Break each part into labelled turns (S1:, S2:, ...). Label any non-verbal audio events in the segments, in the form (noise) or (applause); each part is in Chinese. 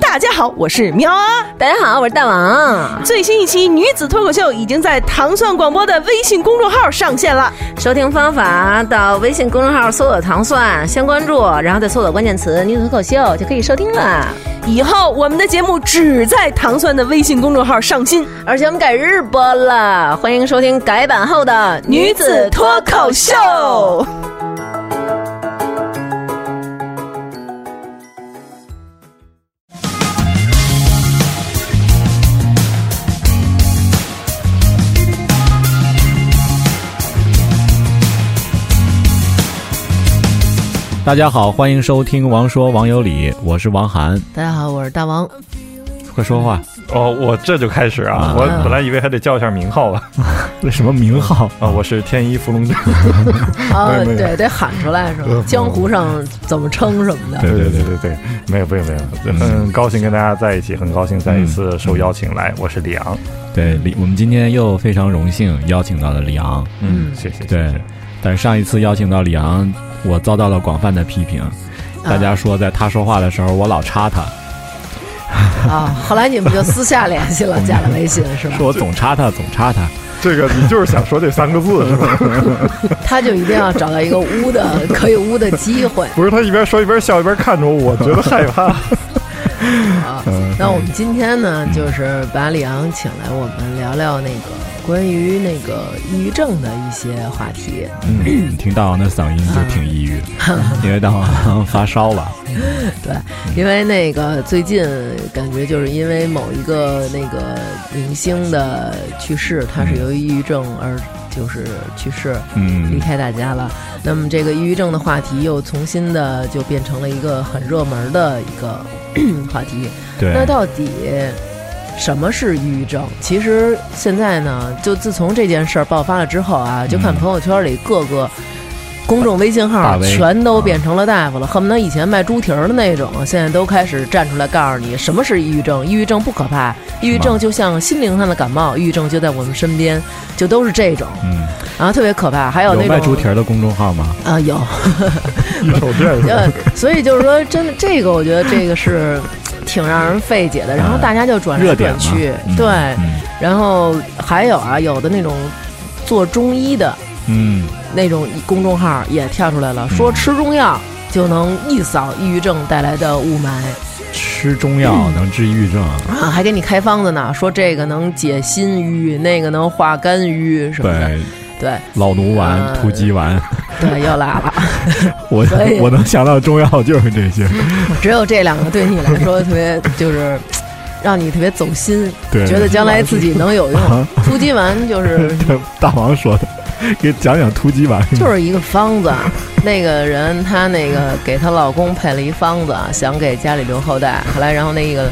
S1: 大家好，我是喵啊！
S2: 大家好，我是大王。
S1: 最新一期女子脱口秀已经在糖蒜广播的微信公众号上线了。
S2: 收听方法到微信公众号搜索“糖蒜”，先关注，然后再搜索关键词“女子脱口秀”就可以收听了。
S1: 以后我们的节目只在糖蒜的微信公众号上新。
S2: 而且我们改日播了，欢迎收听改版后的
S1: 女子脱口秀，
S3: 大家好，欢迎收听《王说王有理》，我是王涵，
S2: 大家好，我是大王。
S3: 快说话。
S4: 哦，我这就开始啊！
S3: 啊
S4: 我本来以为还得叫一下名号了
S3: 为什么名号？
S4: 啊！我是天一伏龙阵，
S5: 哦，
S4: 没有没有
S5: 对，得喊出来是吧
S4: 呃？
S5: 江湖上怎么称什么的？
S4: 对对对对对，没有没有没有，很高兴跟大家在一起，很高兴再一次受邀请来，我是李昂，
S3: (laughs) 对，李，我们今天又非常荣幸邀请到了李昂。
S4: 嗯，谢谢，
S3: 对
S4: 谢谢，
S3: 但是上一次邀请到李昂，我遭到了广泛的批评，大家说在他说话的时候，我老插他，
S5: (laughs) 啊，后来你们就私下联系了，加了微信是
S3: (laughs)
S5: 吧？
S3: 说我总插他，总插他。
S4: 这个你就是想说这三个字是吧？
S5: 他就一定要找到一个污的可以污的机会。
S4: 不是他一边说一边笑一边看着我，我觉得害怕。
S5: 啊，那我们今天呢，就是把李昂请来，我们聊聊那个关于那个抑郁症的一些话题。
S3: 嗯，听大王的嗓音就挺抑 (laughs) 郁，因为大王发烧了。
S5: 对，因为那个最近感觉就是因为某一个那个明星的去世，他是由于抑郁症而就是去世，离
S3: 嗯，
S5: 开大家了。那么这个抑郁症的话题又重新的就变成了一个很热门的一个 (clears throat) 话题。
S3: 对，
S5: 那到底什么是抑郁症？其实现在呢，就自从这件事儿爆发了之后啊，就看
S3: 嗯
S5: 朋友圈里各个。公众微信
S3: 大
S5: 号
S3: V 啊
S5: 全都变成了大夫了，恨不得以前卖猪蹄儿的那种，现在都开始站出来告诉你什么是抑郁症。抑郁症不可怕，抑郁
S3: 吗
S5: 症就像心灵上的感冒，抑郁症就在我们身边，就都是这种，
S3: 嗯，
S5: 然后特别可怕。还有
S3: 有
S5: 那种
S3: 卖猪蹄儿的公众号吗？
S5: 啊，
S3: (laughs)
S5: 有
S4: 一手电是吧？
S5: 呃，所以就是说，真的，这个我觉得这个是挺让人费解的。然后大家就转来
S3: 嗯热点
S5: 转
S3: 嘛
S5: 去，
S3: 嗯
S5: 啊对。然后还有啊，有的那种做中医的
S3: 嗯嗯，
S5: 那种公众号也跳出来了，说吃中药就能一扫抑郁症带来的雾霾
S3: 啊吃中药能治抑郁症啊？
S5: 啊，还给你开方子呢，说这个能解心郁，那个能化肝郁什么的。
S3: 对，
S5: 对
S3: 老奴丸、
S5: 呃
S3: 突击丸，
S5: 对，又来了，
S3: 我
S5: 所以
S3: 我能想到中药就是这些。
S5: 只有这两个对你来说特别 (laughs) 就是。让你特别走心，
S3: 对，
S5: 觉得将来自己能有用。 (laughs)
S3: 啊，
S5: 突击丸就是
S3: 对，大王说的，给讲讲突击丸。
S5: 就是一个方子，啊那个人她那个给她老公配了一方子，啊想给家里留后代，后来然后那个。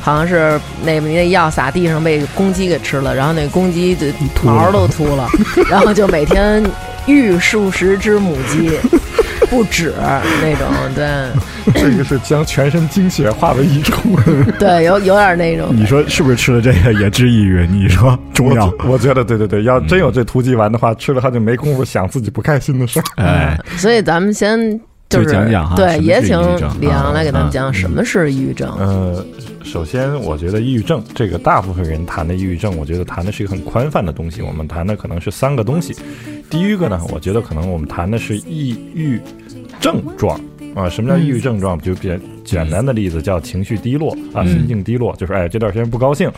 S5: 好像是那那药撒地上被公鸡给吃了，然后那公鸡就
S3: 秃了
S5: 毛都秃了，然后就每天育数十只母鸡，不止那种，对
S4: 这个是将全身精血化为一处。
S5: 对，有有点那种
S3: (laughs) 你说是不是吃了这个也治抑郁？你说中药？
S4: 我我觉得对对对，要真有这突击丸的话，吃了他就没工夫想自己不开心的事儿。
S3: 哎，
S5: 所以咱们先就
S3: 就是讲讲哈什
S5: 对，
S3: 么
S5: 也
S3: 是抑
S5: 请
S3: 郁症嗯
S5: 李
S3: 啊
S5: 阳来给咱
S3: 啊
S5: 们讲什么是抑郁症。
S4: 呃，首先，我觉得抑郁症这个大部分人谈的抑郁症，我觉得谈的是一个很宽泛的东西。我们谈的可能是三个东西。第一个呢，我觉得可能我们谈的是抑郁症状啊。什么叫抑郁症状？就比较简单的例子叫情绪低落啊，
S3: 嗯
S4: 心境低落，就是哎这段时间不高兴。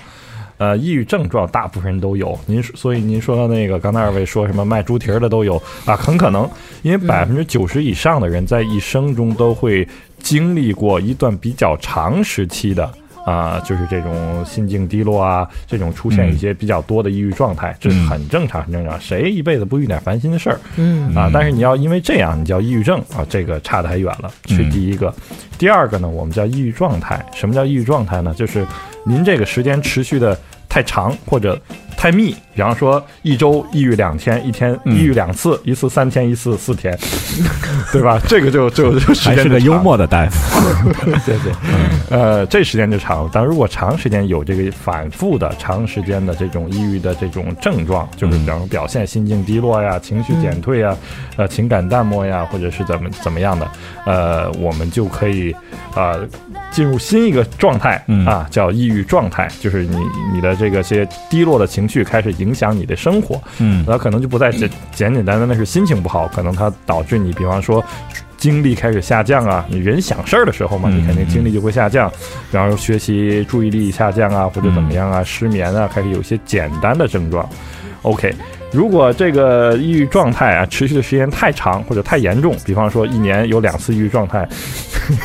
S4: 呃，抑郁症状大部分人都有，您说所以您说到那个刚才二位说什么卖猪蹄儿的都有啊，很可能因为百分之九十以上的人在一生中都会经历过一段比较长时期的啊、啊、就是这种心境低落啊，这种出
S3: 嗯
S4: 现一些比较多的抑郁状态，这是很正常，很正常。谁一辈子不遇点烦心的事儿？
S5: 嗯
S4: 啊
S3: 嗯，
S4: 但是你要因为这样，你叫抑郁症啊，这个差得还远了，是
S3: 嗯
S4: 第一个。第二个呢，我们叫抑郁状态。什么叫抑郁状态呢？就是您这个时间持续的太长或者太密，比方说一周抑郁两天，一天
S3: 嗯
S4: 抑郁两次，一次三天，一次四天， (laughs) 对吧？这个就就就时
S3: 还
S4: 间
S3: 是
S4: 就
S3: 个幽
S4: 长
S3: 默的大夫。
S4: 对对，呃，这时间就长。但如果长时间有这个反复的、长时间的这种抑郁的这种症状，就是比方说表现心境低落呀、情绪减退呀、呃情感淡漠呀，或者是怎么怎么样的，呃，我们就可以啊、呃进入新一个状态、
S3: 嗯
S4: 啊，叫抑郁状态，就是你你的这个些低落的情绪开始影响你的生活，
S3: 嗯
S4: 那可能就不再简简简单单的是心情不好，可能它导致你，比方说精力开始下降啊。你人想事儿的时候嘛，
S3: 嗯
S4: 你肯定精力就会下降，比方说学习注意力下降啊，或者怎么样啊，失眠啊，开始有一些简单的症状。OK，如果这个抑郁状态啊持续的时间太长或者太严重，比方说一年有两次抑郁状态，
S5: (laughs)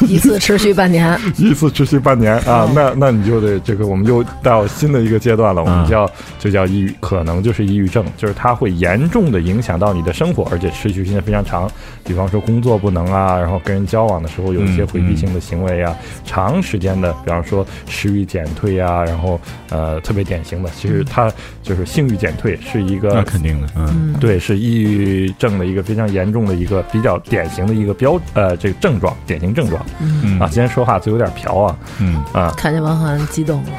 S5: 一次持续半年，
S4: 一次持续半年啊，那那你就得这个，我们就到新的一个阶段了，我
S3: 嗯
S4: 们叫就叫抑郁，可能就是抑郁症，就是它会严重的影响到你的生活，而且持续时间非常长。比方说工作不能啊，然后跟人交往的时候有一些
S3: 嗯
S4: 回避性的行为啊，长时间的，比方说食欲减退啊，然后呃特别典型的，其实它就是性欲减退是一
S3: 那
S4: 个
S3: 肯定的，嗯
S4: 对，是抑郁症的一个非常严重的一个比较典型的一个标呃这个症状，典型症状
S3: 嗯
S4: 啊。今天说话就有点瓢啊。
S3: 嗯。
S4: 啊，
S5: 看见王涵激
S3: (laughs)
S5: 动了，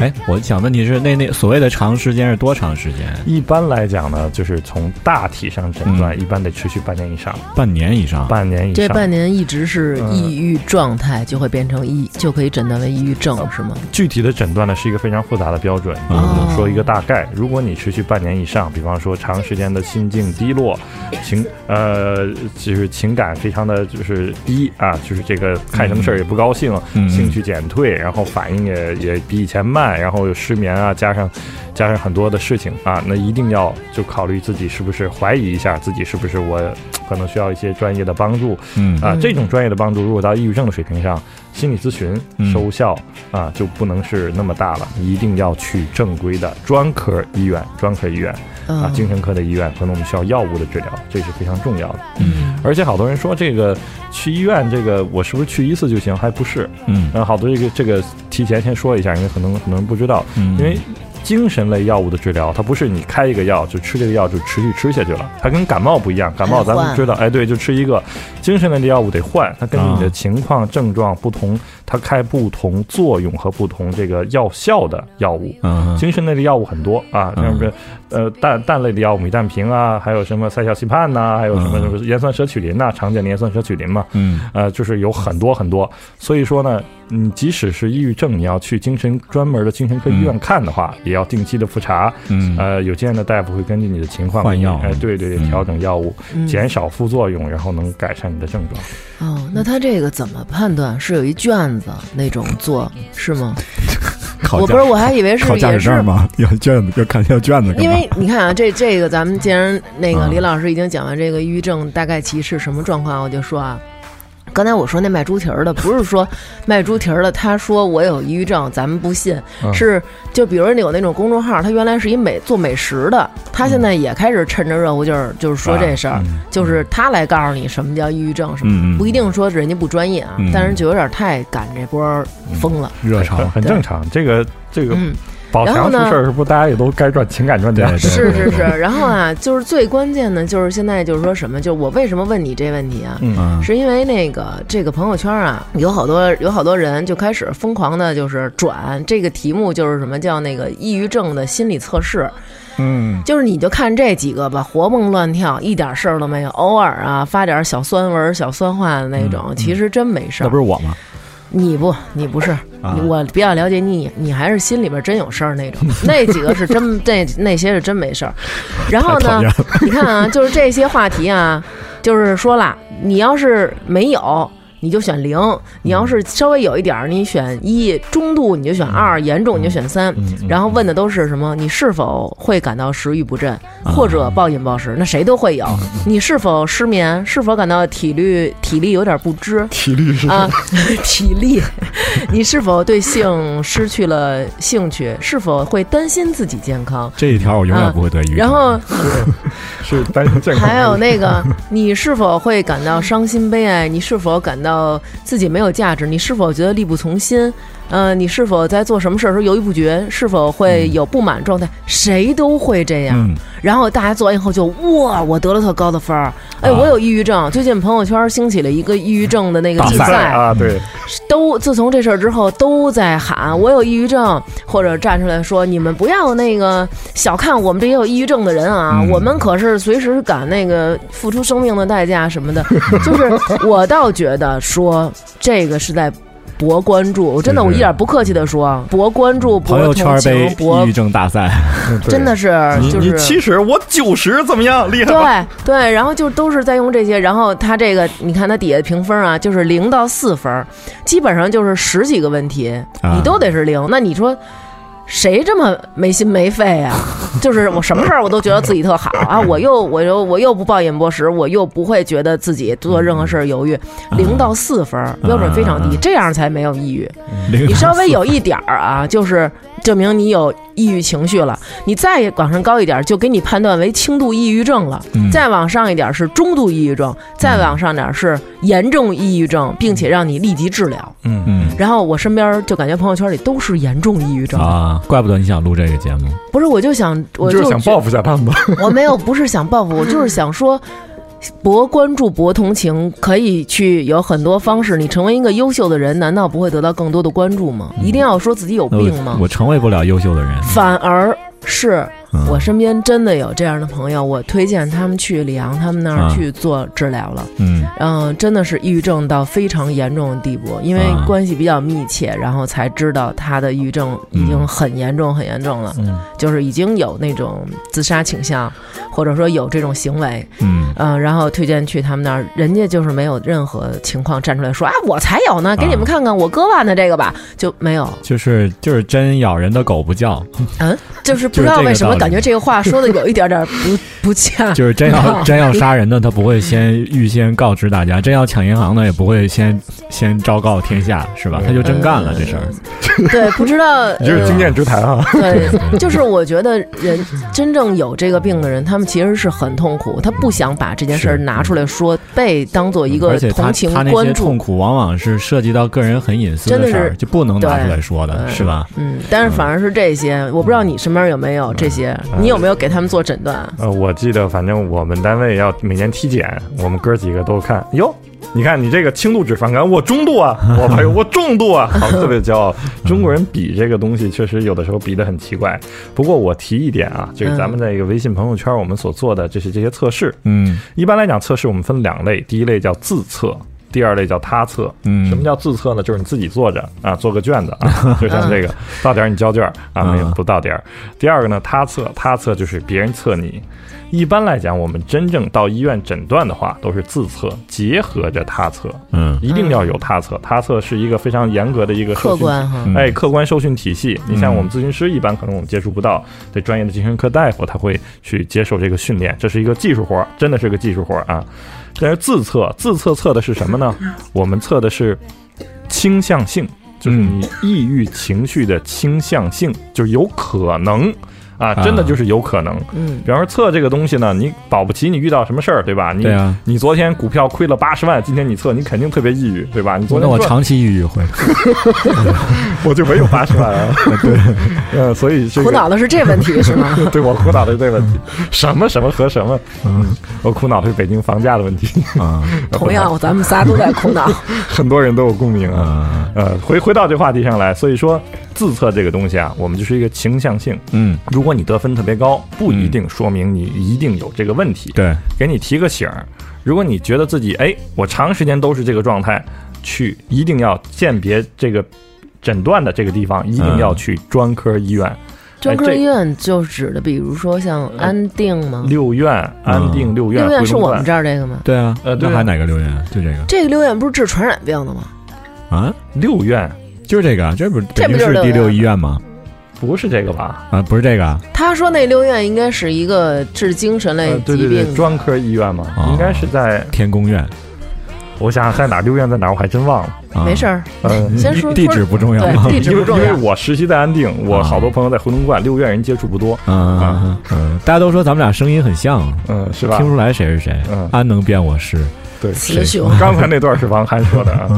S3: 哎，我想问题是，那那所谓的长时间是多长时间？
S4: 一般来讲呢，就是从大体上诊断，一般得持续半年以上，
S3: 半年以上？
S4: 半年以
S5: 这
S4: 上。
S5: 半年一直是抑郁状态，就会变成抑，就可以诊断为抑郁症，是吗？
S4: 具体的诊断呢是一个非常复杂的标准，
S3: 嗯
S4: 我只能说一个大概。如果你持续半年以上，比方说长时间的心境低落，情呃就是情感非常的就是低啊，就是这个看什么事儿也不高兴，
S3: 嗯
S4: 兴趣减退，然后反应也也比以前慢，然后有失眠啊，加上加上很多的事情啊，那一定要就考虑自己是不是怀疑一下自己是不是我可能需要一些专业的帮助，
S3: 嗯
S4: 啊，
S5: 嗯
S4: 这种专业的帮助，如果到抑郁症的水平上，心理咨询
S3: 嗯
S4: 收效、啊就不能是那么大了，一定要去正规的专科医院、专科医院啊
S5: 嗯，
S4: 精神科的医院，可能我们需要药物的治疗，这是非常重要的。
S3: 嗯
S4: 而且好多人说这个去医院，这个我是不是去一次就行？还不是，
S3: 嗯
S4: 然后好多这个这个提前先说一下，因为可能很多人不知道，
S3: 嗯，
S4: 因为精神类药物的治疗，它不是你开一个药就吃这个药就持续吃下去了，它跟感冒不一样，感冒咱
S5: 还
S4: 们
S5: 换
S4: 知道，哎，对，就吃一个。精神类的药物得换，它根据你的情况、症状不同，它开不同作用和不同这个药效的药物。
S3: 嗯
S4: 精神类的药物很多啊，
S3: 嗯
S4: 像是呃氮氮类的药物米氮平啊，还有什么塞硝西泮呐，还有什么
S3: 嗯
S4: 什么盐酸舍曲林呐、常见的盐酸舍曲林嘛，
S3: 嗯
S4: 呃，就是有很多很多。所以说呢，你即使是抑郁症，你要去精神专门的精神科医院看的话，也要定期的复查。
S3: 嗯
S4: 呃，有经验的大夫会根据你的情况
S3: 换药
S4: 哎、对对
S3: 嗯
S4: 对，调整药物，
S5: 嗯
S4: 减少副作用，然后能改善你的症状。
S5: 哦，那他这个怎么判断？是有一卷子那种做是吗？
S3: 嗯考
S5: 我不是，我还以为是
S3: 考驾
S5: 也
S3: 驶
S5: 是
S3: 证吗？ (laughs) 要卷子，要看要卷子干嘛。
S5: 因为你看啊，这这个咱们既然那个
S3: 嗯
S5: 李老师已经讲完这个抑郁症大概其是什么状况，我就说啊，刚才我说那卖猪蹄儿的，不是说卖猪蹄儿的，他说我有抑郁症，咱们不信，
S4: 嗯
S5: 是就比如你有那种公众号，他原来是一美做美食的，他
S3: 嗯
S5: 现在也开始趁着热乎劲儿，就是说
S3: 啊
S5: 这事儿，
S4: 啊
S5: 就是他来告诉你什么叫抑郁症什么。
S3: 嗯嗯，
S5: 不一定说人家不专业啊，
S3: 嗯
S5: 但是就有点太赶这波儿风了。
S3: 热
S4: 很
S3: 潮。
S4: 很正常。这个这个
S5: 嗯，
S4: 宝
S5: 然后
S4: 强出
S5: 呢
S4: 事儿，是不是大家也都该赚情感专家？
S5: (laughs)
S3: 对
S5: 是是是
S3: 对，
S5: 然后啊，就是最关键的，就是现在就是说什么，就是我为什么问你这问题啊？
S3: 嗯
S5: 是因为那个这个朋友圈啊，有好多有好多人就开始疯狂的，就是转这个题目，就是什么叫那个抑郁症的心理测试，
S3: 嗯
S5: 就是你就看这几个吧，活蹦乱跳，一点事儿都没有，偶尔啊发点小酸文、小酸话的那种，其实真没事
S3: 嗯那
S5: 儿
S3: 不。是我吗？
S5: 你不，你不是，
S3: 啊
S5: 我比较了解你，你还是心里边真有事儿那
S3: (laughs)
S5: 种。那几个是真，那那些是真没事儿。然后
S3: 太讨
S5: 呢
S3: 厌，
S5: (laughs) 你看啊，就是这些话题啊，就是说啦，你要是没有。你就选零；
S4: 嗯
S5: 你要是稍微有一点儿，你选一；中度你就选二，严重你就选三。
S4: 嗯嗯
S5: 然后问的都是什么？你是否会感到食欲不振，
S4: 啊
S5: 或者暴饮暴食？那谁都会有。
S4: 嗯
S5: 你是否失眠？是否感到体力体力有点不支？
S4: 体力是
S5: 啊， (laughs) 体力， (laughs) 你是否对性失去了兴趣？是否会担心自己健康？
S4: 嗯
S3: 这一条我永远不会对于。
S5: 嗯然后
S4: 是
S3: 嗯
S4: 担心健
S5: (laughs)
S4: 康，
S5: 还有那个，你是否会感到伤心悲哀？你是否感到自己没有价值？你是否觉得力不从心？呃，你是否在做什么事儿时候犹豫不决？是否会有不满状态？谁都会这样。
S3: 嗯，
S5: 然后大家做完以后就哇，我得了特高的分儿，哎，
S3: 啊
S5: 我有抑郁症。最近朋友圈兴起了一个抑郁症的那个
S3: 大
S5: 竞
S3: 赛
S5: 赛，
S4: 啊，对，
S5: 都自从这事儿之后，都在喊我有抑郁症，或者站出来说你们不要那个小看我们这些有抑郁症的人啊，
S3: 嗯
S5: 我们可是随时敢那个付出生命的代价什么的。 (laughs) 就是我倒觉得说这个是在。博关注，我真的
S3: 是
S5: 我
S3: 是
S5: 一点不客气的说，博关注，
S3: 朋
S5: 博
S3: 友圈
S5: 同
S3: 杯
S5: 情，博
S3: 抑郁症嗯大赛，
S4: 嗯对
S5: 真的是
S4: 你
S5: 就
S4: 你
S5: 是
S4: 七十，我九十，怎么
S3: (laughs)
S4: 样？厉害吧？
S5: 对对，然后就都是在用这些，然后他这个你看他底下评分啊，就是零到四分儿，基本上就是十几个问题，
S3: 啊
S5: 你都得是零。那你说谁这么没心没肺啊？ (laughs) 就是我什么事儿我都觉得自己特好啊，我
S3: (laughs)
S5: 又我又我又不暴饮暴食，我又不会觉得自己做任何事儿犹豫，零到四分儿标准非常低，
S3: 啊
S5: 这样才没有抑
S3: (laughs)
S5: 郁。
S3: 零
S5: 你稍微有一点儿啊，就是证明你有抑郁情绪了。你再往上高一点儿，就给你判断为轻度抑郁症了。
S3: 嗯
S5: 再往上一点儿是中度抑郁症，再往上点儿是严重抑郁症，并且让你立即治疗。
S4: 嗯，
S3: 嗯
S5: 然后我身边儿就感觉朋友圈里都是严重抑郁症，
S3: 啊，怪不得你想录这个节目，
S5: 不是？我就想，我
S4: 就
S5: 就是
S4: 想
S5: 觉
S4: 报复一下他们吧。
S5: (laughs) 我没有，不是想报复，我就是想说，博关注，博同情，可以去有很多方式。你成为一个优秀的人，难道不会得到更多的关注吗？一定要说自己有
S3: 那
S5: 病吗
S3: 我？我成为不了优秀的人。
S5: 反而是
S3: 嗯
S5: 我身边真的有这样的朋友，我推荐他们去里昂他们那儿
S3: 啊
S5: 去做治疗了。
S3: 嗯
S5: 嗯，真的是抑郁症到非常严重的地步，因为
S3: 啊
S5: 关系比较密切，然后才知道他的抑郁症已经很严重、很严重了，
S4: 嗯，
S5: 就是已经有那种自杀倾向，或者说有这种行为。
S3: 嗯
S5: 嗯，然后推荐去他们那儿，人家就是没有任何情况站出来说啊，我才有呢，给你们
S3: 啊
S5: 看看我割腕的这个吧，就没有。
S3: 就是就是真咬人的狗不叫，
S5: 嗯，就是不
S3: 就
S5: 知
S3: 是
S5: 道
S3: 这个
S5: 为什么
S3: 道理
S5: 感觉这个话说的有一点点不不恰。 (laughs)
S3: 就是真要
S5: 啊
S3: 真要杀人的，他不会先预先告知大家；真要抢银行的，也不会先先昭告天下，是吧？他就真干了这事儿。
S5: 呃对，不知道。
S3: (laughs)
S4: 你这是经验之谈啊。
S5: 呃对，就是我觉得人真正有这个病的人，他们其实是很痛苦，他不想把这件事儿
S3: 是
S5: 拿出来说，被当做一个
S3: 而且他
S5: 同情
S3: 他那些
S5: 关
S3: 痛
S5: 注。
S3: 苦往往是涉及到个人很隐私
S5: 真的
S3: 事儿，
S5: 是
S3: 就不能拿出
S5: 对
S3: 来说的，
S5: 对
S3: 是吧？
S5: 嗯，但是反而是这些，我不知道你身边有没有这些，你有没有给他们做诊断？
S4: (laughs) 呃，我记得反正我们单位要每年体检，我们哥几个都看哟。你看你这个轻度脂肪肝，我中度啊，我还有我重度啊，好，特别骄傲。中国人比这个东西确实有的时候比得很奇怪。不过我提一点啊，就是咱们在一个微信朋友圈我们所做的就是这些测试，
S3: 嗯
S4: 一般来讲测试我们分两类，第一类叫自测。第二类叫他测，
S3: 嗯
S4: 什么叫自测呢？就是你自己做着啊，做个卷子
S3: (laughs)
S4: 啊，就像这个到点儿你交卷儿啊，没有
S3: 嗯
S4: 不到点儿。第二个呢，他测，他测就是别人测你。一般来讲，我们真正到医院诊断的话，都是自测结合着他测，
S3: 嗯
S4: 一定要有他测。他测是一个非常严格的一个
S5: 客
S4: 受训
S5: 观哈，
S3: 嗯
S4: 哎，客观受训体系，你像我们咨询师，一般可能我们接触不到，对专业的精神科大夫他会去接受这个训练，这是一个技术活儿，真的是个技术活儿啊。但是自测，自测测的是什么呢？我们测的是倾向性，就是
S3: 嗯
S4: 你抑郁情绪的倾向性，就是有可能啊，真的
S3: 啊
S4: 就是有可能。
S5: 嗯
S4: 比方说测这个东西呢，你保不齐你遇到什么事儿，对吧？你
S3: 对啊
S4: 你昨天股票亏了八十万，今天你测，你肯定特别抑郁，对吧？你昨
S3: 那
S4: 天
S3: 我
S4: 赚
S3: 长期抑郁会，
S4: (laughs) 我就没有八十万
S3: (laughs)
S4: 啊。 (laughs) 对，嗯，所以这
S5: 苦
S4: 个
S5: 恼的是这问题是
S4: (laughs)
S5: 吗？
S4: 对我苦恼的这
S3: (laughs)
S4: 个问题，什么什么和什么，
S3: 嗯
S4: 我苦恼的是北京房价的问题， (laughs)
S3: 啊
S5: 同样，咱们仨都在苦恼。
S4: 很多人都有共鸣啊。
S3: 啊
S4: 呃，回回到这话题上来，所以说自测这个东西啊，我们就是一个倾向性。
S3: 嗯，
S4: 如果你得分特别高，不一
S3: 嗯
S4: 定说明你一定有这个问题。
S3: 对，
S4: 给你提个醒儿。如果你觉得自己哎，我长时间都是这个状态，去一定要鉴别这个诊断的这个地方，一定要去专科医
S5: 嗯
S4: 院。哎
S5: 专科
S4: 这
S5: 医院就是指的，比如说像安定吗？
S4: 六院、安定六院、
S5: 六院是
S4: 回龙
S5: 我
S4: 观
S5: 们这儿这个吗？
S3: 对啊，
S4: 呃对啊
S3: 那还哪个留言啊？就这个
S5: 这个六院不是治传染病的吗？
S3: 啊，
S4: 六院，
S3: 就是这个啊，这不是
S5: 这
S3: 北
S5: 不
S3: 京
S5: 就是
S3: 市第
S5: 六
S3: 六医院吗？
S4: 不是这个吧？
S3: 啊，不是这个啊，
S5: 他说那六院应该是一个治精神类
S4: 呃，
S5: 疾
S4: 对对啊
S5: 病的
S4: 对，专科医院嘛，
S3: 哦
S4: 应该是在，
S3: 天宫院。
S4: 我想想在哪，六院在哪，我还真忘了。
S3: 啊、
S5: 没事儿，
S4: 嗯，
S5: 先说
S3: 地址不重
S5: (laughs)
S3: 要
S5: 对
S3: 吗？
S5: 地址
S4: 因
S5: 不
S4: 为
S5: 重
S4: 因为
S5: 要。
S4: 我实习在安定，我好多朋友在回龙观，六院人接触不多，
S3: 嗯嗯嗯，大家都说咱们俩声音很像，
S4: 嗯，啊是吧
S3: 听不？出来谁是谁。
S4: 嗯
S3: 安能辨我师，
S4: 对， (laughs)
S5: 雌雄
S4: 刚才那段是王涵说的啊，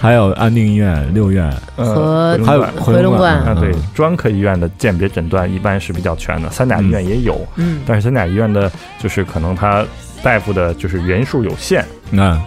S3: 还有安定医院、六院，
S5: (laughs)
S4: 嗯
S5: 和，
S4: 回
S3: 还
S4: 龙
S3: 有
S4: 观
S5: 回龙观
S4: 啊，
S3: 嗯
S4: 对，专科医院的鉴别诊断一般是比较全的，三甲医院也有，
S5: 嗯，
S4: 但是三甲医院的就是可能他大夫的就是人数有限，
S3: 那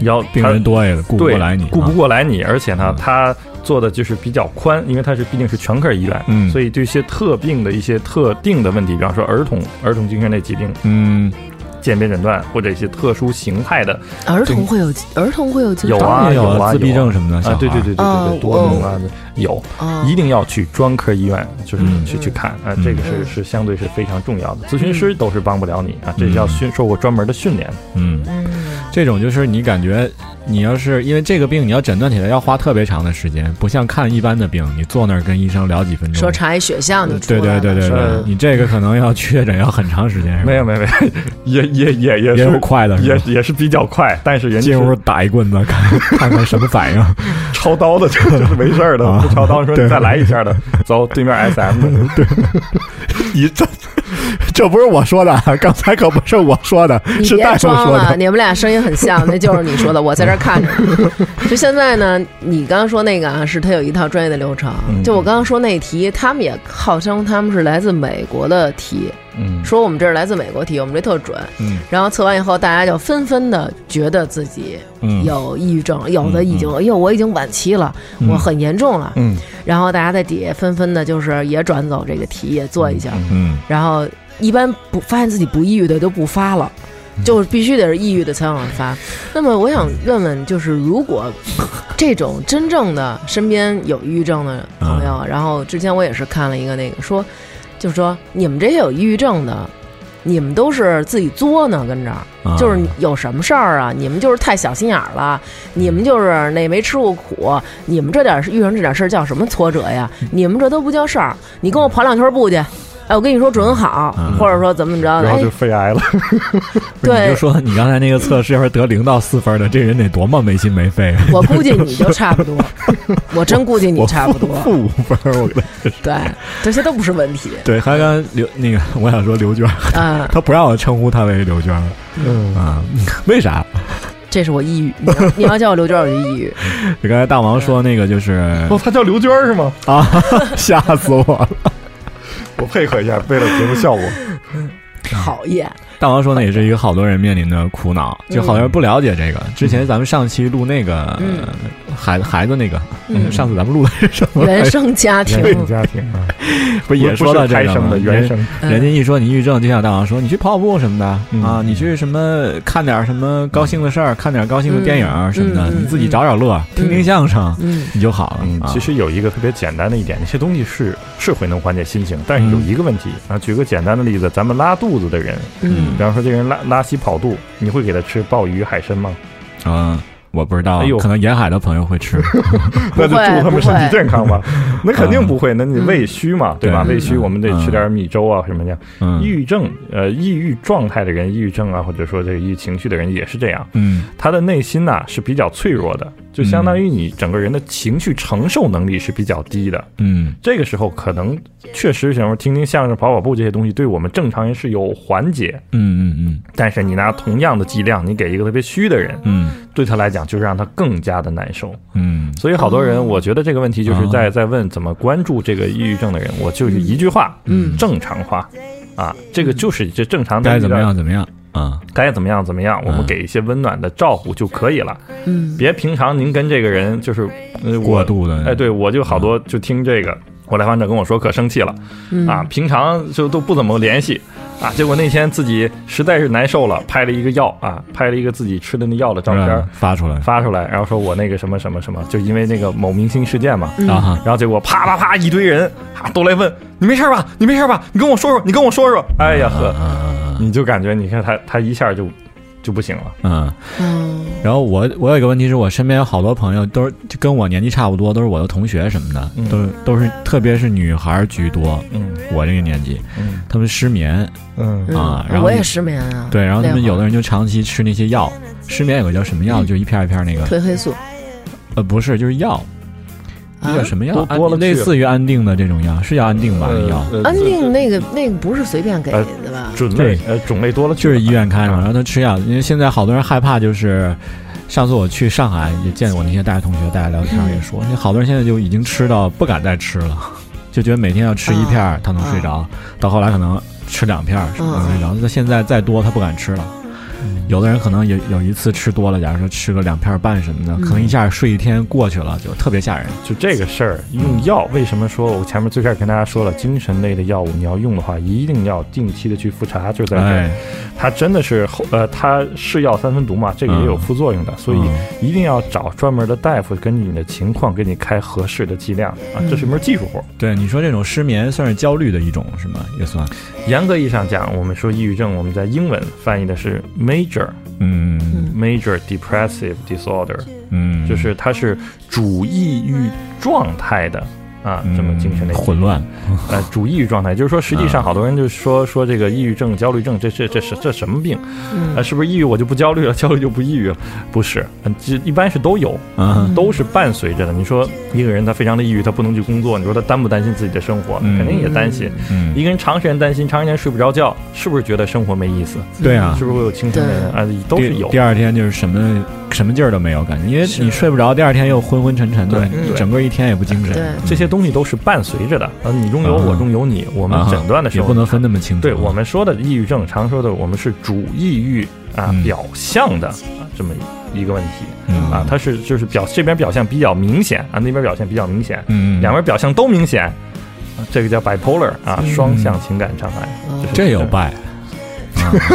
S4: 要
S3: 嗯病
S4: 他
S3: 人多也顾不
S4: 对
S3: 过来你，
S4: 顾不
S3: 啊
S4: 过来你，而且呢
S3: 嗯，
S4: 他做的就是比较宽，因为他是毕竟是全科医院，
S3: 嗯
S4: 所以对一些特病的一些特定的问题，比方说儿童儿童精神类疾病
S3: 嗯，
S4: 鉴别诊断或者一些特殊形态的
S5: 儿童会有儿童会有精
S4: 有
S5: 神
S4: 啊
S3: 当然
S4: 有
S3: 有
S4: 啊
S3: 自闭
S4: 有啊
S3: 症什么的，小
S4: 啊，对
S3: 孩
S4: 对
S3: 儿
S4: 对对对
S5: 哦
S4: 对，多种啊，有
S5: 啊
S4: 一定要去专科医院，就是
S3: 嗯
S4: 去去看啊
S3: 嗯，
S4: 这个是是相对是非常重要的，咨询师都是帮不了你啊，这是要训受过专门的训练的。
S3: 嗯，
S5: 嗯，
S3: 这种就是你感觉，你要是因为这个病，你要诊断起来要花特别长的时间，不像看一般的病，你坐那儿跟医生聊几分钟
S5: 说。查一血象就出
S3: 对
S5: 来了
S3: 对对对
S5: 是吧
S3: 对，
S4: 嗯
S3: 你这个可能要确诊要很长时间，是吧
S4: 没有没有没有，也也也也
S3: 也有
S4: 是
S3: 快的是
S4: 也
S3: 吧，
S4: 也是比较快，但是人家
S3: (laughs) 进屋
S4: 是
S3: 打一棍子，看看看什么反应。
S4: 抄刀的，就是没事儿的
S3: 啊，
S4: 不抄刀说
S3: 对嗯
S4: 你再来一下的，走对面 S M 的，
S3: 你这这不是我说的啊，刚才可不是我说的，
S5: 你
S3: 是大
S5: 别
S3: 夫
S5: 装
S3: 说
S5: 了，
S3: 的。
S5: 你们俩声音很像，那就是你说的，我在这儿看
S3: (laughs)
S5: 着呢。就现在呢，你刚刚说那个啊，是他有一套专业的流程。
S3: 嗯
S5: 就我刚刚说那题，他们也号称他们是来自美国的题，
S4: 嗯，
S5: 说我们这是来自美国题，我们这特准。
S3: 嗯
S5: 然后测完以后，大家就纷纷的觉得自己
S3: 嗯
S5: 有抑郁症，有的已经，哎呦，我已经晚期了，我很严重了。
S4: 嗯，
S5: 然后大家在底下纷纷的，就是也转走这个题，也做一下。
S3: 嗯，
S5: 然后一般不发现自己不抑郁的都不发了，
S3: 嗯
S5: 就是必须得是抑郁的才往上发。那么我想问问，就是如果这种真正的身边有抑郁症的朋友，
S3: 啊
S5: 然后之前我也是看了一个那个说，就是说你们这些有抑郁症的。你们都是自己作呢，跟这儿
S3: 啊
S5: 就是有什么事儿啊？你们就是太小心眼儿了，你们就是那没吃过苦，你们这点事遇上这点事儿叫什么挫折呀？
S3: 嗯
S5: 你们这都不叫事儿，你跟我跑两圈步去，哎，我跟你说准好，
S3: 嗯
S5: 或者说怎么着的，
S4: 然后
S5: 哎
S4: 就，肺癌了，
S3: 不是你
S5: 对
S3: 就说你刚才那个测试，要是得零到四分的，这人得多么没心没肺啊！
S5: 我估计你就差不
S3: (laughs)
S5: 多，我真估 (laughs) 计你
S3: 我
S5: 差不多，
S3: 负五分儿，我
S5: 对，这些都不是问题，
S3: 对，还刚刘那个，我想说刘娟儿，
S5: 嗯，
S3: 他不让我称呼她为刘娟儿
S4: 嗯，
S3: 啊，为啥？
S5: 这是我抑郁，你
S3: (laughs)
S5: 要你要叫我刘娟，我就抑郁，
S3: 就刚才大王说那个就是 (laughs)
S4: 哦，他叫刘娟儿是吗？
S3: 啊，吓死我了！
S4: 我配合一下，为了节目效果，
S5: 讨厌，
S3: 大王说那也是一个好多人面临的苦恼，就好多人不了解这个。之前咱们上期录那个
S5: 嗯
S3: 孩孩子那个，
S5: 嗯
S3: 上次咱们录的是什么？ (laughs)
S5: 原生家庭，
S4: 家庭啊，
S3: 不也
S4: 不
S3: 说到
S4: 是
S3: 这
S4: 胎
S3: 个
S4: 生
S3: 吗
S4: 的原生，
S5: 嗯
S3: 人家一说你抑郁症，就像大王说你去跑跑步什么的、
S4: 嗯
S3: 啊，你去什么看点什么高兴的事儿，看点高兴的电影儿什么的，
S5: 嗯嗯嗯
S3: 你自己找找乐，听听相声，
S5: 嗯
S3: 你就好了。
S4: 嗯，
S3: 啊、
S4: 其实有一个特别简单的一点，那些东西是是会能缓解心情，但是
S3: 嗯
S4: 有一个问题啊，举个简单的例子，咱们拉肚子的人，
S5: 嗯
S4: 比方说这个人拉拉稀跑肚，你会给他吃鲍鱼、海参吗？
S3: 嗯，我不知道，
S4: 哎呦
S3: 可能沿海的朋友会
S4: (laughs)
S3: 吃。
S4: 那就祝他们身体健
S3: (laughs)
S4: 康吧。那肯定
S3: 嗯
S4: 不会，那你胃虚嘛，对吧？
S3: 对
S4: 胃虚，我们得吃点米粥啊什么的。
S3: 嗯
S4: 抑郁症，呃，抑郁状态的人，抑郁症啊，或者说这个抑郁情绪的人也是这样，
S3: 嗯
S4: 他的内心呐、是比较脆弱的，就相当于你整个人的情绪承受能力是比较低的。
S3: 嗯
S4: 这个时候可能确实，想说听听相声、跑跑步这些东西，对我们正常人是有缓解。
S3: 嗯嗯
S4: 但是你拿同样的剂量，你给一个特别虚的人，
S3: 嗯
S4: 对他来讲，就是让他更加的难受。
S3: 嗯
S4: 所以好多人，我觉得这个问题就是在
S3: 哦
S4: 在问怎么关注这个抑郁症的人，我就是一句话，
S5: 嗯
S4: 正常化，啊，这个就是这正常
S3: 嗯，
S4: 的
S3: 该怎么样，怎么样啊？
S4: 该怎么样怎么样，我们
S3: 嗯
S4: 给一些温暖的照顾就可以了，
S5: 嗯
S4: 别平常您跟这个人就是呃
S3: 过
S4: 我，
S3: 度的
S4: 哎，对我就好多就听这个。我来访者跟我说可生气了
S5: 嗯
S4: 啊，平常就都不怎么联系，啊，结果那天自己实在是难受了，拍了一个药啊，拍了一个自己吃的那药的照片
S3: 是啊
S4: 儿
S3: 吧发出来
S4: 发出来，然后说我那个什么什么什么，就因为那个某明星事件嘛，
S5: 嗯
S3: 啊哈，
S4: 然后结果啪啪啪一堆人啊都来问你没事吧？你没事吧？你跟我说说，你跟我说说。哎呀呵，你就感觉你看他他一下就就不行了。
S3: 嗯。
S5: 嗯，
S3: 然后我我有一个问题是我身边有好多朋友都是就跟我年纪差不多，都是我的同学什么的，
S4: 嗯
S3: 都是都是特别是女孩儿居多，
S4: 嗯
S3: 我这个年纪，
S4: 嗯
S3: 他们失眠，
S4: 嗯
S5: 嗯
S3: 啊然后
S5: 我也失眠啊，
S3: 对，然后他们
S5: 那会儿
S3: 有的人就长期吃那些药，失眠有个叫什么药，就一片儿一片儿那个，
S5: 褪黑素
S3: 呃，不是，就是药，
S5: 啊
S3: 那叫什么药
S4: 多？
S3: 安
S4: 多了去呃
S3: 类
S4: 了
S3: 似于安定的这种药，是叫安定吧？那药
S5: 安定那个那个不是随便给的吧？
S4: 准类呃种类多了去
S3: 就
S4: 了，
S3: 是医院开嘛，然后他吃药，因为现在好多人害怕就是。上次我去上海也见我那些大学同学，大家聊天也说，那好多人现在就已经吃到不敢再吃了，
S4: 嗯
S3: 就觉得每天要吃一片儿他能睡着，到后来可能吃两片儿
S4: 嗯
S3: 能睡着，那现在再多他不敢吃了。有的人可能有有一次吃多了，假如说吃个两片儿半什么
S4: 嗯
S3: 的，可能一下睡一天过去了，就特别吓人。
S4: 就这个事儿，用药为什么说我前面最开始跟大家说了，精神类的药物你要用的话，一定要定期的去复查，就在这儿
S3: 哎，
S4: 它真的是后呃，它是药三分毒嘛，这个也
S3: 嗯
S4: 有副作用的，所以一定要找专门的大夫，根据你的情况给你开合适的剂量啊，
S3: 嗯
S4: 这是门技术活儿。
S3: 对你说这种失眠算是焦虑的一种是吗？也算，
S4: 严格意义上讲，我们说抑郁症，我们在英文翻译的是 major
S3: 嗯
S4: major depressive disorder，
S3: 嗯，
S4: 就是它是主抑郁状态的啊，
S3: 嗯
S4: 这么精神类疾病
S3: 混嗯乱，
S4: 呃，主抑郁状态，就是说，实际上好多人就说说这个抑郁症、焦虑症，这这这是这什么病？
S5: 嗯
S4: 呃，是不是抑郁我就不焦虑了，焦虑就不抑郁了？不是，呃这一般是都有，
S3: 嗯
S4: 都是伴随着的。你说一个人他非常的抑郁，他不能去工作，你说他担不担心自己的生活？
S3: 嗯
S4: 肯定也担心。
S3: 嗯，
S4: 一个人长时间担心，长时间睡不着觉，是不是觉得生活没意思？
S3: 对啊
S4: 是，不是会有精神的人啊？都是
S3: 第
S4: 有
S3: 第。二天就是什么什么劲儿都没有感觉，因为你睡不着，第二天又昏昏沉沉的
S4: 对
S5: 嗯，
S3: 整个一天也不精神。
S5: 对
S3: 嗯
S4: 这些东西都是伴随着的，啊，你中有我，
S3: 啊
S4: 中有你。我们
S3: 啊
S4: 诊断的时
S3: 也
S4: 候
S3: 不能分那么清楚。
S4: 对我们说的抑郁症，常说的我们是主抑郁啊、
S3: 嗯
S4: 表象的啊这么一个问题
S3: 嗯
S4: 啊，它是就是表这边表象比较明显啊，那边表现比较明显，
S3: 嗯，
S4: 两边表象都明显，啊这个叫 bipolar 啊，双向情感障碍。
S5: 嗯
S3: 嗯哦这有败，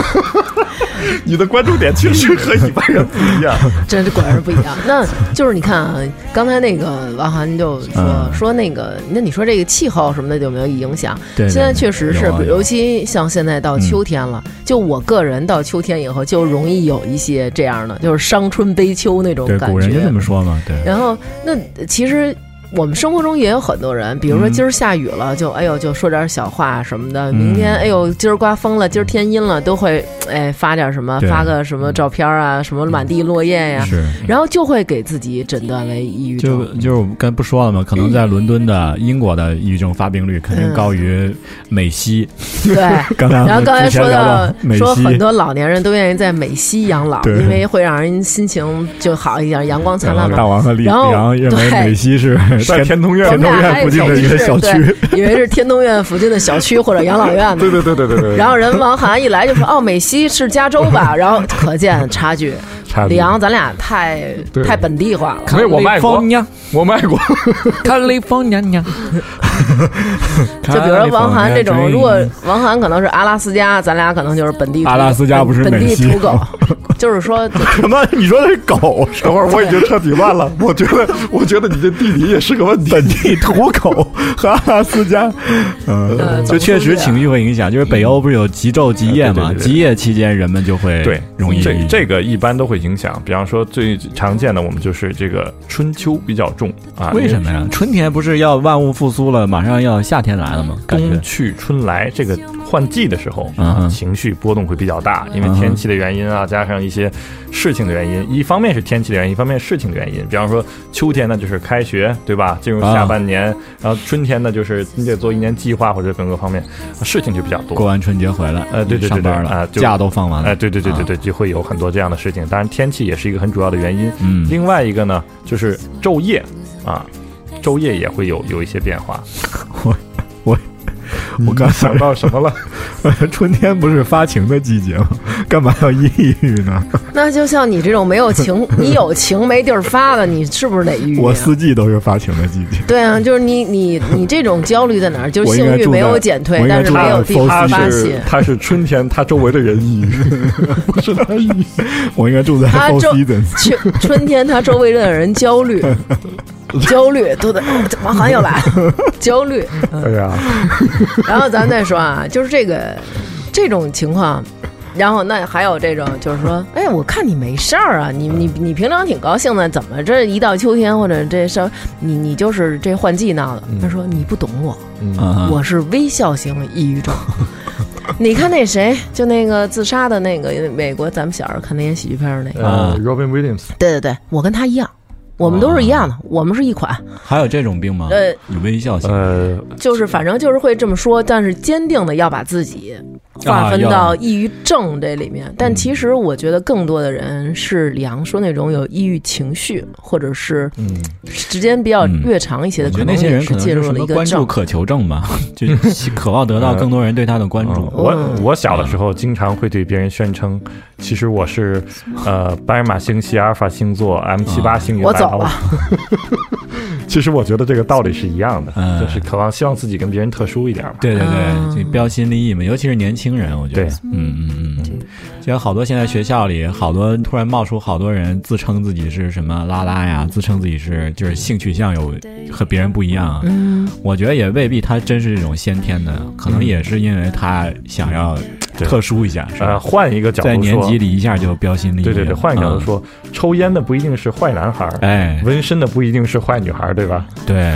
S4: (laughs) 你的关注点确实和一般人不
S3: (laughs)
S4: 一样。
S3: 啊
S5: 这果然是不一样。那就是你看啊，刚才那个王涵就说、
S3: 嗯
S5: 说那个，那你说这个气候什么的有没有影响？
S3: 对，
S5: 现在
S3: 对
S5: 确实是，
S3: 有啊嗯有
S5: 尤其像现在到秋天了，就我个人到秋天以后，就容易有一些这样的，就是伤春悲秋那种
S3: 对
S5: 感
S3: 古人就
S5: 觉。
S3: 这么说嘛，对，
S5: 然后，那其实我们生活中也有很多人，比如说
S3: 嗯
S5: 今儿下雨了，就哎呦就说点小话什么的；
S3: 嗯
S5: 明天哎呦今儿刮风了，今儿天阴了，都会哎发点什么，
S3: 对嗯
S5: 发个什么照片啊，什么满地落叶呀、
S3: 是。
S5: 然后就会给自己诊断为抑郁
S3: 就
S5: 症。
S3: 就是我们刚才不说了嘛，可能在伦敦的英国的抑郁症发病率肯定高于美
S5: (laughs)
S3: 西。 (laughs)
S5: 对。
S3: 刚才我
S5: 然后
S3: 们
S5: 刚才
S3: 之前
S5: 说
S3: 聊
S5: 到
S3: 美
S5: 说
S3: 西
S5: 很多老年人都愿意在美西养老，
S3: 对
S5: 因为会让人心情就好一点，阳光灿烂嘛
S3: 然后大。王和李
S5: 然后
S3: 阳认为
S5: 对
S3: 美西是
S4: 在天通苑，
S5: 我们俩还有小区，
S3: 区。
S5: 对以为是天通苑附近的小区或者养老
S3: (laughs)
S5: 院呢。
S4: 对对对对对对，
S5: 然后人王涵一来就说：“哦，美西是加州吧？”然后可见差距。
S4: 差
S5: 李
S4: 别
S5: 阳，咱俩太
S4: 对
S5: 太本地化了。
S4: 没有我卖过，我卖过。
S3: ，California， (laughs)
S5: 就比
S3: 啊
S5: 如说王涵这种，如果王涵可能是阿拉斯加，咱俩可能就是本地土狗
S3: 阿拉斯加不是
S5: 本地
S3: 美西
S5: 土
S3: (laughs)
S5: 狗，就是说
S4: 什么？你说的是狗？等会儿我已经彻底
S3: (laughs)
S4: 乱了。我觉得，我觉得你这地理也是个问题。
S3: 本地土狗和阿拉斯
S4: (laughs)
S3: 加，
S4: 呃
S3: 嗯，就确实情绪会影响。就是北欧不是有极昼极夜嘛？
S4: 嗯对对对对
S3: 极夜期间人们就会
S4: 对，
S3: 容易
S4: 这这个一般都会影响。比方说最常见的，我们就是这个春秋比较重啊，
S3: 为什么？呀？春天不是要万物复苏了，马上要夏天来了吗？感觉
S4: 冬去春来，这个换季的时候，
S3: 嗯哼
S4: 情绪波动会比较大，因为
S3: 嗯哼
S4: 天气的原因啊，加上一些事情的原因。一方面是天气的原因，一方面是事情的原因。比方说秋天呢，就是开学，对吧？进入下
S3: 啊
S4: 半年，然后春天呢，就是你得做一年计划或者各个方面，事情就比较多。
S3: 过完春节回来，
S4: 呃对对对对
S3: 上班了，
S4: 啊就
S3: 假都放完了，
S4: 哎，对对对
S3: 啊
S4: 对对，就会有很多这样的事情。当然，天气也是一个很主要的原因。
S3: 嗯
S4: 另外一个呢，就是昼夜啊，昼夜也会有有一些变化。
S3: 我我刚才
S4: 想到什么了？
S3: (laughs) 春天不是发情的季节吗？干嘛要抑郁呢？
S5: 那就像你这种没有情，你有情没地儿发的，你是不是得抑郁、啊？
S3: (laughs) 我四季都是发情的季节。
S5: 对啊，就是你你你这种焦虑在哪儿？就是
S3: 我应该
S5: 性欲
S3: 住
S5: 没有
S3: 在
S5: 减退
S3: 我，应该
S5: 但是
S3: 住
S5: 没
S3: 在
S5: 有地
S3: 都
S5: 方
S4: 他
S5: 发
S4: 是
S5: 泄。
S4: 他是春天，他周围的人 (laughs) 抑郁，不是他抑郁。
S3: (laughs) 我应该住在
S5: 他
S3: Four
S5: 周
S3: Seasons。
S5: 春春天，他周围的人焦虑，焦虑都得哦王涵又来了，焦虑。
S4: 哎呀，
S5: 然后咱再说啊，就是这个这种情况，然后那还有这种，就是说，哎，我看你没事儿啊，你你你平常挺高兴的，怎么这一到秋天或者这事儿，你你就是这换季闹的？他说你不懂我，
S3: 啊
S5: 我是微笑型抑郁症。你看那谁，就那个自杀的那个美国，咱们小时候看那些喜剧片儿那个，
S4: 呃
S3: 啊
S4: ，Robin Williams，
S5: 对对对，我跟他一样。我们都是一样
S3: 哦
S5: 的，我们是一款，
S3: 嗯还有这种病吗
S5: 呃，
S3: 有微笑型
S4: 呃，
S5: 就是反正就是会这么说，但是坚定的要把自己划分
S3: 啊要嗯
S5: 到抑郁症这里面。但其实我觉得更多的人是李阳说那种有抑郁情绪，或者是
S4: 嗯，
S5: 时间比较略长一些的，
S3: 嗯我觉
S5: 可
S3: 得
S5: 能
S3: 那些
S5: 也
S3: 人
S5: 是
S3: 可能
S5: 进
S3: 是
S5: 入
S3: 什
S5: 了一
S3: 么
S5: 个
S3: 关注
S5: 症。
S3: 渴求症吧， (laughs) 就渴望得到更多人对他的关
S4: 呃嗯
S3: 注。
S4: 我我小的时候经常会对别人宣称，其实我是呃巴尔马星系阿尔法星座 M 七八星云
S5: 我
S4: 来
S5: 走了，
S4: (laughs) 其实我觉得这个道理是一样的，
S3: 嗯
S4: 就是渴望希望自己跟别人特殊一点吧。
S3: 对对
S5: 啊
S3: 对，这标新立异嘛，尤其是年轻人，我觉得
S4: 对，
S3: 嗯嗯嗯嗯，就有好多现在学校里，好多突然冒出好多人自称自己是什么拉拉呀，自称自己是就是性取向有和别人不一样啊，
S5: 嗯，
S3: 我觉得也未必他真是这种先天的，可能也是因为他想要
S4: 对
S3: 特殊一下，是
S4: 呃，
S3: 吧？
S4: 换一个角
S3: 在
S4: 度
S3: 年
S4: 说
S3: 级，里一下就标新立异了，
S4: 对对对，换一个角度
S3: 嗯，
S4: 说，抽烟的不一定是坏男孩儿，
S3: 哎，
S4: 纹身的不一定是坏女孩儿，对吧？
S3: 对，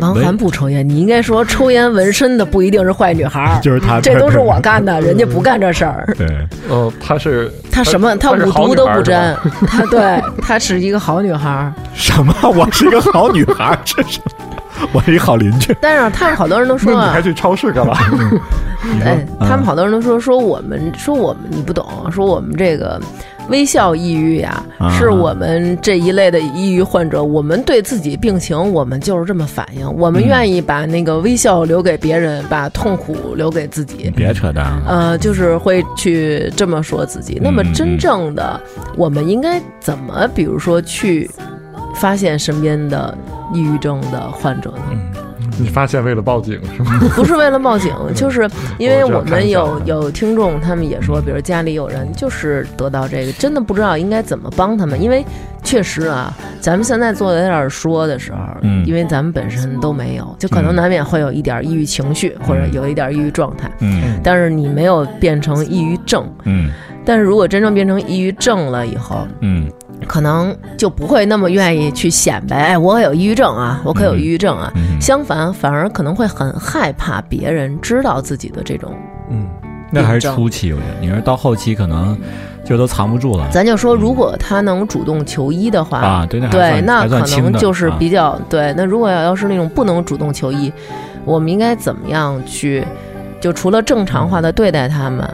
S5: 王涵不抽烟，你应该说抽烟纹身的不一定是坏女孩儿，
S3: (laughs) 就是啊他
S5: 这都是我干的，人家不干这事儿。
S3: (laughs) 对，
S4: 哦，他是
S5: 她什么？她
S4: 是
S5: 五
S4: 好
S5: 毒
S4: 女
S5: 都
S4: 孩
S5: 不
S4: 儿是吧
S5: 沾，她对，她是一个好女孩儿。
S3: 什么？我是一个好女孩儿，这是 (laughs) 我是一好邻居。
S5: 但是他们好多人都
S4: 那
S5: 说
S4: 你
S5: 啊
S4: 还，去超市干嘛？
S5: 哎，
S3: 嗯
S5: 他们好多人都说说我们说我们你不懂，啊说我们这个微笑抑郁呀、
S3: 啊
S5: 是我们这一类的抑郁患者，我们对自己病情我们就是这么反应，我们愿意把那个微笑留给别人，把痛苦留给自己
S3: 你。别扯淡啊
S5: (laughs)
S3: 了，
S5: 呃，就是会去这么说自己。那么
S3: 嗯
S5: 真正的我们应该怎么，比如说去发现身边的抑郁症的患者呢？
S4: (laughs) 你发现为了报警是吗？
S5: 不是为了报警，
S3: 嗯
S5: 就是因为我们有
S4: 我知
S5: 有听众，他们也说，比如家里有人就是得到这个，真的不知道应该怎么帮他们，因为确实啊，咱们现在坐在这儿说的时候，
S3: 嗯
S5: 因为咱们本身都没有，就可能
S3: 嗯
S5: 难免会有一点抑郁情绪，或者
S3: 嗯
S5: 有一点抑郁状态，
S3: 嗯
S5: 但是你没有变成抑郁症，
S3: 嗯
S5: 但是如果真正变成抑郁症了以后，
S3: 嗯
S5: 可能就不会那么愿意去显摆，哎，我可有抑郁症啊，我可有抑郁症啊。
S3: 嗯，
S5: 相反，反而可能会很害怕别人知道自己的这种。
S4: 嗯，
S3: 那还是初期，我觉得，你说到后期可能就都藏不住了
S5: 咱就说，如果他能主动求医的话，
S3: 啊，对，那还
S5: 对，
S3: 算
S5: 那
S3: 还
S5: 可
S3: 算轻
S5: 能
S3: 的
S5: 就是
S3: 啊
S5: 比较、对。那如果要要是那种不能主动求医，我们应该怎么样去？就除了正常化的对待他们，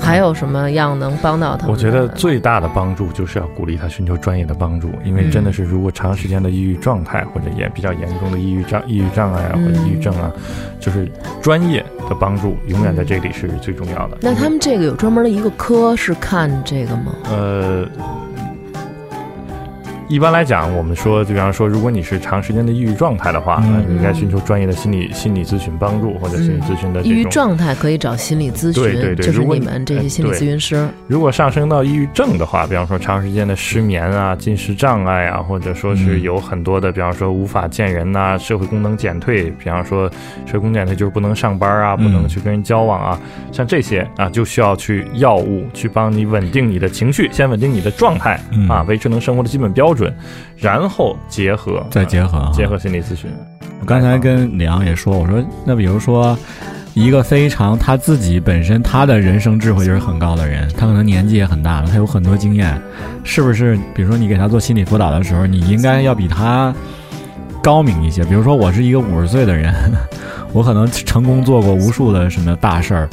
S5: 还有什么样能帮到他们？
S4: 嗯我觉得最大的帮助就是要鼓励他寻求专业的帮助，因为真的是如果长时间的抑郁状态或者也比较严重的抑郁障、抑郁障碍啊
S5: 嗯
S4: 或者抑郁症啊，就是专业的帮助永远在这里是最重要的。
S5: 那他们这个有专门的一个科是看这个吗？
S4: 呃，一般来讲，我们说，就比方说，如果你是长时间的抑郁状态的话，
S3: 嗯
S4: 那你应该寻求专业的心理心理咨询帮助或者心理咨询的
S5: 抑郁
S4: 呃这种。
S5: 状态可以找心理咨询，
S4: 对对对
S5: 就是
S4: 如果
S5: 你
S4: 你哎
S5: 们这些心理咨询师。
S4: 如果上升到抑郁症的话，比方说长时间的失眠啊、进食障碍啊，或者说是
S3: 嗯
S4: 有很多的，比方说无法见人呐、啊社会功能减退，比方说社会功能减退就是不能上班啊，
S3: 嗯
S4: 不能去跟人交往啊，像这些啊，就需要去药物去帮你稳定你的情绪，先稳定你的状态、
S3: 嗯
S4: 啊，维持能生活的基本标准，然后结合
S3: 再结合啊
S4: 结合心理咨询。哎
S3: 我刚才跟李昂也说，我说那比如说，一个非常他自己本身他的人生智慧就是很高的人，他可能年纪也很大了，他有很多经验，是不是？比如说你给他做心理辅导的时候，你应该要比他高明一些。比如说我是一个五十岁的人，我可能成功做过无数的什么大事儿，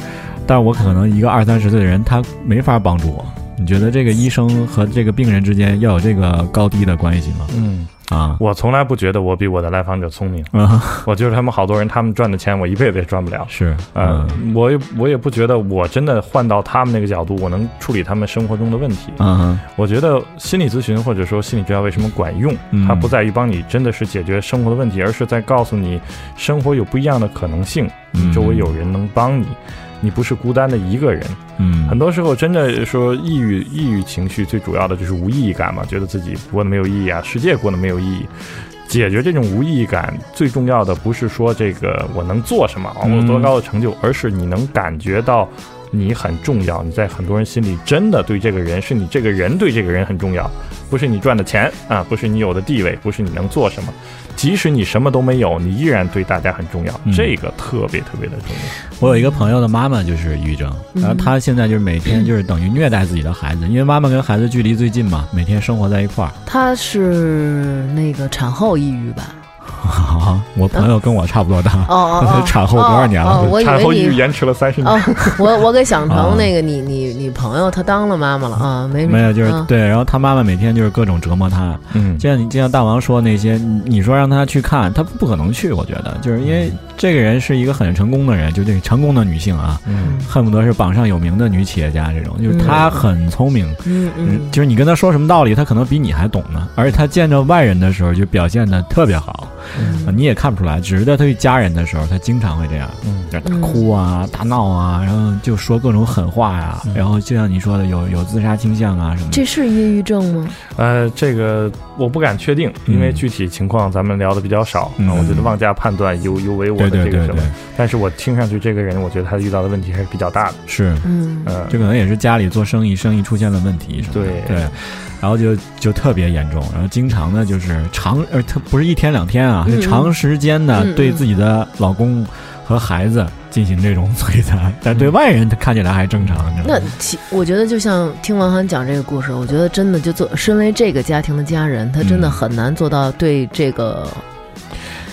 S3: 但我可能一个二三十岁的人他没法帮助我。你觉得这个医生和这个病人之间要有这个高低的关系吗？
S4: 嗯，
S3: 啊
S4: 我从来不觉得我比我的来访者聪明，
S3: 啊，
S4: 我觉得他们好多人，他们赚的钱我一辈子也赚不了。
S3: 是，
S4: 呃
S3: 嗯，
S4: 我也我也不觉得我真的换到他们那个角度，我能处理他们生活中的问题。
S3: 嗯
S4: 我觉得心理咨询或者说心理治疗为什么管用
S3: 嗯，
S4: 它不在于帮你真的是解决生活的问题，而是在告诉你生活有不一样的可能性，
S3: 嗯
S4: 周围有人能帮你，你不是孤单的一个人。
S3: 嗯，
S4: 很多时候，真的说抑郁，抑郁情绪最主要的就是无意义感嘛，觉得自己过得没有意义啊，世界过得没有意义。解决这种无意义感，最重要的不是说这个我能做什么，啊我有多高的成就，而是你能感觉到你很重要，你在很多人心里真的对这个人，是你这个人对这个人很重要，不是你赚的钱啊，不是你有的地位，不是你能做什么。即使你什么都没有，你依然对大家很重要，
S3: 嗯
S4: 这个特别特别的重要。
S3: 我有一个朋友的妈妈就是抑郁症，
S5: 嗯
S3: 然后她现在就是每天就是等于虐待自己的孩子，因为妈妈跟孩子距离最近嘛，每天生活在一块儿。 (laughs)
S5: 他是那个产后抑郁吧？
S3: 我朋友跟我差不多大，
S5: 哦哦哦，
S3: (laughs) 产后多少年了？
S5: 哦哦我以
S4: 产后抑
S5: 为
S4: 郁
S5: 你
S4: 延迟了三十年。
S5: 哦，我我给想
S3: 啊
S5: 成那个你你你朋友他当了妈妈了啊？没
S3: 没有，就是、
S5: 啊
S3: 对，然后她妈妈每天就是各种折磨她，
S4: 嗯
S3: 就像你就像大王说那些，你你说让她去看，她不可能去，我觉得，就是因为这个人是一个很成功的人，就这个成功的女性啊，
S4: 嗯
S3: 恨不得是榜上有名的女企业家这种，就是
S5: 嗯
S3: 她很聪明，
S5: 嗯嗯，
S3: 就是你跟她说什么道理，她可能比你还懂呢，而且她见着外人的时候就表现的特别好，啊
S5: 嗯
S3: 你也看不出来，只是在她与家人的时候，她经常会这样。
S4: 嗯
S3: 就是大哭啊、大闹啊，然后就说各种狠话呀、
S4: 嗯
S3: 然后就像你说的，有有自杀倾向啊什么的。
S5: 这是抑郁症吗？
S4: 呃，这个我不敢确定，因为具体情况咱们聊的比较少，
S3: 嗯
S4: 啊我觉得妄加判断尤尤为我
S3: 对
S4: 的
S3: 对
S4: 这个
S3: 对
S4: 什么。
S3: 对，
S4: 但是我听上去这个人，我觉得他遇到的问题还是比较大的。
S3: 是，
S5: 嗯
S4: 嗯、
S3: 这可能也是家里做生意，生意出现了问题什么的。
S4: 对
S3: 对，然后就就特别严重，然后经常的就是长呃，他不是一天两天啊，
S5: 嗯
S3: 是长时间
S5: 嗯
S3: 的
S5: 嗯
S3: 对自己的老公和孩子进行这种 (laughs) 摧残，但对外人他看起来还正常，你知道
S5: 那
S3: 吗？
S5: 其我觉得，就像听王涵讲这个故事，我觉得真的就做身为这个家庭的家人，他真的
S3: 嗯
S5: 很难做到对这个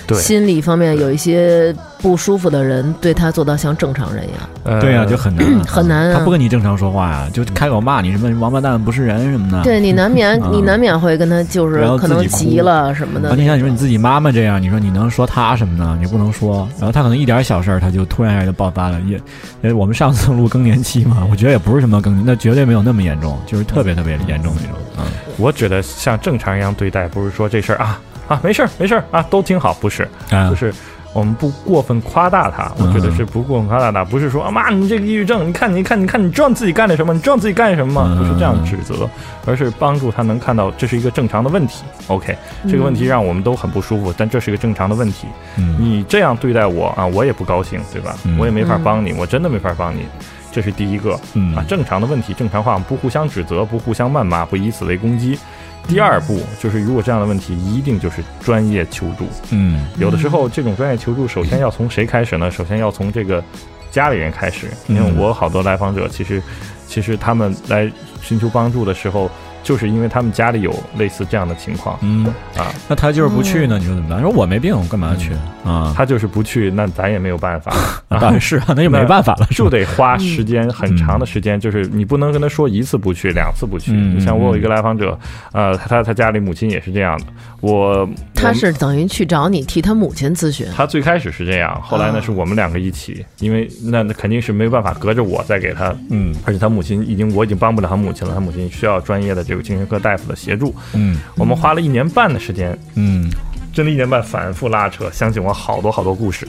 S4: 对
S5: 心理方面有一些不舒服的人，对他做到像正常人一样。
S4: 呃
S3: 对呀、就很难、啊，
S5: 很难啊
S3: 他不跟你正常说话呀、啊就开口骂你什么王八蛋、不是人什么的。
S5: 对你难免
S3: 啊，
S5: (laughs) 你难免会跟他就是
S3: 然后
S5: 可
S3: 自己
S5: 能
S3: 哭
S5: 急了什么
S3: 啊，
S5: 的。
S3: 你想，你说你自己妈妈这样，你说你能说她什么呢？你不能说。然后她可能一点小事儿，她就突然一下就爆发了。也，呃，我们上次录更年期嘛，我觉得也不是什么更年，那绝对没有那么严重，就是特别特别严重那种。嗯，
S4: 我觉得像正常一样对待，不是说这事儿啊啊没事儿没事儿啊都挺好，不是，
S3: 啊
S4: 就，是。我们不过分夸大他，我觉得
S3: 嗯
S4: 是不过分夸大他，不是说啊妈你这个抑郁症，你看你看你看，你知道你自己干了什么，你知道自己干什么
S3: 嗯
S4: 吗？不是这样指责，而是帮助他能看到这是一个正常的问题。OK，这个问题让我们都很不舒服，但这是一个正常的问题。
S3: 嗯
S4: 你这样对待我啊，我也不高兴，对吧？
S3: 嗯
S4: 我也没法帮你，我真的没法帮你。这是第一个
S3: 嗯
S4: 啊，正常的问题正常化，我们不互相指责，不互相谩骂，不以此为攻击。第二步就是，如果这样的问题，一定就是专业求助。
S3: 嗯
S4: 有的时候，这种专业求助，首先要从谁开始呢？首先要从这个家里人开始，因为
S3: 嗯
S4: 我好多来访者，其实其实他们来寻求帮助的时候，就是因为他们家里有类似这样的情况，
S3: 嗯
S4: 啊，
S3: 那她就是不去呢，你说怎么办？说我没病，我干嘛要去啊？
S4: 他就是不去，那咱也没有
S3: (laughs)
S4: 办法。
S3: 啊当然是啊，那就没办法了，是
S4: 就
S3: 吧？
S4: 得花时间很长的时间，就是你不能跟他说一次不去，两次不去。
S3: 嗯
S4: 你像我有一个来访者，呃，他他他家里母亲也是这样的，我
S5: 他
S4: 我
S5: 是等于去找你替他母亲咨询。
S4: 他最开始是这样，后来
S5: 啊
S4: 呢是我们两个一起，因为那那肯定是没办法隔着我再给他。
S3: 嗯
S4: 而且他母亲已经，我已经帮不了他母亲了，他母亲需要专业的这个精神科大夫的协助。
S3: 嗯
S4: 我们花了一年半的时间，
S3: 嗯，
S4: 真的一年半反复拉扯，相信我好多好多故事，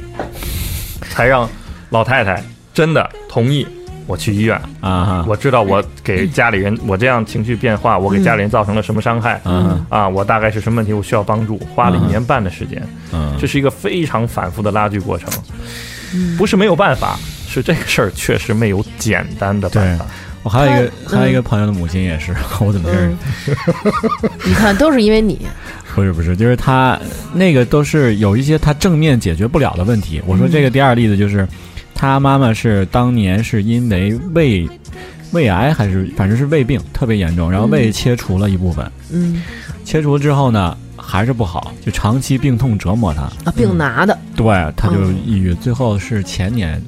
S4: 才让老太太真的同意我去医院。
S3: 啊哈，
S4: 我知道我给家里人，我这样情绪变化，我给家里人造成了什么伤害、
S3: 嗯
S4: 啊？我大概是什么问题？我需要帮助，花了一年半的时间，
S3: 嗯
S4: 这是一个非常反复的拉锯过程，不是没有办法，是这个事儿确实没有简单的办法。
S3: 我还有一个
S5: 他
S3: 还有一个朋友的母亲也是， (laughs) 我怎么认识
S5: 嗯？，你看都是因为
S4: (laughs)
S5: 你。
S3: 不是不是，就是他那个都是有一些他正面解决不了的问题。我说这个第二例子就是，他妈妈是当年是因为胃胃癌还是反正是胃病特别严重，然后胃切除了一部分，
S5: 嗯
S3: 切除之后呢还是不好，就长期病痛折磨他，嗯
S5: 啊，病拿的。
S3: 对，他就抑郁，最后是前年。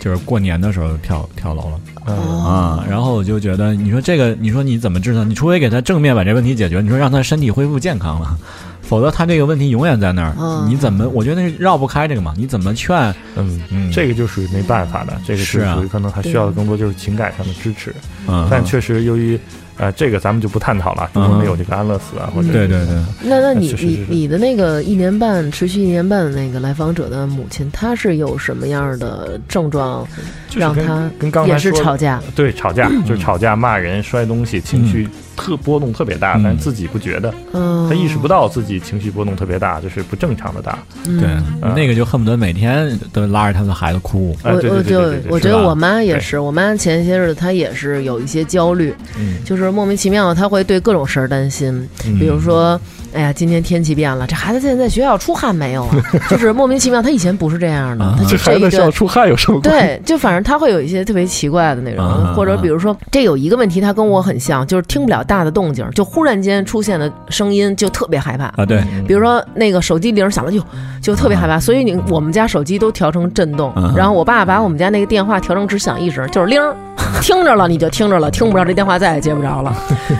S3: 就是过年的时候跳跳楼了，
S4: 嗯
S5: 哦
S3: 啊。然后我就觉得，你说这个，你说你怎么治呢？你除非给他正面把这问题解决，你说让他身体恢复健康了，否则他这个问题永远在那儿。
S5: 嗯
S3: 你怎么？我觉得是绕不开这个嘛。你怎么劝？
S4: 嗯，
S3: 嗯，
S4: 这个就属于没办法的，这个
S3: 是
S4: 是
S3: 啊
S4: 属于可能还需要的更多就是情感上的支持，
S3: 嗯，
S4: 但确实由于呃这个咱们就不探讨了，中国没有这个安乐死啊，或者
S3: 对对对，
S5: 那那你
S4: 是啊是
S5: 你
S4: 是是
S5: 你的那个一年半持续一年半的那个来访者的母亲，她是有什么样的症状？
S4: 就是
S5: 让
S4: 跟
S5: 他
S4: 跟刚才
S5: 也是
S4: 说的
S5: 吵架，
S4: 对吵架，就是吵架骂人摔东西，情绪特波动特别大，
S3: 嗯
S4: 但是自己不觉得，
S5: 嗯，
S4: 他意识不到自己情绪波动特别大，就是不正常的大。
S5: 嗯
S3: 对，
S4: 嗯
S3: 那个就恨不得每天都拉着他们的孩子哭。
S4: 哎，
S5: 我
S4: 对
S5: 我
S4: 对对对
S5: 就
S4: 对，
S5: 我觉
S4: 是
S5: 得
S4: 吧
S5: 我妈也
S4: 对
S5: 是，我妈前些日子她也是有一些焦虑，
S4: 嗯
S5: 就是莫名其妙她会对各种事儿担心，比如说，哎呀，今天天气变了，这孩子现在在学校出汗没
S4: (laughs)
S5: 有啊？就是莫名其妙，她以前不是这样的
S3: 啊，
S5: 她就
S4: 这
S5: 这
S4: 孩
S5: 一段
S4: 子笑出汗有什么关系？
S5: 对，就反正他会有一些特别奇怪的那种，
S3: 啊
S5: 或者比如说，这有一个问题，他跟我很像，就是听不了大的动静，就忽然间出现的声音就特别害怕。
S3: 啊，对，
S4: 嗯
S5: 比如说那个手机铃响了就就特别
S3: 啊
S5: 害怕，所以你我们家手机都调成震动，
S3: 嗯
S5: 然后我爸把我们家那个电话调成只响一声，就是铃儿，听着了你就听着了，听不着这电话再也接不着
S3: (laughs)
S5: 了。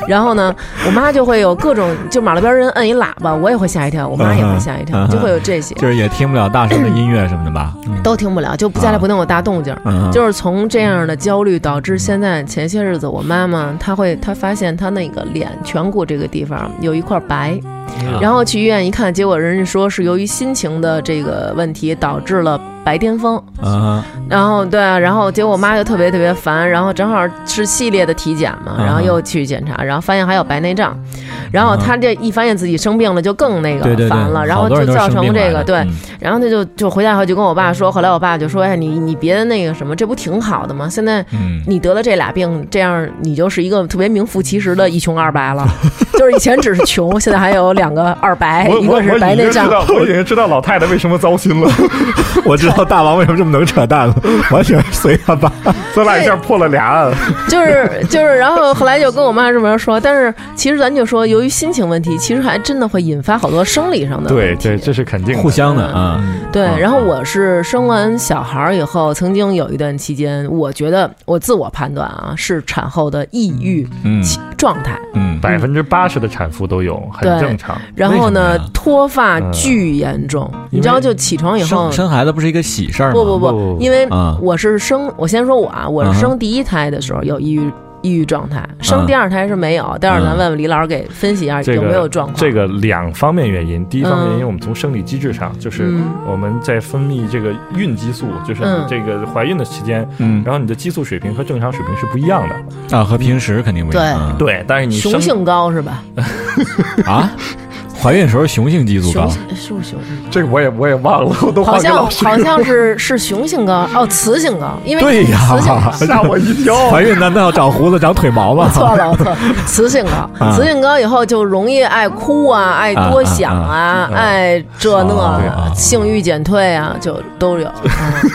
S5: 然后呢，我妈就会有各种，就马路边人摁一喇叭，我也会吓一跳，我妈也会吓一跳，
S3: 嗯
S5: 就会有这些，
S3: 就是也听不了大声的音乐什么的吧？嗯
S5: 都听不了，就不家里不能有大动静。
S3: 嗯，
S5: 就是从这样的焦虑导致现在前些日子，我妈妈她会她发现她那个脸颧骨这个地方有一块白，
S3: 嗯
S5: 然后去医院一看，结果人家说是由于心情的这个问题导致了白癜风。
S3: 啊，
S5: 然后对啊，然后结果我妈就特别特别烦，然后正好是系列的体检嘛，
S3: 嗯
S5: 然后又去检查，然后发现还有白内障，然后她这一发现自己生病了，就更那个
S3: 对对对，
S5: 烦了，然后
S3: 好
S5: 就
S3: 多人都是
S5: 造
S3: 生
S5: 成
S3: 病
S5: 这
S3: 来
S5: 个
S3: 的
S5: 对。
S3: 嗯
S5: 然后他就就回家以后就跟我爸
S4: 嗯
S5: 说，后来我爸就说：“哎，你你别那个什么，这不挺好的吗？现在
S3: 嗯，
S5: 你得了这俩病，这样你就是一个特别名副其实的一穷二白
S4: (laughs)
S5: 了，就是以前只是穷，现在还有两个二白，
S4: 我
S5: 哎一
S4: 我
S5: 个是
S4: 我
S5: 白
S4: 已经
S5: 内
S4: 知
S5: 障。
S4: 道，我已经知道老太太为什么糟心了， (laughs)
S3: 我知道大王为什么这么能扯淡了，完全是随他
S4: (laughs)
S3: 吧。
S4: 咱俩一下破了俩案。
S5: 就是就是，然后后来就跟我妈这么说，但是其实咱就说，由于心情问题，其实还真的会引发好多生理上的
S4: 对
S5: 问题
S4: 对，这是肯定的
S3: 互相的啊，
S5: 对，
S3: 嗯
S5: 然后我是生完小孩儿以后，曾经有一段期间，我觉得我自我判断啊，是产后的抑郁
S3: 嗯
S5: 期状态。
S3: 嗯，
S4: 百分之八十的产妇都有，很
S5: 对
S4: 正常。
S5: 然后呢
S3: 为什么呀，
S5: 脱发巨严重，你知道，就起床以后
S3: 生，生孩子不是一个喜事儿吗？
S5: 不不
S4: 不
S5: 不，因为
S3: 啊
S5: 我是生，我先说我啊，我
S3: 嗯
S5: 是
S3: 哼
S5: 生第一胎的时候有抑郁抑郁状态，生第二胎是没有，待会儿咱问问李老师给分析一下
S4: 这
S5: 哎有
S4: 个
S5: 没有状况。
S4: 这个两方面原因，第一方面原因
S5: 嗯
S4: 我们从生理机制上，就是
S5: 嗯
S4: 我们在分泌这个孕激素，就是
S5: 嗯
S4: 你这个怀孕的期间，
S3: 嗯
S4: 然后你的激素水平和正常水平是不一样的。
S3: 啊，和平时肯定不一样。
S4: 对，但是你
S5: 雄
S4: 生
S5: 性高是吧？
S3: 对啊，怀孕时候雄性激素
S5: 雄
S3: 高，
S5: 性是不是雄？
S4: 这个我也我也忘了，我都
S5: 好像好像是是雄性高哦，雌性高，因为
S3: 对呀
S5: 雌性高。
S4: 吓我一跳。
S3: (laughs) 怀孕难道要长胡子、长腿毛吗？
S5: 错了，我错了，雌性高，
S3: 啊
S5: 雌性高以后就容易爱哭啊，爱多想啊，爱这那
S3: 对啊
S5: 啊，性欲减退啊，就都有。嗯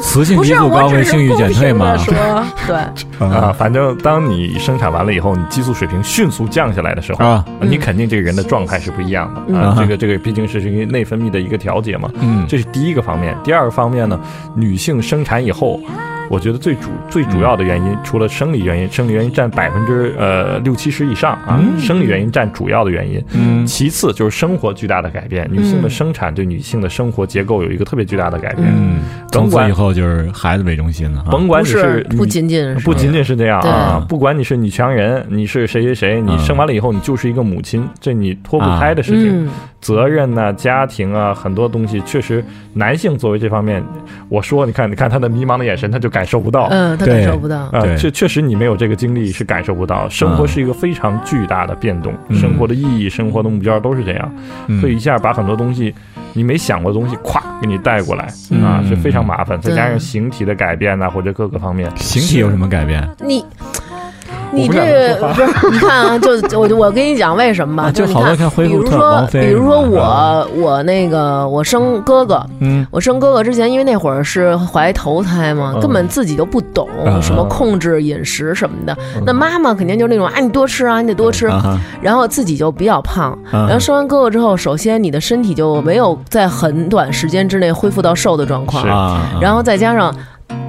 S3: 雌性
S5: 不
S3: 激
S5: 是，
S3: 素高
S5: 我
S3: 会
S5: 只
S3: 性
S5: 是
S3: 欲减
S5: 公
S3: 退
S5: 平
S3: 吗
S5: 的？说，对，
S4: 啊，反正当你生产完了以后，你激素水平迅速降下来的时候，
S3: 啊，
S5: 嗯
S4: 你肯定这个人的状态是不一样的、
S3: 嗯
S4: 啊。这个这个毕竟是因为内分泌的一个调节嘛，
S3: 嗯
S4: 这是第一个方面。第二个方面呢，女性生产以后，我觉得最主最主要的原因，除了生理原因，生理原因占百分之呃六七十以上啊，
S3: 嗯
S4: 生理原因占主要的原因。
S3: 嗯
S4: 其次就是生活巨大的改变，女性的生产对女性的生活结构有一个特别巨大的改变。
S3: 嗯，从
S4: 甭
S3: 此
S4: 管
S3: 以后就是孩子为中心了啊。
S4: 甭管
S5: 不
S4: 你是
S5: 不
S4: 女
S5: 仅仅是
S4: 不仅仅是这样啊
S3: 对，
S4: 不管你是女强人，你是谁谁谁，你
S3: 嗯
S4: 生完了以后，你就是一个母亲，这你脱不开的事情。
S5: 嗯，
S4: 责任呐、家庭啊，很多东西确实，男性作为这方面，我说，你看，你看他的迷茫的眼神，他就感受不到。啊、
S5: 嗯，他
S3: 对
S5: 感受不到。
S3: 对
S4: 这确实你没有这个经历是感受不到。生活是一个非常巨大的变动，
S3: 嗯
S4: 生活的意义、生活的目标都是这样，
S3: 嗯
S4: 所以一下把很多东西你没想过的东西，咵给你带过来、
S5: 嗯
S4: 啊，是非常麻烦。再
S5: 对
S4: 加上形体的改变呐、啊或者各个方面，
S3: 形体有什么改变？
S5: 你你
S4: 不
S5: 这
S4: 敢
S5: 个
S4: 说话
S5: 不是？你看啊，就就我我跟你讲为什么吧，
S3: 啊
S5: 就是你
S3: 就好多看
S5: 看，
S3: 恢
S5: 比
S3: 复
S5: 如
S3: 特王
S5: 说
S3: 菲
S5: 比如说
S3: 什么的
S5: 我我那个我生哥哥，
S3: 嗯
S5: 我生哥哥之前，因为那会儿是怀头胎嘛，
S4: 嗯
S5: 根本自己都不懂
S3: 啊
S5: 什么控制饮食什么的。那妈妈肯定就是那种啊，你多吃啊，你得多吃。
S3: 啊哈
S5: 然后自己就比较胖。
S3: 啊
S5: 然后生完哥哥之后，首先你的身体就没有在很短时间之内恢复到瘦的状况，
S4: 是
S3: 啊，
S5: 然后再加上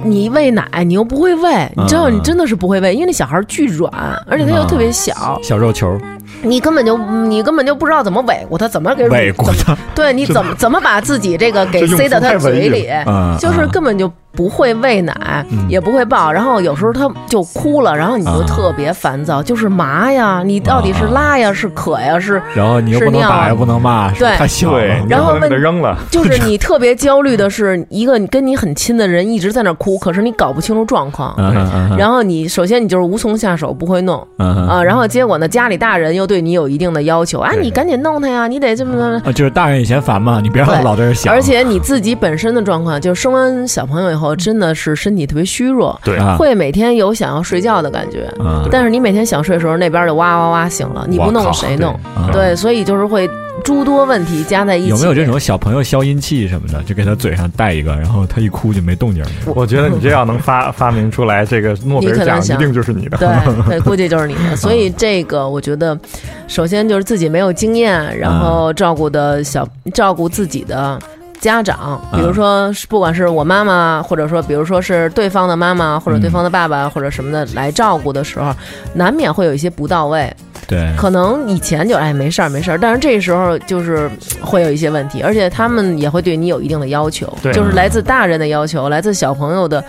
S5: 你喂奶，你又不会喂，你知道
S3: 嗯
S5: 你真的是不会喂，因为那小孩巨软，而且他又特别小，
S3: 小肉球
S5: 你根本就你根本就不知道怎么喂过他，怎么给乳
S3: 喂过
S5: 怎么
S3: 它，
S5: 对你怎么怎么把自己这个给
S4: 这用
S5: 塞到
S4: 词
S5: 他
S4: 太文
S5: 嘴
S4: 艺
S5: 里，
S3: 嗯
S5: 就是
S3: 嗯
S5: 根本就不会喂奶，也不会抱，然后有时候他就哭了，然后你就
S3: 啊
S5: 特别烦躁，就是麻呀，你到底是拉呀，是渴呀，是
S3: 然后你又不能
S5: 是那
S3: 打，
S5: 样
S3: 又不能骂，是吧
S5: 对
S3: 太小了。
S4: 对，
S3: 嗯
S5: 然后
S4: 你可能给它
S5: 问
S4: 扔了，
S5: 就是你特别焦虑的是，一个跟你很亲的人一直在那儿哭，可是你搞不清楚状况。
S3: 嗯嗯嗯
S5: 然后你首先你就是无从下手，不会弄
S3: 嗯嗯
S5: 啊，然后结果呢，家里大人又对你有一定的要求啊，
S4: 对
S5: 你赶紧弄他呀，你得这么这么。
S3: 啊，就是大人以前烦嘛，你别
S5: 对
S3: 让老在这想。
S5: 而且你自己本身的状况，就是生完小朋友以后，真的是身体特别虚弱，
S4: 对
S3: 啊，
S5: 会每天有想要睡觉的感觉。
S3: 嗯，
S5: 但是你每天想睡的时候，那边就哇哇哇醒了，你不
S3: 我靠
S5: 弄谁弄？
S3: 嗯
S5: 对，所以就是会诸多问题加在一起。
S3: 有没有这种小朋友消音器什么的，就给他嘴上戴一个，然后他一哭就没动静了？
S4: 我觉得你这要能发发明出来，这个诺贝
S5: 你可能
S4: 尔奖
S5: 想
S4: 一定就是你的。
S5: 对对，估计就是你的。所以这个我觉得，首先就是自己没有经验，然后照顾的小照顾自己的。家长，比如说，是不管是我妈妈，或者说，比如说是对方的妈妈，或者对方的爸爸，或者什么的来照顾的时候，难免会有一些不到位。
S3: 对，
S5: 可能以前就哎没事儿没事儿，但是这时候就是呃会有一些问题，而且他们也会对你有一定的要求，
S4: 对
S5: 就是来自大人的要求，来自小朋友的。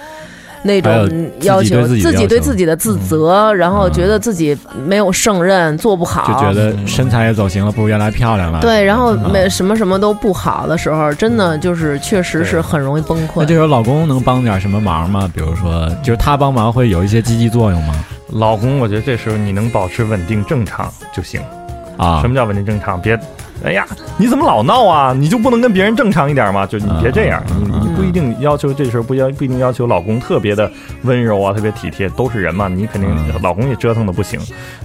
S5: 那
S3: 还有
S5: 种要求，
S3: 自
S5: 自己对
S3: 己对自己的要求
S5: 自己的自责，然后
S3: 嗯
S5: 觉得自己没有胜任，做不好，
S3: 就觉得身材也走形了，不如原来漂亮了。
S5: 对，然后
S3: 嗯
S5: 没什么什么都不好的时候，真的就是确实是很容易崩
S3: 那
S5: 溃
S3: 这。时候老公能帮点什么忙吗？比如说，就是他帮忙会有一些积极作用吗？
S4: 老公，我觉得这时候你能保持稳定正常就行。
S3: 啊
S4: 什，么叫稳定正常？别，哎呀，你怎么老闹啊？你就不能跟别人正常一点吗？就
S3: 啊
S4: 你别这样，你你不一定要求这时候不要不一定要求老公特别的温柔啊，特别体贴，都是人嘛，你肯定
S3: 嗯
S4: 老公也折腾的不行，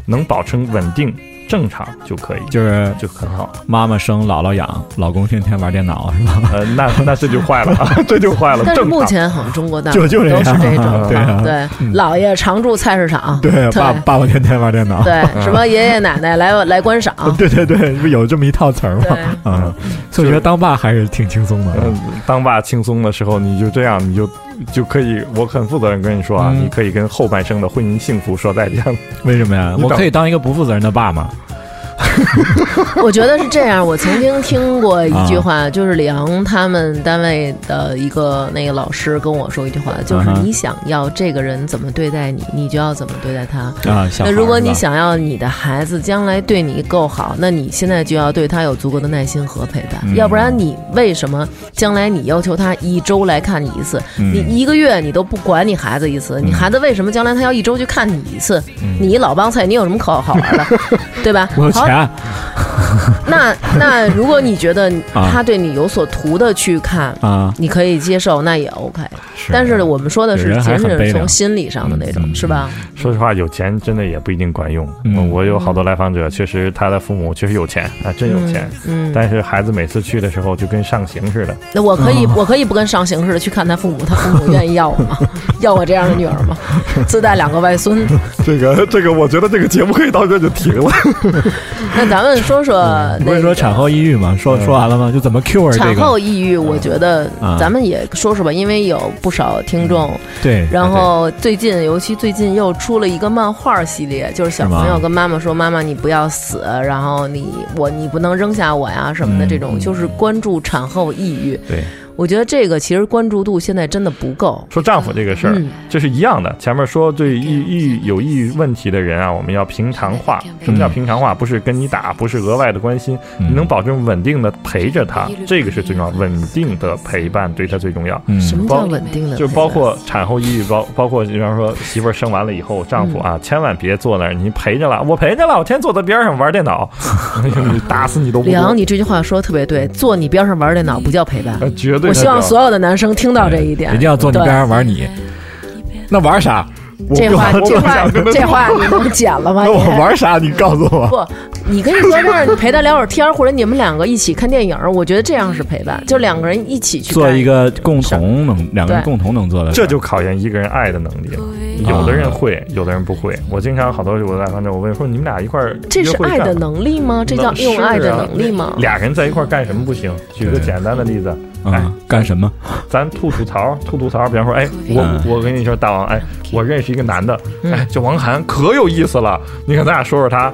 S4: 能保持稳定正常就可以，
S3: 就
S4: 就
S3: 是
S4: 就很好。
S3: 妈妈生，姥姥养，老公天天玩电脑是吧？
S4: 呃，那那这就坏了 (laughs) 啊，这就坏了。
S5: 但是
S4: 正
S5: 目
S4: 常
S5: 前好像中国大陆
S3: 就就这
S5: 都
S3: 样
S5: 是这种，
S3: (laughs) 对啊
S5: 对，姥爷常驻菜市场，
S3: 对，爸爸爸天天玩电脑。
S5: 对，什么爷爷奶奶来来
S3: (laughs)
S5: 观赏，
S3: 对对对，不有这么一套词儿吗？
S5: 对
S3: 嗯，所以我觉得当爸还是挺轻松的
S4: 嗯。，当爸轻松的时候，你就这样，你就就可以，我很负责任跟你说啊，
S3: 嗯
S4: 你可以跟后半生的婚姻幸福说再见。
S3: 为什么呀？
S4: 你
S3: 我
S4: 懂
S3: 可以当一个不负责任的爸嘛？ (laughs)
S5: 我觉得是这样，我曾经听过一句
S3: 啊
S5: 话，就是李昂他们单位的一个那个老师跟我说一句话，就是
S3: 嗯哼
S5: 你想要这个人怎么对待你，你就要怎么对待他。
S3: 啊，
S5: 那
S3: 小孩
S5: 如果
S3: 是吧
S5: 你想要你的孩子将来对你够好，那你现在就要对他有足够的耐心和陪伴，
S3: 嗯
S5: 要不然你为什么将来你要求他一周来看你一次，
S3: 嗯
S5: 你一个月你都不管你孩子一次，你孩子为什么将来他要一周去看你一次？你老帮菜，你有什么可好
S3: (laughs)
S5: 玩的，对吧？
S3: 嗯我有
S5: 好
S3: 钱，
S5: (laughs) 那那如果你觉得
S3: 啊
S5: 他对你有所图的去看，
S3: 啊，
S5: 你可以接受，那也 OK。但是我们说的
S3: 有
S5: 是
S3: 人还
S5: 仅
S3: 很
S5: 仅
S3: 悲
S5: 从
S3: 凉
S5: 心理上的那种，
S3: 嗯
S5: 是吧？
S4: 说实话，有钱真的也不一定管用。
S3: 嗯
S4: 我我有好多来访者，确实他的父母确实有钱啊，真有钱。
S5: 嗯，
S4: 但是孩子每次去的时候就跟上刑似的，
S5: 那我可
S3: 嗯
S5: 以，我可以不跟上刑似的去看他父母，他父
S3: (laughs)
S5: 母愿意要我吗？要我这样的女儿吗？自带两个外
S3: (laughs)
S5: 孙。
S4: 这个这个，我觉得这个节目可以到这就停了。
S5: 那咱们说说
S3: 你 (laughs) 嗯不
S5: 那
S3: 是说
S5: 个
S3: 产后抑郁吗？说说完了吗？就怎么 cure 这
S5: 产
S3: 个？
S5: 后抑郁，我觉得
S3: 啊嗯
S5: 咱们也说说吧，因为有不少听众，
S3: 对，
S5: 然后最近，尤其最近又出了一个漫画系列，就是小
S3: 是吗
S5: 朋友跟妈妈说：“妈妈，你不要死，然后你我你不能扔下我呀什么的。”
S3: 嗯
S5: 这种就是关注产后抑郁。
S4: 对，
S5: 我觉得这个其实关注度现在真的不够。
S4: 说丈夫这个事儿
S5: 嗯，
S4: 这是一样的。前面说对抑郁有抑郁问题的人啊，我们要平常化。什么叫平常化？不是跟你打，不是额外的关心，
S3: 嗯
S4: 你能保证稳定的陪着他，这个是最重要。稳定的陪伴对他最重要。
S3: 嗯
S5: 什么叫
S4: 包
S5: 稳定的？
S4: 就包括产后抑郁，包包括比方说媳妇儿生完了以后，丈
S5: 嗯
S4: 夫啊，千万别坐那儿，你陪着了，我陪着了，我天天坐在边上玩
S5: (laughs)
S4: 电脑，打死你都不
S5: 李昂，
S4: 动，
S5: 你这句话说的特别对，坐你边上玩电脑不叫陪伴。
S4: 呃绝对
S5: 我
S4: 是
S5: 希望
S4: 这样
S5: 所有的男生听到这一点，
S3: 人家要坐你边上玩你，那玩啥？
S5: 对。这话，
S4: 我
S5: 这
S4: 不
S5: 话
S4: 想跟，他
S5: 这话你能剪了吗？
S3: (laughs) 那我
S5: 你
S3: 玩
S5: (laughs)
S3: 啥？你告诉我。
S5: 不，你可以说是你陪他聊会儿天儿，或者你们两个一起看电影儿，我觉得这样是陪伴，就两个人一起去
S3: 做
S5: 干
S3: 一个共同能两个人
S5: 对
S3: 共同能做的事
S4: 这
S3: 儿，
S4: 就考验一个人爱的能力了。有的人会，有的人不会。我经常好多我来访者，我问说你们俩一块儿
S5: 这
S4: 约
S5: 是
S4: 会
S5: 爱
S4: 干
S5: 的
S4: 嘛
S5: 能力吗？这叫
S4: 那
S5: 用
S4: 是
S5: 爱的
S4: 啊
S5: 能力吗？
S4: 俩人在一块儿干什么不行？举个
S3: 对
S4: 简单的例子，哎
S3: 啊，干什么？
S4: 咱吐吐槽，吐吐槽。比方说，哎，我
S3: 嗯
S4: 我跟你说，大王，哎，
S5: 嗯
S4: 我认识一个男的，哎，叫王涵，可有意思了。你看咱俩说说他，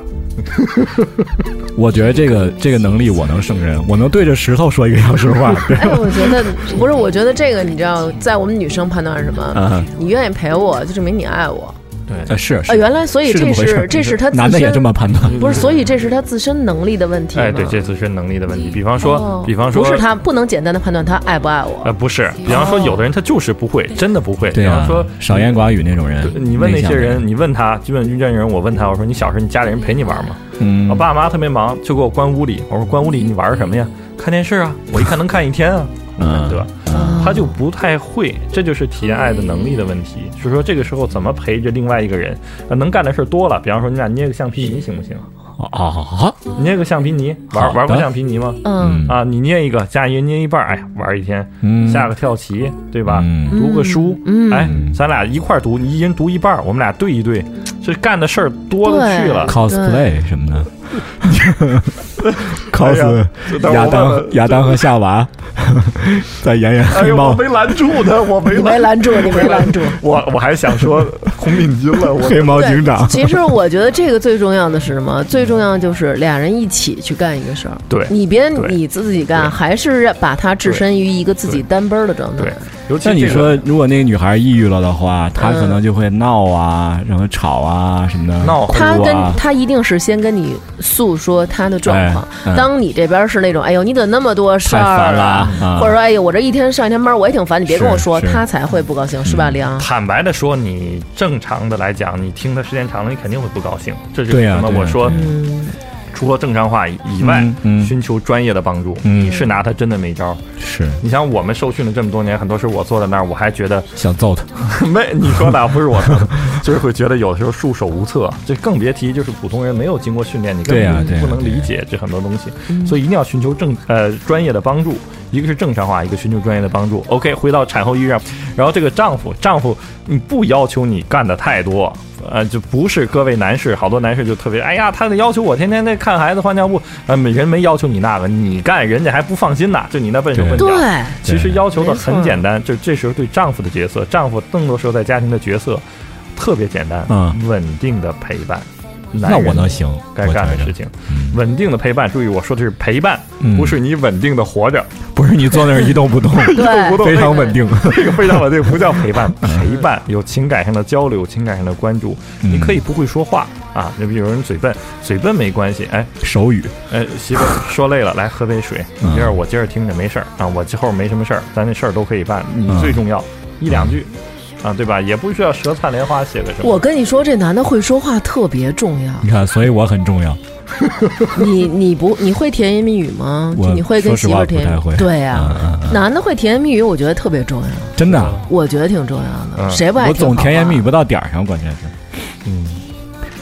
S3: 我觉得这个这个能力我能胜任，我能对着石头说一个小时
S4: (laughs)
S3: 话。
S5: 哎，我觉得不是，我觉得这个你知道，在我们女生判断是什么？
S3: 啊，
S5: 你愿意陪我，就证明你爱我
S3: 呃是
S5: 啊。
S3: 是，
S5: 原来，所以
S3: 是这
S5: 这
S3: 么回事
S5: 是
S3: 儿
S5: 这是他自
S3: 男的也
S5: 身
S3: 这么判断。
S4: 嗯
S5: 不是，所以这是他自身能力的问题嘛。
S4: 哎，对，这次是能力的问题。比方
S5: 哦
S4: 说，比方说，
S5: 不是他不能简单的判断他爱不爱我
S4: 呃，。不是，比方说，有的人他就是不会，真的不会。
S3: 哦对
S4: 比方
S3: 啊
S4: 说，，
S3: 少言寡语那种人
S4: 对。你问那
S3: 内向
S4: 些
S3: 的，
S4: 人，你问他，就问遇见人，我问他，我说你小时候你家里人陪你玩吗？
S3: 嗯
S4: 我，爸妈特别忙，就给我关屋里。我说关屋里你玩什么呀？看电视啊，我一看能看一天啊，
S3: (laughs) 嗯
S4: 对吧？他就不太会，这就是体验爱的能力的问题。就是说这个时候怎么陪着另外一个人，呃能干的事儿多了。比方说你俩捏个橡皮泥行不行？
S3: 哦哦，
S4: 捏个橡皮泥，
S3: 好
S4: 玩
S3: 的
S4: 玩过橡皮泥吗？
S5: 嗯，
S4: 啊，你捏一个，加一个捏一半儿，哎，玩一天，
S3: 嗯
S4: 下个跳棋，对吧？
S3: 嗯
S4: 读个书，
S5: 嗯
S4: 哎，咱俩一块儿读，你一人读一半儿，我们俩对一对，这干的事儿多了去了。
S3: cosplay 什么
S4: (laughs)
S3: 的
S4: 哎
S3: ，cos
S4: 呀等会儿
S3: 亚
S4: 我忘了
S3: 当亚当和夏
S4: (laughs)
S3: 娃在演演
S4: 哎
S3: 黑
S4: 呦，我
S3: 猫
S4: 没拦住他，我没
S5: 你没
S4: 拦， (laughs)
S5: 拦住，你没拦住。
S4: 我我还想
S3: (laughs)
S4: 说红领巾了，我
S3: 黑猫
S5: 对
S3: 警长，
S5: 其实我觉得这个最重要的是什么？最重要就是俩人一起去干一个事儿。
S4: 对
S5: 你别
S4: 对
S5: 你自己干，
S4: 对
S5: 还是让把它置身于一个自己单奔儿的状态
S4: 对。，尤其
S3: 像你
S4: 这个
S3: 说，如果那个女孩抑郁了的话，她可能就会闹啊，
S4: 嗯
S3: 然后吵啊什么的。
S4: 闹
S3: 哭
S5: 他跟
S3: 啊，
S5: 他一定是先跟你诉说他的状况。
S3: 哎嗯
S5: 当你这边是那种，哎呦，你怎么那么多事
S3: 太
S5: 儿
S3: 烦了
S5: 啊？
S3: 啊
S5: 或者说，哎呦，我这一天上一天班，我也挺烦，你别跟我
S3: 是
S5: 说，
S3: 是嗯
S5: 他才会不高兴，是吧，梁？
S4: 坦白的说，你正常的来讲，你听他时间长了，你肯定会不高兴。这是
S3: 对
S4: 为
S3: 呀
S4: 什么？
S3: 对呀啊
S4: 我说
S3: 对呀
S5: 嗯，
S4: 除了正常话以外
S3: 嗯，嗯
S4: 寻求专业的帮助。
S3: 嗯
S4: 你是拿他真的没招儿。
S3: 是
S4: 你像我们受训了这么多年，很多事我坐在那儿，我还觉得
S3: 想揍她。
S4: 没你说的啊不是我说的，就是会觉得有的时候束手无策，啊这更别提就是普通人没有经过训练，你根
S3: 对呀啊
S4: 本
S3: 对呀
S4: 不能
S3: 对呀嗯
S4: 理解这很多东西，所以一定要寻求正呃专业的帮助，一个是正常化，一个寻求专业的帮助。OK，回到产后抑郁症，然后这个丈夫，丈夫你不要求你干的太多。呃，就不是各位男士，好多男士就特别，哎呀，他得要求我天天在看孩子换尿布，呃，每人没要求你那个，你干人家还不放心呢，就你那笨手笨脚。
S5: 对，
S4: 其实
S3: 对
S4: 要求的
S5: 没错
S4: 很简单，就这时候对丈夫的角色，丈夫更多时候在家庭的角色特别简单，
S3: 嗯，
S4: 稳定的陪伴。
S3: 那我能
S4: 能
S3: 行，
S4: 该
S3: 我
S4: 干
S3: 觉
S4: 的
S3: 着
S4: 事，情，
S3: 嗯
S4: 稳定的陪伴。注意，我说的是陪伴，
S3: 嗯
S4: 不是你稳定的活着，
S3: (laughs) 不是你坐那儿一动不
S4: (laughs)
S3: 动，
S5: 对
S4: 不动
S3: 非常嗯稳定。
S4: 这个非常稳定，不叫
S3: (laughs)
S4: 陪伴。陪伴有情感上的交流，情感上的关注。
S3: 嗯
S4: 你可以不会说话啊，就比如有人嘴笨，嘴笨没关系，哎，
S3: 手语，
S4: 呃，媳妇儿说累了，来喝杯水。
S3: 嗯
S4: 你这儿我今儿听着没事儿啊，我之后没什么事儿，咱这事儿都可以办。你
S3: 嗯
S4: 最重要，一两句，啊，对吧？也不需要舌灿莲花写个什么。
S5: 我跟你说，这男的会说话特别重
S3: (laughs)
S5: 要。
S3: 你看，所以我很重要。
S5: 你你不你会甜言蜜语吗？
S3: 我
S5: 你会跟
S3: 说实
S5: 媳
S3: 话
S5: 妇儿甜
S3: 不太
S5: 言
S3: 会？
S5: 对呀、
S4: 啊
S3: 嗯嗯
S5: 男的会甜言蜜语，我觉得特别重要，
S3: 嗯真的啊，
S5: 我觉得挺重要的。
S4: 嗯
S5: 谁不爱
S3: 我
S5: 听好话？
S3: 总甜言蜜语不到点儿上，关键是，
S4: 嗯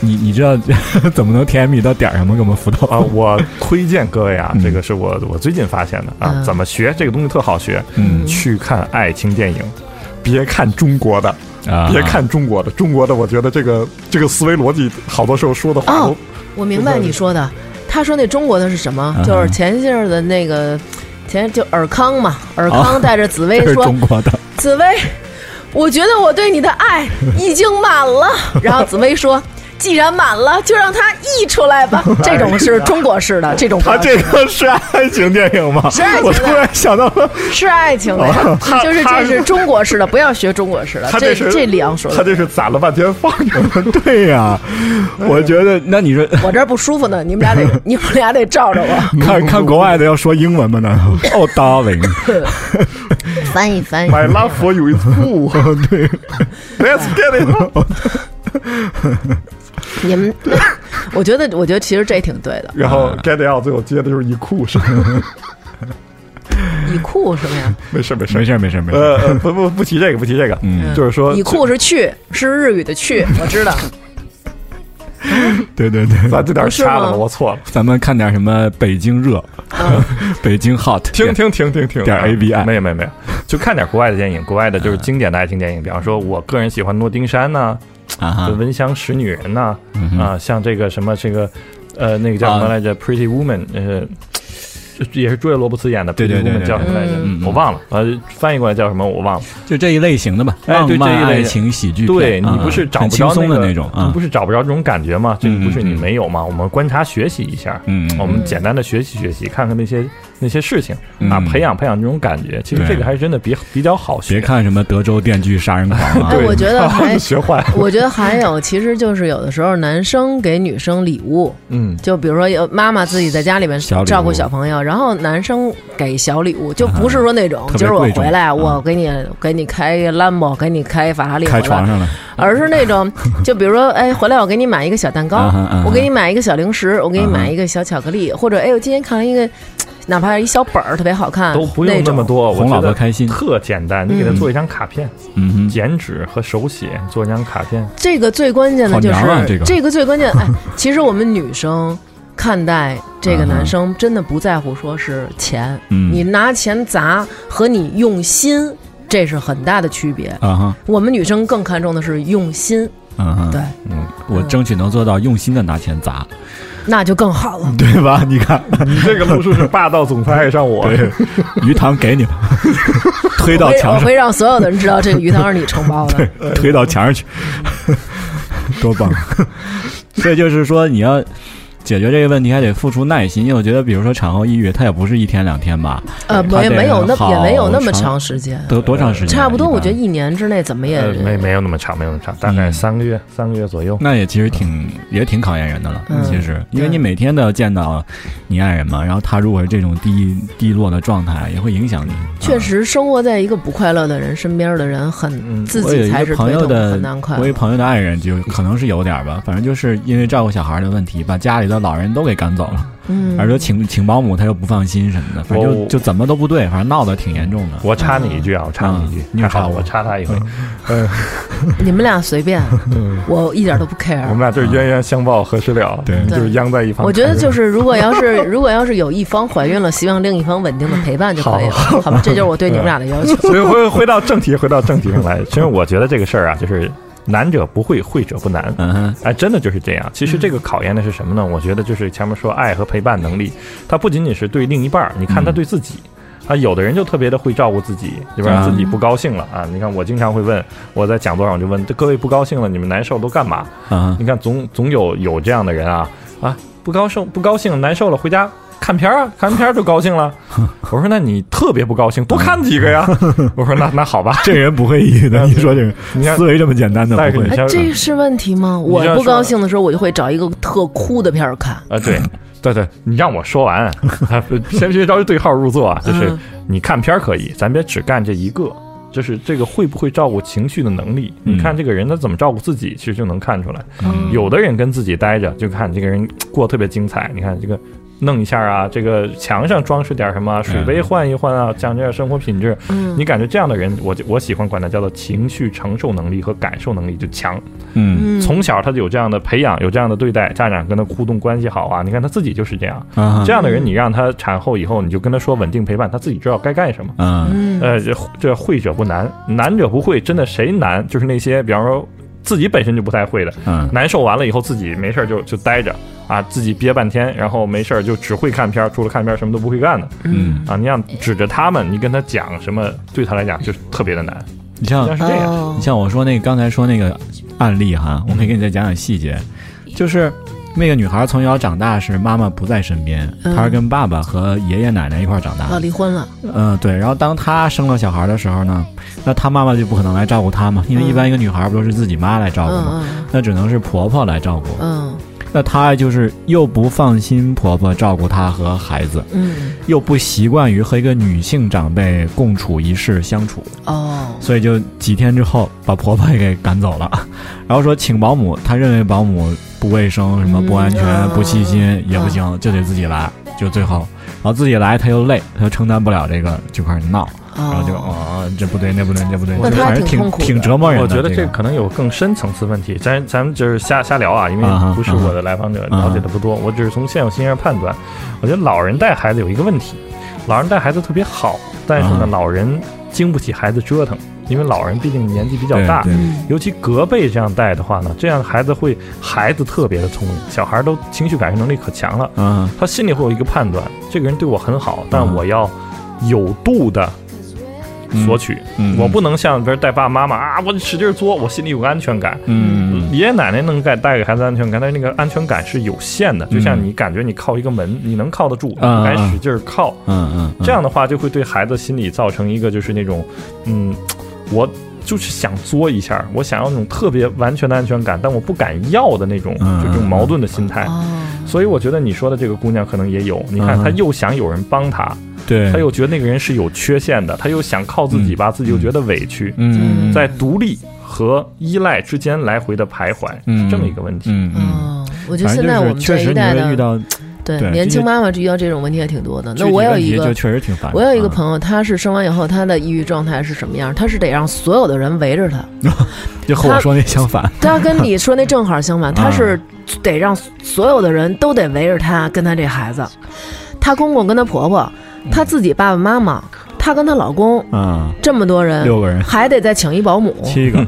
S3: 你你知道 (laughs) 怎么能甜言蜜语到点儿上吗？给我们辅导
S4: 啊，我推荐各位啊
S3: 嗯，
S4: 这个是我我最近发现的啊
S5: 嗯，
S4: 怎么学这个东西特好学，
S3: 嗯
S4: 去看爱情电影。别看中国的，
S3: 啊，
S4: 别看中国的，中国的，我觉得这个这个思维逻辑，好多时候说的话
S5: 哦
S4: 都，
S5: 我明白你说的。他说那中国的是什么？
S3: 嗯
S5: 就是前些日子那个前就尔康嘛，尔康带着紫薇
S3: (laughs) 这是
S5: 说：“
S3: 中国
S4: (laughs)
S3: 的，
S5: 紫薇，我觉得我对你的爱已经满了。”然后紫薇说。既然满了，就让它溢出来吧。这种是中国式的，这种
S3: 他
S5: 不要
S3: 这个是爱情电影吗？
S5: 是爱情啊
S3: 我
S5: 的
S3: 突
S4: 哎
S3: 然想到了，
S5: 是爱情的呀，
S4: 他
S5: 就是
S4: 他
S5: 这是中国式的，不要学中国式的。
S4: 他
S5: 这
S4: 这是
S5: 这里昂说
S4: 他
S5: 的，
S4: 这是攒了半天放着，
S3: 对呀、我觉得那你说
S5: 我这儿不舒服呢，你们俩得你们俩得罩着我。
S3: (laughs) 看看国外的要说英文吗？难道？哦，darling，
S5: 翻译翻译，
S4: 买 love for you is (laughs) cool，
S3: 对，
S4: let's get it。
S5: 你们，我觉得我觉得其实这挺对的。
S4: 然后 get out 最后接的就是一哭声，
S5: 以酷什么呀？
S4: 没事没事
S3: 没。事儿没事儿没事
S4: 呃
S3: 儿，，
S4: 呃不不不提这个，不提这个，
S3: 嗯
S4: 就是说
S5: 以，酷是去，是日语的
S3: (laughs)
S5: 去，我知道。
S3: 对对对，
S4: 咱这点
S5: 不是
S4: 掐了
S5: 吗
S4: 吧，我错了。
S3: 咱们看点什么北京热，
S5: 嗯
S3: 北京 hot，
S4: 停停停停停，
S3: 点
S4: 啊
S3: ABI
S4: 没有没有没有，就看点国外的电影，国外的就是经典的爱情电影，比方说，我个人喜欢诺丁山呐，
S3: 啊哈
S4: 就，温香识女人呐，
S3: 嗯哼
S4: 啊，像这个什么这个，呃，那个叫什么
S3: 啊
S4: 来着，Pretty Woman，呃，也是朱叶罗伯茨演的，
S3: 对对对
S4: 布鲁克叫什么来着？
S3: 嗯嗯嗯
S4: 我忘了，呃，翻译过来叫什么我忘了。
S3: 就这一类型的吧，
S4: 哎
S3: 浪
S4: 对这一
S3: 漫
S4: 类
S3: 爱
S4: 的
S3: 情喜剧片，
S4: 对你
S3: 啊
S4: 不是找
S3: 很
S4: 不
S3: 轻
S4: 着
S3: 松的
S4: 那
S3: 种
S4: 个你
S3: 啊
S4: 不，是找不着这种感觉吗？这
S3: 嗯
S4: 不是你
S3: 嗯
S4: 没有吗？我们观察学习一下，
S3: 嗯，嗯
S4: 我们简单的学习学习，看看那些那些事情
S3: 嗯
S4: 啊，培养培养这种感觉。其实
S3: 对
S4: 这个还真的比比较好
S3: 别
S4: 学，
S3: 看什么德州电锯杀人狂啊
S5: 哎，，我觉
S4: (laughs)
S5: 得还
S4: 学坏。
S5: 我觉得还有，其实就是有的时候男生给女生礼物，
S4: 嗯，
S5: 就比如说有妈妈自己在家里面
S3: 小礼物
S5: 照顾小朋友，然后男生给小礼物，就不是说那种
S3: 特别
S5: 今儿我
S3: 贵重
S5: 回来
S3: 啊
S5: 我给你给你开一个兰博，给你开一法拉利，
S3: 开床上了，
S5: 而是那
S3: (laughs)
S5: 种就比如说哎回来我给你买一个小蛋
S3: 啊
S5: 糕
S3: 哈啊哈，
S5: 我给你买一个小零食，我给你
S3: 啊哈
S5: 买一个小巧克力，或者哎我今天看了一个，哪怕是一小本儿特别好看，
S4: 都不用那么
S5: 种。
S4: 多，我
S3: 哄老
S4: 觉
S3: 婆
S4: 得
S3: 开心，
S4: 特简单，你给他做一张卡片，
S3: 嗯哼，
S4: 剪纸和手写做一张卡片。
S5: 这个最关键的就是、
S3: 好娘啊这个
S5: 最关
S3: (laughs)
S5: 键。哎，其实我们女生看待这个
S3: 嗯哼
S5: 男生，真的不在乎说是钱，
S3: 嗯
S5: 你拿钱砸和你用心，这是很大的区别。
S3: 啊哈，
S5: 我们女生更看重的是用心，
S3: 嗯哼，
S5: 对，
S4: 嗯，
S3: 我争取能做到用心的拿钱砸，
S5: 那就更好了。
S3: 对吧？ (laughs) 你看，
S4: 你这个路数是霸道总裁爱上我，
S3: 对，鱼塘给 (laughs) 你了，推
S5: 我
S3: 到
S5: 会我
S3: 墙上
S5: 会，让所有的人知道这个鱼塘是你承包
S3: (laughs)
S5: 的。
S3: 推到墙上去，多棒！ (laughs) 所以就是说，你要解决这个问题，还得付出耐心。因为我觉得，比如说产后抑郁，它也不是一天两天吧，
S5: 呃，
S3: 他
S5: 没
S3: 得
S5: 没有那
S3: 好
S5: 也没有那么
S3: 长
S5: 长时间，
S3: 得多长时间？
S5: 差不多，我觉得
S3: 一般
S5: 一年之内怎么也
S4: 呃，没没有那么长，没有那么长，大
S3: 嗯
S4: 概三个月，三个月左右。
S3: 那也其实挺也挺考验人的了。
S5: 嗯
S3: 其实，因为
S5: 对
S3: 你每天都要见到你爱人嘛，然后他如果是这种低低落的状态，也会影响你。
S5: 确
S3: 啊。
S5: 实，生活在一个不快乐的人身边的人很，
S4: 嗯
S5: 自
S3: 我有
S5: 己
S3: 一
S5: 才是
S3: 个朋
S5: 推
S3: 友
S5: 动
S3: 的
S5: 很难快，
S3: 我有
S5: 乐。
S3: 朋友的爱人就可能是有点儿吧，反正就是因为照顾小孩的问题，把家里的老人都给赶走了。
S5: 嗯，
S3: 而说请请保姆，他又不放心什么的，反正就
S4: 我
S3: 就怎么都不对，反正闹得挺严重的。
S4: 我插你一句啊，我插你一句
S3: 嗯，你有
S4: 还好
S3: 插我
S4: 我插他一回。
S5: 你们俩随
S3: (laughs)
S5: 便，
S3: 嗯
S5: 我一点都不 care
S4: 我。们俩这是冤冤相报何时了？
S3: 啊对
S4: 就是殃在一方。
S5: 我觉得就是，如果要是 (laughs) 如果要是有一方怀孕了，希望另一方稳定的陪伴就可以了，好吧？这就是我对你们俩的要
S3: (laughs)
S5: 求。
S4: 所以回回到正题，回到正题上来。其实我觉得这个事儿啊，就是难者不会，会者不难。
S3: 嗯哼，
S4: 哎，真的就是这样。其实这个考验的是什么呢？我觉得就是前面说爱和陪伴能力，它不仅仅是对另一半儿，你
S3: 嗯
S4: 看他对自己。啊，有的人就特别的会照顾自己，对吧？
S3: 啊
S4: 自己不高兴了啊！你看，我经常会问，我在讲座上我就问各位不高兴了，你们难受都干嘛？
S3: 嗯哼，
S4: 你看总总有有这样的人啊啊，不高兴不高兴难受了，回家看片儿啊，看完片儿就高兴了。我说那你特别不高兴，多看几个呀。我说那那好吧，
S3: (laughs) 这人不会抑郁的，嗯你说这人
S4: 你看
S3: 思维这么简单的
S4: 但
S3: 不会
S4: 是你
S5: 哎
S4: 像，
S5: 这是问题吗？
S4: 你
S5: 我
S4: 这样
S5: 不
S4: 说
S5: 高兴的时候，我就会找一个特哭的片儿看。
S4: 啊，对对对，你让我说完，先别着急对号入座啊，就是你看片儿可以，咱别只干这一个。就是这个会不会照顾情绪的能力？
S3: 嗯
S4: 你看这个人他怎么照顾自己，其实就能看出来。
S3: 嗯
S4: 有的人跟自己待着，就看这个人过得特别精彩。你看这个弄一下啊，这个墙上装饰点什么，啊水杯换一换啊，讲究点生活品质。
S5: 嗯
S4: 你感觉这样的人，我就我喜欢管他叫做情绪承受能力和感受能力就强。
S3: 嗯
S5: 嗯，
S4: 从小他就有这样的培养，有这样的对待，家长跟他互动关系好啊。你看他自己就是这样，
S3: 啊
S4: 这样的人你让他产后以后，你就跟他说稳定陪伴，他自己知道该干什么。
S3: 嗯
S5: 嗯
S4: 呃，这这会者不难，难者不会，真的谁难？就是那些比方说自己本身就不太会的，
S3: 嗯
S4: 难受完了以后自己没事儿就就待着啊，自己憋半天，然后没事儿就只会看片儿，除了看片儿什么都不会干的
S3: 嗯，
S4: 啊。你想指着他们，你跟他讲什么，对他来讲就是特别的难，
S3: 你
S4: 实际
S3: 像
S4: 上是这样。
S5: 哦
S3: 你，像我说那个刚才说那个案例哈，我可以给你再讲讲细节，就是。那个女孩从小长大是妈妈不在身边，
S5: 嗯
S3: 她是跟爸爸和爷爷奶奶一块儿长大的
S5: 啊要。离婚了，
S3: 嗯，对。然后当她生了小孩的时候呢，那她妈妈就不可能来照顾她嘛，因为一般一个女孩不都是自己妈来照顾嘛，
S5: 嗯
S3: 那只能是婆婆来照顾。
S5: 嗯
S3: 那她就是又不放心婆婆照顾她和孩子，
S5: 嗯
S3: 又不习惯于和一个女性长辈共处一室相处，
S5: 嗯，哦，
S3: 所以就几天之后把婆婆也给赶走了， (laughs) 然后说请保姆，她认为保姆不卫生，什么不安全、
S5: 嗯
S3: 不细心也不行，就得自己来，就最后。然后自己来，她又累，她又承担不了这个，就开始闹，然后就
S5: 哦，
S3: 啊、这不对，那不对，这不对，
S5: 那
S3: 就
S5: 她
S3: 反正
S5: 挺痛
S3: 挺
S5: 苦的
S3: 挺折磨人的。
S4: 我觉得
S3: 这
S4: 这可能有更深层次问题，咱咱们就是瞎瞎聊啊，因
S3: 啊哈
S4: 为不是我的来访者，
S3: 啊哈
S4: 了解的不多，我只是从现有信息上判断。我觉得老人带孩子有一个问题，老人带孩子特别好，但是呢，
S3: 啊
S4: 老人经不起孩子折腾。因为老人毕竟年纪比较
S3: 对
S4: 大
S3: 对，
S5: 嗯
S4: 尤其隔辈这样带的话呢，这样孩子会孩子特别的聪明，小孩都情绪感受能力可强了，
S3: 啊，
S4: 他心里会有一个判断，这个人对我很好，但
S3: 嗯
S4: 我要有度的
S3: 嗯
S4: 索，取，
S3: 嗯
S4: 我不能像比如带爸爸妈妈啊，我使劲作，我心里有个安全感。
S3: 嗯，嗯
S4: 爷爷奶奶能带带给孩子安全感，但是那个安全感是有限的，就像你感觉你靠一个门，你能靠得住，你
S3: 嗯
S4: 该使劲儿靠。
S3: 嗯嗯，嗯
S4: 这样的话就会对孩子心理造成一个就是那种，嗯，我就是想作一下，我想要那种特别完全的安全感，但我不敢要的那种，
S3: 嗯
S4: 就这种矛盾的心
S3: 哎
S4: 态。
S5: 哦
S4: 所以我觉得你说的这个姑娘可能也有，你看
S3: 嗯
S4: 她又想有人帮她，
S3: 对，嗯
S4: 她又觉得那个人是有缺陷的，她又想靠自己吧，自己又觉得委屈，
S3: 嗯，嗯
S4: 在独立和依赖之间来回的徘徊，
S3: 嗯
S4: 是这么一个问题。
S3: 嗯嗯，
S5: 哦，我觉得
S3: 反
S5: 现
S3: 正
S5: 在我
S3: 就是
S5: 们这
S3: 确实
S5: 一
S3: 你
S5: 代
S3: 会
S5: 的
S3: 遇到
S5: 对
S3: 对
S5: 年
S3: 这
S5: 轻
S3: 些
S5: 妈妈遇到这种问题也挺多的。
S3: 具
S5: 那
S3: 体
S5: 我有
S3: 问
S5: 一
S3: 题
S5: 个
S3: 就确实挺烦。啊
S5: 我有一个
S3: 友，
S5: 朋友，他是生完以后，他的抑郁状态是什么样？他是得让所有的人围着他，
S3: 就和我说那相反，
S5: 他跟你说那正好相反，他是得让所有的人都得围着他，跟他这孩子，他公公跟他婆婆，
S3: 嗯
S5: 他自己爸爸妈妈，他跟他老公，
S3: 啊，
S5: 这么多人，
S3: 六个人，
S5: 还得再请一保姆，
S3: 七个，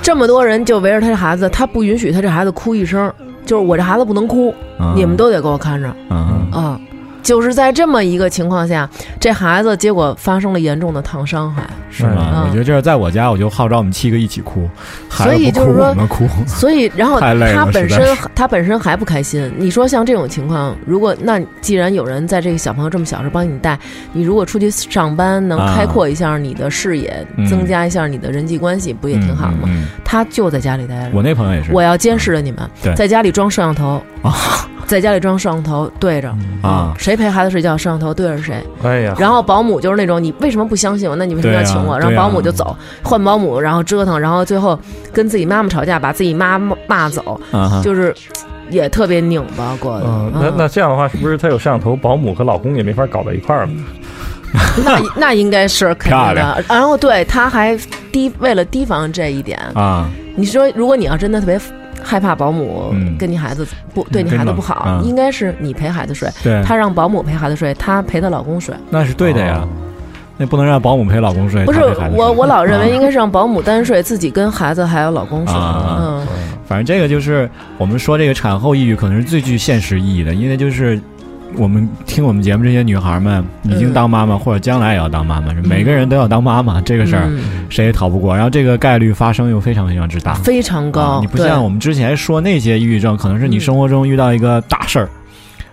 S5: 这么多人就围着他这孩子，他不允许他这孩子哭一声，就是我这孩子不能哭，
S3: 啊
S5: 你们都得给我看着
S3: 啊，
S5: 啊。就是在这么一个情况下，这孩子结果发生了严重的烫伤害，
S3: 是吗？
S5: 嗯
S3: 我觉得这是在我家，我就号召我们七个一起哭，孩
S5: 所
S3: 子
S5: 以
S3: 不
S5: 就
S3: 哭，
S5: 是说
S3: 我们哭，
S5: 所以，然后
S3: 太累了
S5: 他本
S3: 实在
S5: 身
S3: 是
S5: (laughs) 他本身还不开心。你说像这种情况，如果那既然有人在这个小朋友这么小时候帮你带，你如果出去上班，能
S3: 啊
S5: 开阔一下你的视野，
S3: 嗯
S5: 增加一下你的人际关系，不
S3: 不
S5: 也挺好吗？？
S3: 嗯嗯
S5: 他就在家里待着
S3: 我。那朋友也是，
S5: 我要监视着你们
S3: 对，
S5: 在家里装摄像头
S3: 啊，
S5: 在家里装摄像头对着
S3: 啊
S5: 谁陪孩子睡觉，摄像头对着谁。
S4: 哎呀，
S5: 然后保姆就是那种你为什么不相信我？那你为什么要请我？
S3: 对啊
S5: 然后
S3: 对啊
S5: 保姆就走，换保姆，然后折腾，然后最后跟自己妈妈吵架，把自己妈骂骂走，
S3: 啊哈，
S5: 嗯就是也特别拧巴过的。
S4: 嗯，那那这样的话，是不是她有摄像头，保姆和老公也没法搞到一块儿了？
S5: 那那那应该是肯
S3: 漂
S5: 定
S3: 亮
S5: 的。然后对他还提为了提防这一点，
S3: 啊，
S5: 你说如果你要真的特别害怕保姆
S3: 嗯
S5: 跟你孩子不对你
S3: 真
S5: 孩子
S3: 的
S5: 不好
S3: 啊，
S5: 应该是你陪孩子睡，
S3: 对，
S5: 她让保姆陪孩子睡，她陪她老公睡。
S3: 那是对的呀
S4: 哦，
S3: 那不能让保姆陪老公睡，
S5: 不是
S3: 他陪孩子睡
S5: 我，我老认为
S3: 啊
S5: 应该是让保姆单睡，自己跟孩子还有老公睡。
S3: 啊
S5: 嗯。
S3: 反正这个就是我们说这个产后抑郁可能是最具现实意义的，因为就是我们听我们节目这些女孩们已
S5: 嗯
S3: 经当妈妈、或者将来也要当妈妈，是每个人都要当妈妈这个事儿
S5: 嗯
S3: 谁也逃不过，然后这个概率发生又非常非常之大。
S5: 非常
S3: 啊
S5: 高。
S3: 你不
S5: 对
S3: 像我们之前说那些抑郁症，可能是你
S5: 嗯
S3: 生活中遇到一个大事儿，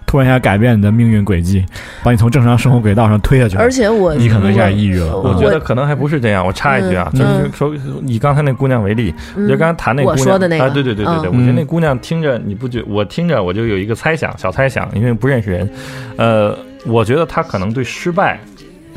S3: 突然一下改变你的命运轨迹，把你从正常生活轨道上推下去了，
S5: 而且我
S3: 你可能一下抑郁了。
S5: 我
S4: 我
S3: 啊
S4: 觉得可能还不是这样。我插一句啊，
S3: 嗯
S4: 就是说以刚才那姑娘为例，
S5: 嗯
S4: 就刚刚谈那姑娘
S5: 我说的那个
S4: 啊，对对对对对，
S3: 嗯
S4: 我觉得那姑娘听着你不觉，我听着我就有一个猜想，小猜想，因为不认识人，呃，我觉得她可能对失败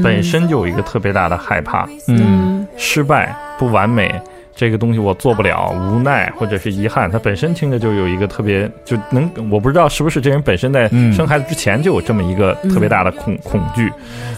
S4: 本身就有一个特别大的害怕，
S3: 嗯
S5: 嗯
S4: 失败不完美。这个东西我做不了，无奈或者是遗憾，她本身听着就有一个特别就能，我不知道是不是这人本身在
S3: 嗯
S4: 生孩子之前就有这么一个特别大的恐、恐惧，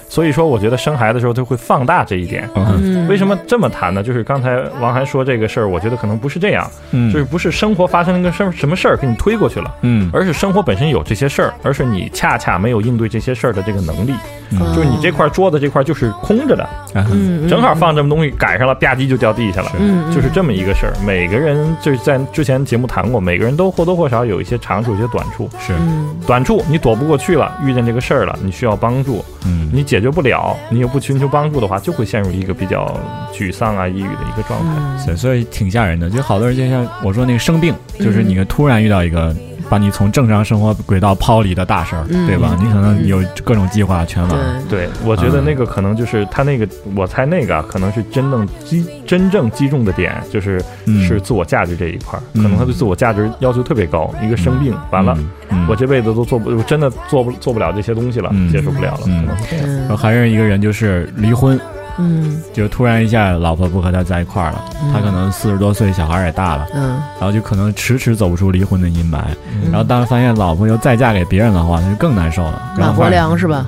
S4: 所以说我觉得生孩子的时候就会放大这一点。
S3: 嗯
S5: 嗯
S4: 为什么这么谈呢？就是刚才王涵说这个事儿，我觉得可能不是这样，
S3: 嗯，
S4: 就是不是生活发生了一个什么什么事儿给你推过去了，
S3: 嗯
S4: 而是生活本身有这些事儿，而是你恰恰没有应对这些事儿的这个能力。
S3: 嗯
S4: 就是你这块桌子这块就是空着的，
S3: 啊哈
S5: 嗯嗯
S4: 正好放这么东西赶上了，吧唧就掉地下了。
S5: 嗯
S4: 就是这么一个事儿，每个人就是在之前节目谈过，每个人都或多或少有一些长处，有一些短处。
S3: 是
S5: 嗯
S4: 短处你躲不过去了，遇见这个事儿了，你需要帮助，
S3: 嗯
S4: 你解决不了，你又不寻求帮助的话，就会陷入一个比较沮丧啊、抑郁的一个状态。
S3: 所以所以挺吓人的，就好多人就像我说那个生病，就是
S5: 嗯
S3: 你突然遇到一个把你从正常生活轨道抛离的大事儿，
S5: 嗯
S3: 对吧？你可能有各种计划全完了，
S5: 对
S4: 对，我觉得那个可能就是他那个，我猜那个啊可能是真正击真正击中的点，就是
S3: 嗯
S4: 是自我价值这一块儿。
S3: 嗯
S4: 可能他对自我价值要求特别高，一个生病完了，
S3: 嗯，
S4: 我这辈子都做不，我真的做不做不了这些东西了，
S3: 嗯
S4: 接受不了了，
S3: 嗯
S4: 可能是这样。
S3: 然后
S5: 嗯
S3: 还有一个人就是离婚，
S5: 嗯
S3: 就突然一下老婆不和他在一块儿了，
S5: 嗯
S3: 他可能四十多岁，小孩儿也大了，
S5: 嗯
S3: 然后就可能迟迟走不出离婚的阴霾。
S5: 嗯
S3: 然后当发现老婆又再嫁给别人的话，那就更难受了。然
S5: 嗯马
S3: 后
S5: 国
S3: 发 (laughs)
S5: 良是吧？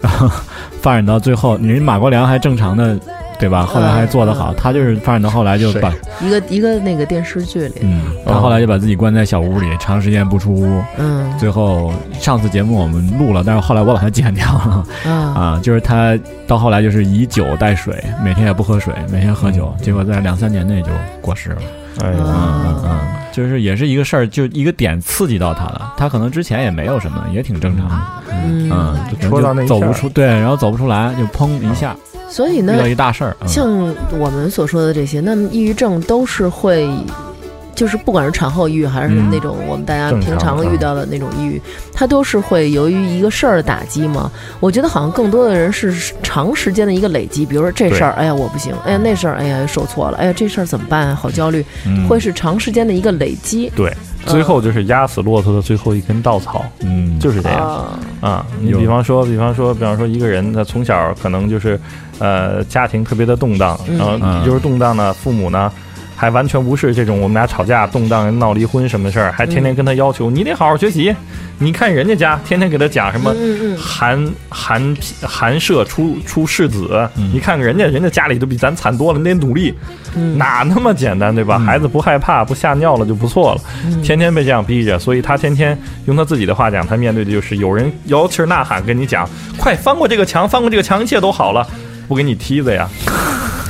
S3: 然后发展到最后，你人马国良还正常的对
S5: 呃
S3: 吧？后来还做得好，他就是发展到后来就把，
S5: 一个一个那个电视剧里，
S3: 嗯，他后来就把自己关在小屋里，长时间不出屋。
S5: 嗯
S3: 最后上次节目我们录了，但是后来我把它剪掉
S5: (laughs)
S3: 了
S5: 啊，
S3: 啊，就是他到后来就是以酒代水，每天也不喝水，每天喝酒，结果在两三年内就过世了。
S4: 哎
S5: 嗯
S4: 呀，
S3: 嗯嗯嗯，就是也是一个事儿，就一个点刺激到他了。他可能之前也没有什么，也挺正常的。
S5: 嗯，
S3: 嗯，可能
S4: 戳到那一下嗯
S3: 走不出，对，然后走不出来，就砰一下
S5: 所以
S3: 遇
S5: 呢，
S3: 到一大事儿。嗯
S5: 像我们所说的这些，那么抑郁症都是会，就是不管是产后抑郁还是
S3: 嗯
S5: 那种我们大家
S4: 正常
S5: 平常遇到的那种抑郁，它都是会由于一个事儿的打击嘛。我觉得好像更多的人是长时间的一个累积，比如说这事儿，哎呀我不行，哎呀那事儿，哎呀受挫了，哎呀这事儿怎么办啊？好焦虑，
S3: 嗯
S5: 会是长时间的一个累积。
S4: 对，最后就是压死骆驼的最后一根稻草，
S3: 嗯，
S4: 就是这样
S5: 啊，
S4: 啊。你
S3: 有
S4: 比方说，比方说，比方说，一个人他从小可能就是，呃，家庭特别的动荡，
S5: 嗯
S4: 然后
S3: 嗯
S4: 就是动荡呢，父母呢。还完全无视这种我们俩吵架、动荡、闹离婚什么事儿，还天天
S5: 嗯
S4: 跟他要求、你得好好学习。你看人家家天天给他讲什么
S5: 嗯嗯
S4: 寒寒僻寒舍出出世子，
S3: 嗯
S4: 你看看人家，人家家里都比咱惨多了，你得努力，
S5: 嗯，
S4: 哪那么简单对吧？孩子不害怕，不吓尿了就不错了，
S5: 嗯
S4: 天天被这样逼着，所以他天天用他自己的话讲，他面对的就是有人摇旗儿呐喊跟你讲，快翻过这个墙，翻过这个墙，一切都好了。不给你梯子呀，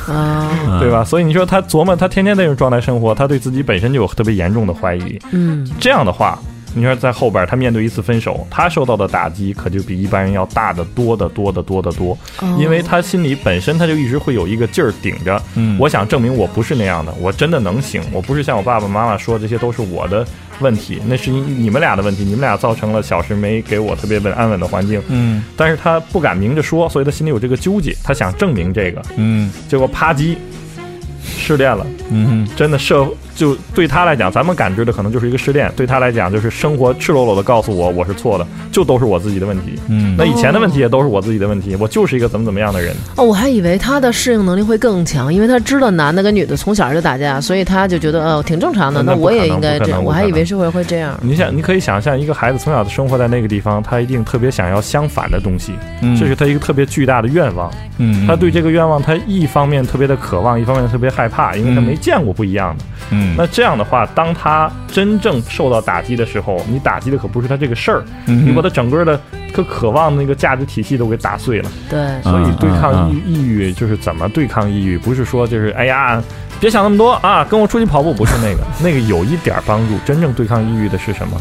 S5: 啊，
S3: 嗯
S4: 对？吧？所以你说他琢磨，他天天在这种状态生活，他对自己本身就有特别严重的怀疑。
S5: 嗯
S4: 这样的话，你说在后边他面对一次分手，他受到的打击可就比一般人要大得多得多得多得多，
S5: 哦
S4: 因为他心里本身他就一直会有一个劲儿顶着，
S3: 嗯
S4: 我想证明我不是那样的，我真的能行，我不是像我爸爸妈妈说这些都是我的问题，那是因你们俩的问题，你们俩造成了小时没给我特别稳安稳的环境，
S3: 嗯
S4: 但是他不敢明着说，所以他心里有这个纠结，他想证明这个，
S3: 嗯
S4: 结果啪叽，失恋了。
S3: 嗯
S4: 真的社就对他来讲，咱们感知的可能就是一个失恋，对他来讲就是生活赤裸裸的告诉我我是错的，就都是我自己的问题。
S3: 嗯
S4: 那以前的问题也都是我自己的问题，我就是一个怎么怎么样的人。
S5: 哦，我还以为他的适应能力会更强，因为他知道男的跟女的从小就打架，所以他就觉得呃挺正常的，
S4: 那
S5: 那
S4: 不
S5: 我
S4: 可
S5: 也
S4: 能
S5: 应
S4: 不
S5: 该
S4: 可
S5: 这样，
S4: 能
S5: 我
S4: 不
S5: 还
S4: 可
S5: 以为社会会这样。
S4: 你想，你可以想象一个孩子从小生活在那个地方，他一定特别想要相反的东西，
S3: 嗯
S4: 这是他一个特别巨大的愿望。
S3: 嗯，
S4: 他对这个愿望，他一方面特别的渴望，一方面特别害怕，因为他
S3: 嗯
S4: 没见过不一样的。
S3: 嗯
S4: 那这样的话，当他真正受到打击的时候，你打击的可不是他这个事儿，
S3: 嗯
S4: 你把他整个的可渴望的那个价值体系都给打碎了。
S5: 对，
S4: 所以对抗
S3: 嗯
S4: 抑
S3: 嗯
S4: 抑郁就是怎么对抗抑郁，不是说就是哎呀，别想那么多啊，跟我出去跑步，不是那个，那个有一点儿帮助。真正对抗抑郁的是什么？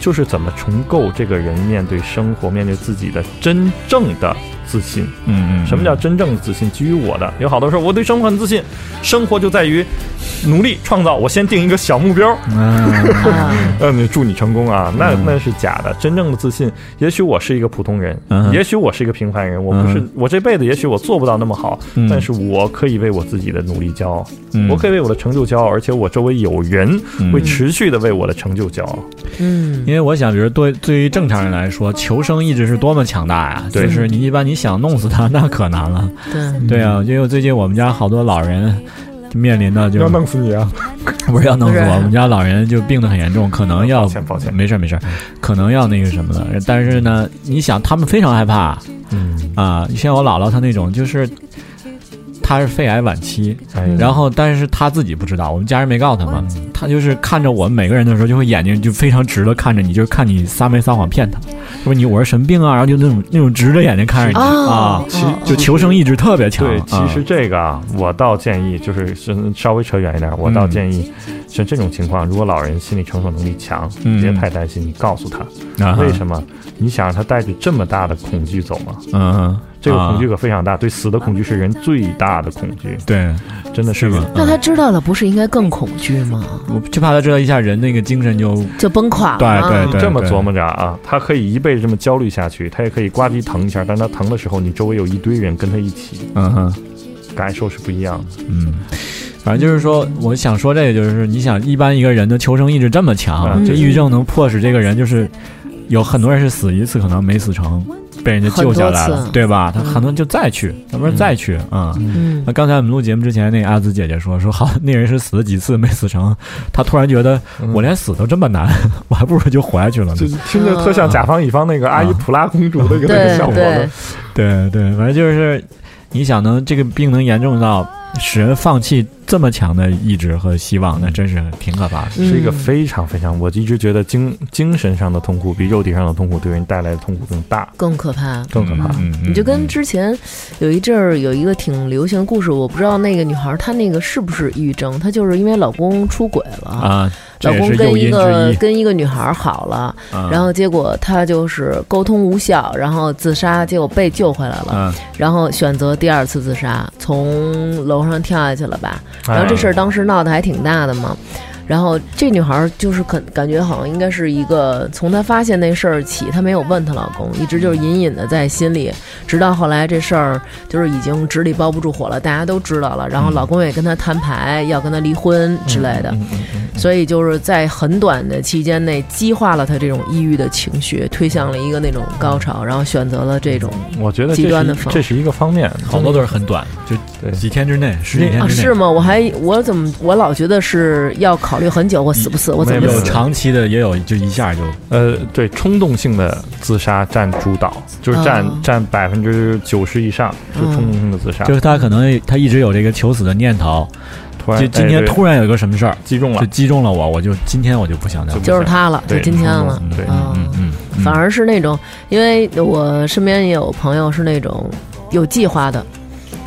S4: 就是怎么重构这个人面对生活、面对自己的真正的自信。
S3: 嗯嗯，
S4: 什么叫真正的自信？基于我的，有好多时候我对生活很自信，生活就在于努力创造。我先定一个小目标，
S5: 啊，
S4: 嗯，祝你成功啊！那
S3: 嗯
S4: 那是假的，真正的自信，也许我是一个普通人，
S3: 嗯
S4: 也许我是一个平凡人，我不是，
S3: 嗯
S4: 我这辈子也许我做不到那么好，
S3: 嗯
S4: 但是我可以为我自己的努力骄傲，
S3: 嗯
S4: 我可以为我的成就骄傲，而且我周围有人
S3: 嗯
S4: 会持续的为我的成就骄傲。
S5: 嗯
S3: 因为我想，比如对对于正常人来说，求生意志是多么强大呀！
S4: 对嗯
S3: 就是你一般你想弄死他，那可难了。
S5: 对，
S3: 对啊，因为最近我们家好多老人面临的就是
S4: 死你啊！
S3: (laughs) 不是要弄死
S5: 不是
S3: 我，我们家老人就病得很严重，可能要
S4: 抱歉抱歉
S3: 没事儿没事儿，可能要那个什么的。但是呢，你想他们非常害怕
S4: 嗯，
S3: 啊，像我姥姥她那种就是。她是肺癌晚期，
S4: 哎呀，
S3: 然后但是她自己不知道，我们家人没告诉她嘛。
S5: 嗯
S3: 她就是看着我们每个人的时候，就会眼睛就非常直的看着你，就是看你撒没撒谎骗她，说你我是神病啊，然后就那种那种直着眼睛看着你啊
S5: 哦，，
S4: 其实
S3: 就求生意志特别强。
S4: 对，其
S3: 啊
S4: 实这个啊，我倒建议就是是稍微扯远一点，我倒
S3: 嗯
S4: 建议，像这种情况，如果老人心理承受能力强，
S3: 嗯
S4: 别太担心，你告诉他，
S3: 啊
S4: 为什么？你想让他带着这么大的恐惧走吗？
S3: 嗯嗯，
S4: 这个恐惧
S3: 啊
S4: 可非常大，对死的恐惧是人最大的恐惧，
S3: 对
S4: 真的
S3: 是
S4: 吗
S3: 吗？？
S5: 那他知道了，不是应该更恐惧吗？
S3: 我就怕他知道一下人那个精神就
S5: 就崩垮
S3: 对
S5: 了。
S3: 对
S4: 你嗯这么琢磨着啊，他可以一辈子这么焦虑下去，他也可以呱唧疼一下，但他疼的时候，你周围有一堆人跟他一起，
S3: 嗯哼
S4: 感受是不一样的。
S3: 嗯，反正就是说，我想说这个就是你想一般一个人的求生意志这么强，
S4: 嗯
S3: 这抑郁症能迫使这个人就是有很多人是死一次可能没死成，被人家救下来
S5: 很多
S3: 了
S5: 次，
S3: 对吧？他
S5: 嗯
S3: 可能就再去，他不是再去啊。嗯
S5: 嗯
S3: 那刚才我们录节目之前，那个阿紫姐姐说说好，那人是死了几次没死成，她突然觉得我连死都这么难， (laughs) 我还不如就活下去了呢。
S5: 嗯
S4: 听
S5: 着特像
S4: 甲方乙方那个阿
S3: 姨
S4: 普拉公主的一
S5: 对对，
S3: 对对，反正就是你想能这个病能严重到使人放弃这么强的意志和希望，
S5: 嗯
S3: 那真是挺可怕的。
S4: 是一个非常非常，我一直觉得精精神上的痛苦比肉体上的痛苦对人带来的痛苦更大、
S5: 更可怕。
S4: 更可怕。
S3: 嗯，嗯
S5: 你就跟
S3: 嗯
S5: 之前有一阵儿有一个挺流行的故事，我不知道那个女孩儿她那个是不是抑郁症，她就是因为老公出轨了，
S3: 啊，这
S5: 老
S3: 也
S5: 公
S3: 是
S5: 跟
S3: 诱
S5: 一
S3: 因
S5: 个
S3: 之一。
S5: 跟一个女孩儿好了，
S3: 啊
S5: 然后结果她就是沟通无效，然后自杀，结果被救回来了，
S3: 嗯，
S5: 然后选择第二次自杀，从楼上跳下去了吧？
S4: 哎
S5: 然后这事儿当时闹得还挺大的嘛。然后这女孩儿就是感感觉好像应该是一个从她发现那事儿起，她没有问她老公，一直就是隐隐的在心里，直到后来这事儿就是已经纸里包不住火了，大家都知道了。然后老公也跟她摊牌，要跟她离婚之类的，所以就是在很短的期间内激化了她这种抑郁的情绪，推向了一个那种高潮，然后选择了这种
S4: 哎我觉得
S5: 极
S4: 这
S5: 端
S4: 是
S5: 的方
S4: 这是一个方面，
S3: 好多都是很短，就
S4: 对
S3: 几天之内，十几天
S5: 啊，
S3: 之内。
S5: 是吗？我还我怎么我老觉得是要考虑很久，我死不死，我怎么
S4: 没
S3: 有
S5: 死？
S3: 长期的，也有就一下就
S4: 呃，对，冲动性的自杀占主导，就是占、
S5: 哦
S4: 占百分之九十以上是冲动性的自杀。
S3: 就是他可能他一直有这个求死的念头，
S4: 突然
S3: 就今
S4: 哎
S3: 天
S4: 对
S3: 突然有一个什么事儿，
S4: 击中了
S3: 就，击中了我，我就今天我就不想再
S4: 就
S5: 就是他了，就
S4: 对
S5: 今天了。
S4: 冲动对，
S5: 啊
S3: 嗯嗯嗯，
S5: 反而是那种，因为我身边也有朋友是那种有计划的，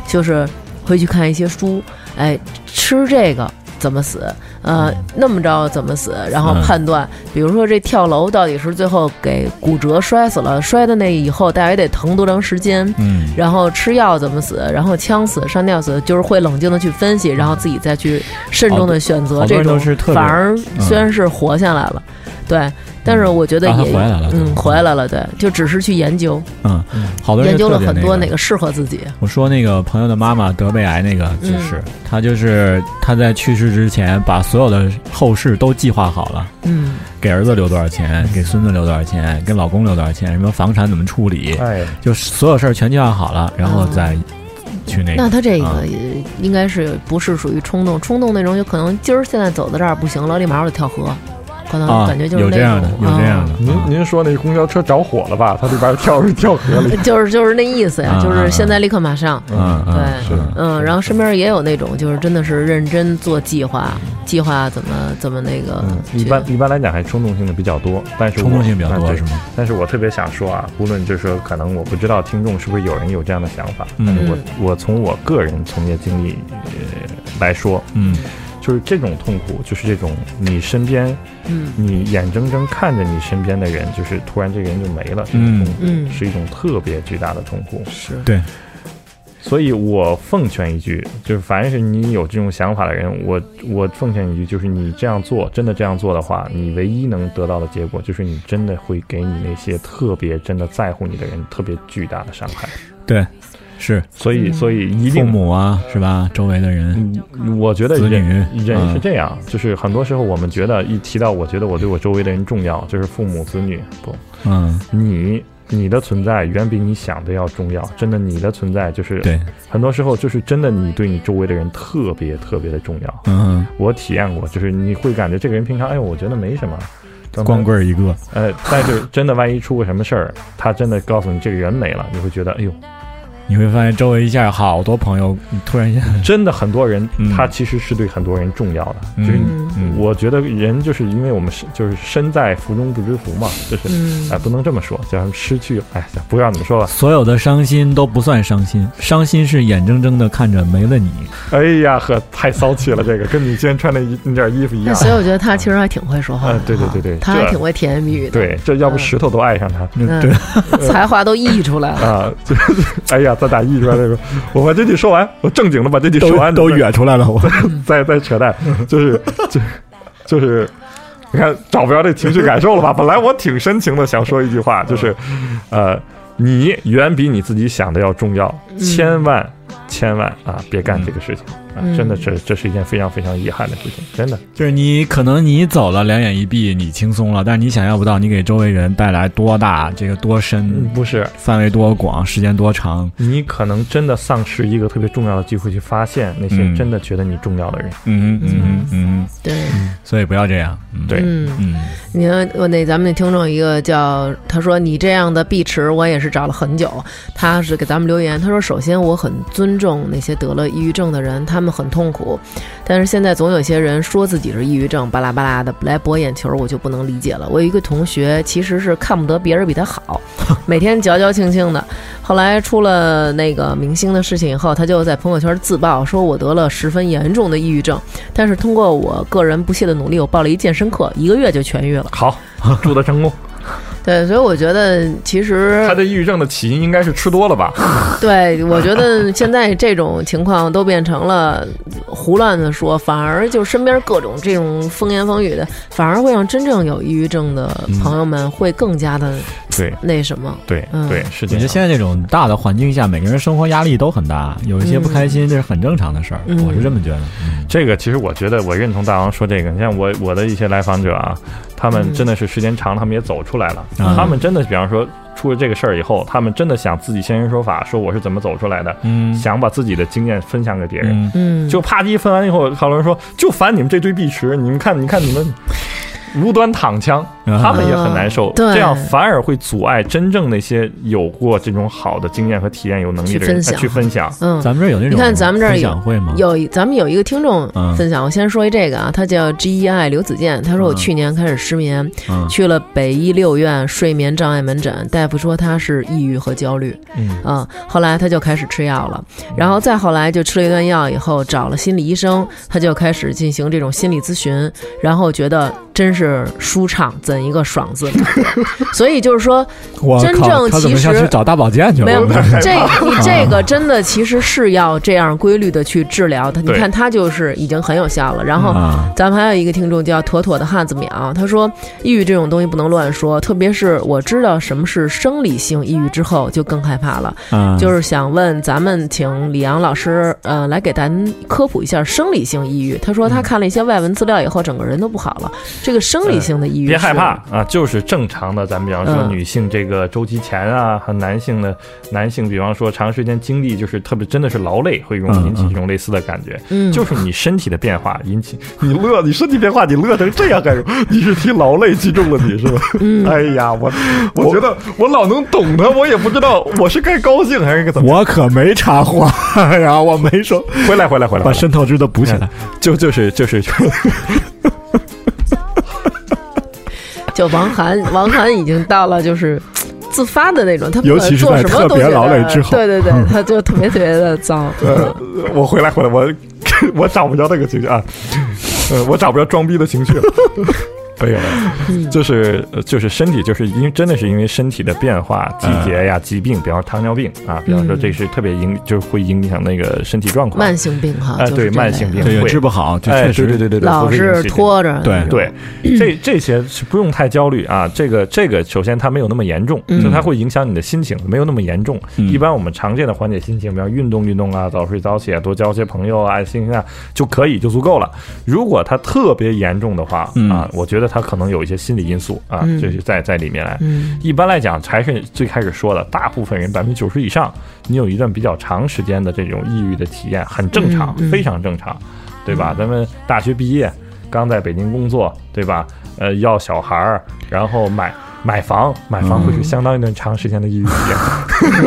S5: 就是会去看一些书，哎，吃这个怎么死，呃，那么着怎么死，然后
S3: 嗯
S5: 判断，比如说这跳楼到底是最后给骨折摔死了，摔的那以后大约得疼多长时间，
S3: 嗯，
S5: 然后吃药怎么死，然后呛死、上吊死，就是会冷静的去分析，然后自己再去慎重的选择
S3: 好多
S5: 这
S3: 人
S5: 种
S3: 都是，特别
S5: 反而虽然是活下来了，对，但是我觉得
S3: 啊他
S5: 也
S3: 回来了对
S5: 嗯，回来了，对，就只是去研究，
S3: 嗯好多人
S5: 研究了
S3: 特别
S5: 很多
S3: 那
S5: 哪个适合自己，
S3: 我说那个朋友的妈妈得胃癌那个
S5: 嗯
S3: 就是，她就是她在去世之前把所有的后事都计划好了，
S5: 嗯，
S3: 给儿子留多少钱，给孙子留多少钱，跟老公留多少钱，什么房产怎么处理，
S5: 嗯
S4: 哎，
S3: 就所有事儿全计划好了，然后再去那
S5: 那
S3: 个。
S5: 他这
S3: 啊
S5: 个也应该是不是属于冲动，冲动那种有可能今儿现在走到这儿不行了，立马我就跳河，可能
S3: 啊，
S5: 感觉就是
S3: 有
S5: 那
S3: 这样的
S5: 种，
S3: 有这样
S5: 啊，
S3: 的。
S4: 您
S3: 啊
S4: 您说那公交车着火了吧？它里边跳是跳河 (laughs) 里
S5: 就是就是那意思呀，
S3: 啊
S5: 就
S3: 啊啊
S5: 是现在立刻马上，
S3: 嗯嗯
S5: 对
S4: 是的
S5: 嗯，然后身边也有那种，就是真的是认真做计划，计划怎么怎么那个
S4: 嗯，
S5: 去，
S4: 一般一般来讲还冲动性的比较多，但是我
S3: 冲动性比较多
S4: 啊对
S3: 是吗
S4: 但是我特别想说啊，无论就是说，可能我不知道听众是不是有人有这样的想法，但是
S5: 嗯
S4: 我我从我个人从业经历呃来说，
S3: 嗯
S4: 就是这种痛苦，就是这种你身边，
S5: 嗯
S4: 你眼睁睁看着你身边的人，就是突然这个人就没了，这种
S3: 嗯
S4: 痛苦
S5: 嗯
S4: 是一种特别巨大的痛苦。
S5: 是
S3: 对，
S4: 所以我奉劝一句，就是凡是你有这种想法的人，我我奉劝一句，就是你这样做，真的这样做的话，你唯一能得到的结果，就是你真的会给你那些特别真的在乎你的人特别巨大的伤害。
S3: 对，是
S4: 所
S5: 嗯
S4: 以，所以一
S3: 父
S4: 定
S3: 母啊，是吧？周围的人，
S4: 嗯，我觉得
S3: 子
S4: 人
S3: 女
S4: 人是
S3: 嗯
S4: 这样，就是很多时候我们觉得一提到，我觉得我对我周围的人重要，就是父母子女不，
S3: 嗯，
S4: 你你的存在远比你想的要重要，真的，你的存在就是
S3: 对，
S4: 很多时候就是真的，你对你周围的人特别特别的重要。
S3: 嗯，
S4: 我体验过，就是你会感觉这个人平常，哎呦，我觉得没什么。等他
S3: 光棍儿一个，
S4: 呃，但是真的万一出个什么事儿，他真的告诉你这个人没了，你会觉得，哎呦，
S3: 你会发现周围一下好多朋友，你突然间，
S4: 真的很多人
S3: 嗯
S4: 他其实是对很多人重要的，
S3: 嗯
S4: 就是
S3: 嗯
S4: 我觉得人就是因为我们是就是身在福中不知福嘛，就是
S5: 嗯
S4: 哎、不能这么说，叫什么失去，哎，不知道怎么说吧。
S3: 所有的伤心都不算伤心，伤心是眼睁睁的看着没了你。
S4: (laughs) 哎呀呵，太骚气了，这个跟你今天穿的一那件衣服一
S5: 那
S4: 样。
S5: 所以我觉得他其实还挺会说话的
S4: 啊啊，对对对对
S5: 啊他还
S4: 这
S5: 挺会甜言蜜语的，
S4: 对，这要不石头都爱上他。
S5: 嗯
S3: 对，
S4: (laughs)
S5: (laughs) 才华都溢出来了，
S4: 啊， (laughs) 就是哎呀，咱俩一出来这个，我把这句说完，我正经的把这句说完，你再
S3: 出来了。我
S4: (laughs) 再再扯淡，就是就就是，你看找不着这情绪感受了吧？本来我挺深情的，想说一句话，就是，呃，你远比你自己想的要重要，千万千万啊，别干这个事情啊
S5: 嗯，
S4: 真的这这是一件非常非常遗憾的事情，真的。
S3: 就是你可能你走了，两眼一闭，你轻松了，但是你想象不到你给周围人带来多大这个多深、
S4: 不是，
S3: 范围多广、时间多长。
S4: 你可能真的丧失一个特别重要的机会去发现那些
S3: 嗯
S4: 真的觉得你重要的人。
S3: 嗯哼嗯哼嗯
S5: 对，
S3: 哼，所以不要这样。嗯
S4: 对
S5: 嗯。
S3: 嗯，
S5: 你看，我那咱们那听众一个叫他说你这样的碧池，我也是找了很久。他是给咱们留言，他说首先我很尊重那些得了抑郁症的人，他们很痛苦，但是现在总有些人说自己是抑郁症，巴拉巴拉的来博眼球，我就不能理解了。我有一个同学其实是看不得别人比他好，每天矫矫情情的。后来出了那个明星的事情以后，他就在朋友圈自曝说我得了十分严重的抑郁症，但是通过我个人不懈的努力，我报了一健身课，一个月就痊愈了。
S4: 好，祝他成功。 (laughs)
S5: 对，所以我觉得其实
S4: 他的抑郁症的起因应该是吃多了吧？
S5: 对，我觉得现在这种情况都变成了胡乱的说，反而就身边各种这种风言风语的，反而会让真正有抑郁症的朋友们会更加的
S4: 对
S5: 那什么。
S4: 对
S5: 嗯
S4: 对，是
S3: 我
S4: 这
S3: 觉得
S4: 样。
S3: 现在这种大的环境下，每个人生活压力都很大，有一些不开心，这是很正常的事儿。
S5: 嗯
S3: 我是这么觉得。嗯
S4: 这个其实我觉得我认同大王说这个，你像我我的一些来访者啊，他们
S5: 嗯
S4: 真的是时间长了，他们也走出来了，
S3: 嗯
S4: 他们真的，比方说出了这个事儿以后，他们真的想自己现身说法，说我是怎么走出来的，
S3: 嗯
S4: 想把自己的经验分享给别人。
S3: 嗯，
S5: 嗯，
S4: 就啪叽分完以后，好多人说就烦你们这堆碧池，你们看，你看你们无端躺枪，
S3: 啊
S4: 他们也很难受，
S5: 对
S4: 这样反而会阻碍真正那些有过这种好的经验和体验、有能力的人
S5: 去分享
S4: 他去分享。
S5: 嗯，
S3: 咱们这儿有那种
S5: 你看咱们这儿有
S3: 分享会吗？
S5: 有咱们有一个听众
S3: 嗯
S5: 分享，我先说一这个啊，他叫 G E I 刘子健，他说我
S3: 嗯
S5: 去年开始失眠，
S3: 嗯
S5: 去了北医六院睡眠障碍门诊，大夫说他是抑郁和焦虑。
S4: 嗯，
S5: 嗯，后来他就开始吃药了，然后再后来就吃了一段药以后，找了心理医生，他就开始进行这种心理咨询，然后觉得真是舒畅，怎一个爽字
S4: (laughs)
S5: 两个字所以就是说，
S3: 我
S5: 真
S3: 靠，
S5: 正
S3: 他怎么
S5: 其
S3: 像
S5: 实
S3: 去找大保健去了？
S5: 没有
S3: 我们
S5: 这你这个真的其实是要这样规律的去治疗它。你
S4: 对
S5: 看他就是已经很有效了，然后
S3: 啊，
S5: 咱们还有一个听众叫妥妥的汉子淼，他说抑郁这种东西不能乱说，特别是我知道什么是生理性抑郁之后，就更害怕了。
S3: 嗯
S5: 就是想问咱们请李阳老师，呃，来给咱科普一下生理性抑郁。他说他看了一些外文资料以后，整个人都不好了。这个生理性的
S3: 嗯
S5: 抑郁，
S4: 别害怕，啊，就是正常的。咱们比方说
S5: 嗯
S4: 女性这个周期前啊，和男性的男性，比方说长时间经历就是特别真的是劳累，会容易引起这种类似的感觉。
S5: 嗯，
S4: 就是你身体的变化引起你乐，你身体变化，你乐成这样干什么？你是提劳累击中了你是吧？
S5: 嗯
S4: 哎呀，我我觉得我老能懂他，我也不知道我是该高兴还是该怎么。
S3: 我可没插话， (laughs) 然后我没说，
S4: 回来回来回来，
S3: 把伸头枝都补起来。
S4: 就就是就是，
S5: 就王涵，王涵已经到了就是自发的那种，他不
S3: (laughs) 尤其是
S5: 做
S3: 在
S5: 什么
S3: 特
S5: 都
S3: 别
S5: 觉得
S3: 劳累之后嗯啊
S5: 对对对，他就特别特别的
S3: (laughs)
S5: 糟。
S4: 呃，我回来回来，我我找不着那个情绪啊，呃，我找不着装逼的情绪了。 (laughs) 没有
S5: 嗯
S4: 了，就是呃就是身体，就是因为真的是因为身体的变化、季节
S5: 嗯
S4: 呀、疾病，比方说糖尿病啊，比方说这是特别影，就是会影响那个身体状况。
S5: 慢性病哈，
S3: 啊
S4: 哎
S5: 就是
S4: 对
S5: 这类
S4: 慢性病
S3: 这也治不好，这
S4: 哎
S3: 确实
S4: 对对对对对，
S5: 老
S4: 不是
S5: 是
S4: 引起
S5: 拖嗯着，
S3: 对
S4: 对，这这些是不用太焦虑啊。这个这个，首先它没有那么严重，
S5: 嗯
S4: 就它会影响你的心情，没有那么严重。
S3: 嗯
S4: 一般我们常见的缓解心情，比方运动运动啊，早睡早起啊，多交些朋友啊，爱心啊，就可以就足够了。如果它特别严重的话、
S3: 嗯
S4: 啊，我觉得它可能有一些心理因素啊，
S5: 嗯
S4: 就是在在里面来。
S5: 嗯
S4: 一般来讲，还是最开始说的，大部分人百分之九十以上，你有一段比较长时间的这种抑郁的体验，很正常，
S5: 嗯嗯嗯
S4: 非常正常，对吧？咱们大学毕业，刚在北京工作，对吧？呃，要小孩儿，然后买买房，买房
S5: 嗯
S4: 会是相当一段长时间的抑郁体验。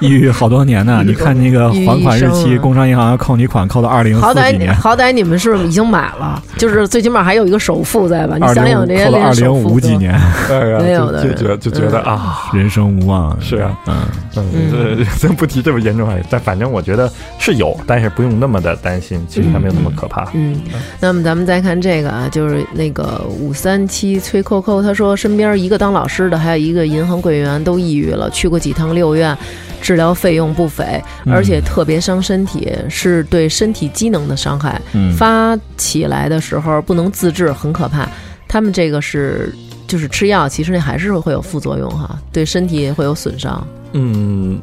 S3: 抑郁好多年呢。你看那个还款
S5: 抑郁一
S3: 日
S5: 生
S3: 期，
S5: 啊
S3: 工商银行要扣你款，扣到二零
S5: 好
S3: 四
S5: 歹
S3: 几
S5: 你
S3: 年，
S5: 好歹你们是不是已经买了，就是最起码还有一个首付在吧？你
S3: 二
S5: 想想这
S3: 零
S5: 些
S3: 扣到
S5: 连
S3: 二零
S5: 首付
S3: 五几
S5: 都
S3: 年，
S5: (laughs)
S3: 啊
S4: 哎呀
S5: 没有的嗯
S4: 就就觉就觉得啊，
S3: 人生无望。
S4: 是啊，
S3: 嗯，
S4: 嗯，这 (laughs) 咱不提这么严重的话题，但反正我觉得是有，但是不用那么的担心，其实它没有那么可怕。
S5: 嗯，那么咱们再看这个啊，就是那个五三七崔扣扣，他说身边一个当老师的，还有一个银行柜员都抑郁了，去过几趟六院，治疗费用不菲，
S3: 嗯
S5: 而且特别伤身体，是对身体机能的伤害。
S3: 嗯
S5: 发起来的时候不能自制，很可怕。他们这个是就是吃药，其实那还是会有副作用哈，对身体会有损伤。
S4: 嗯，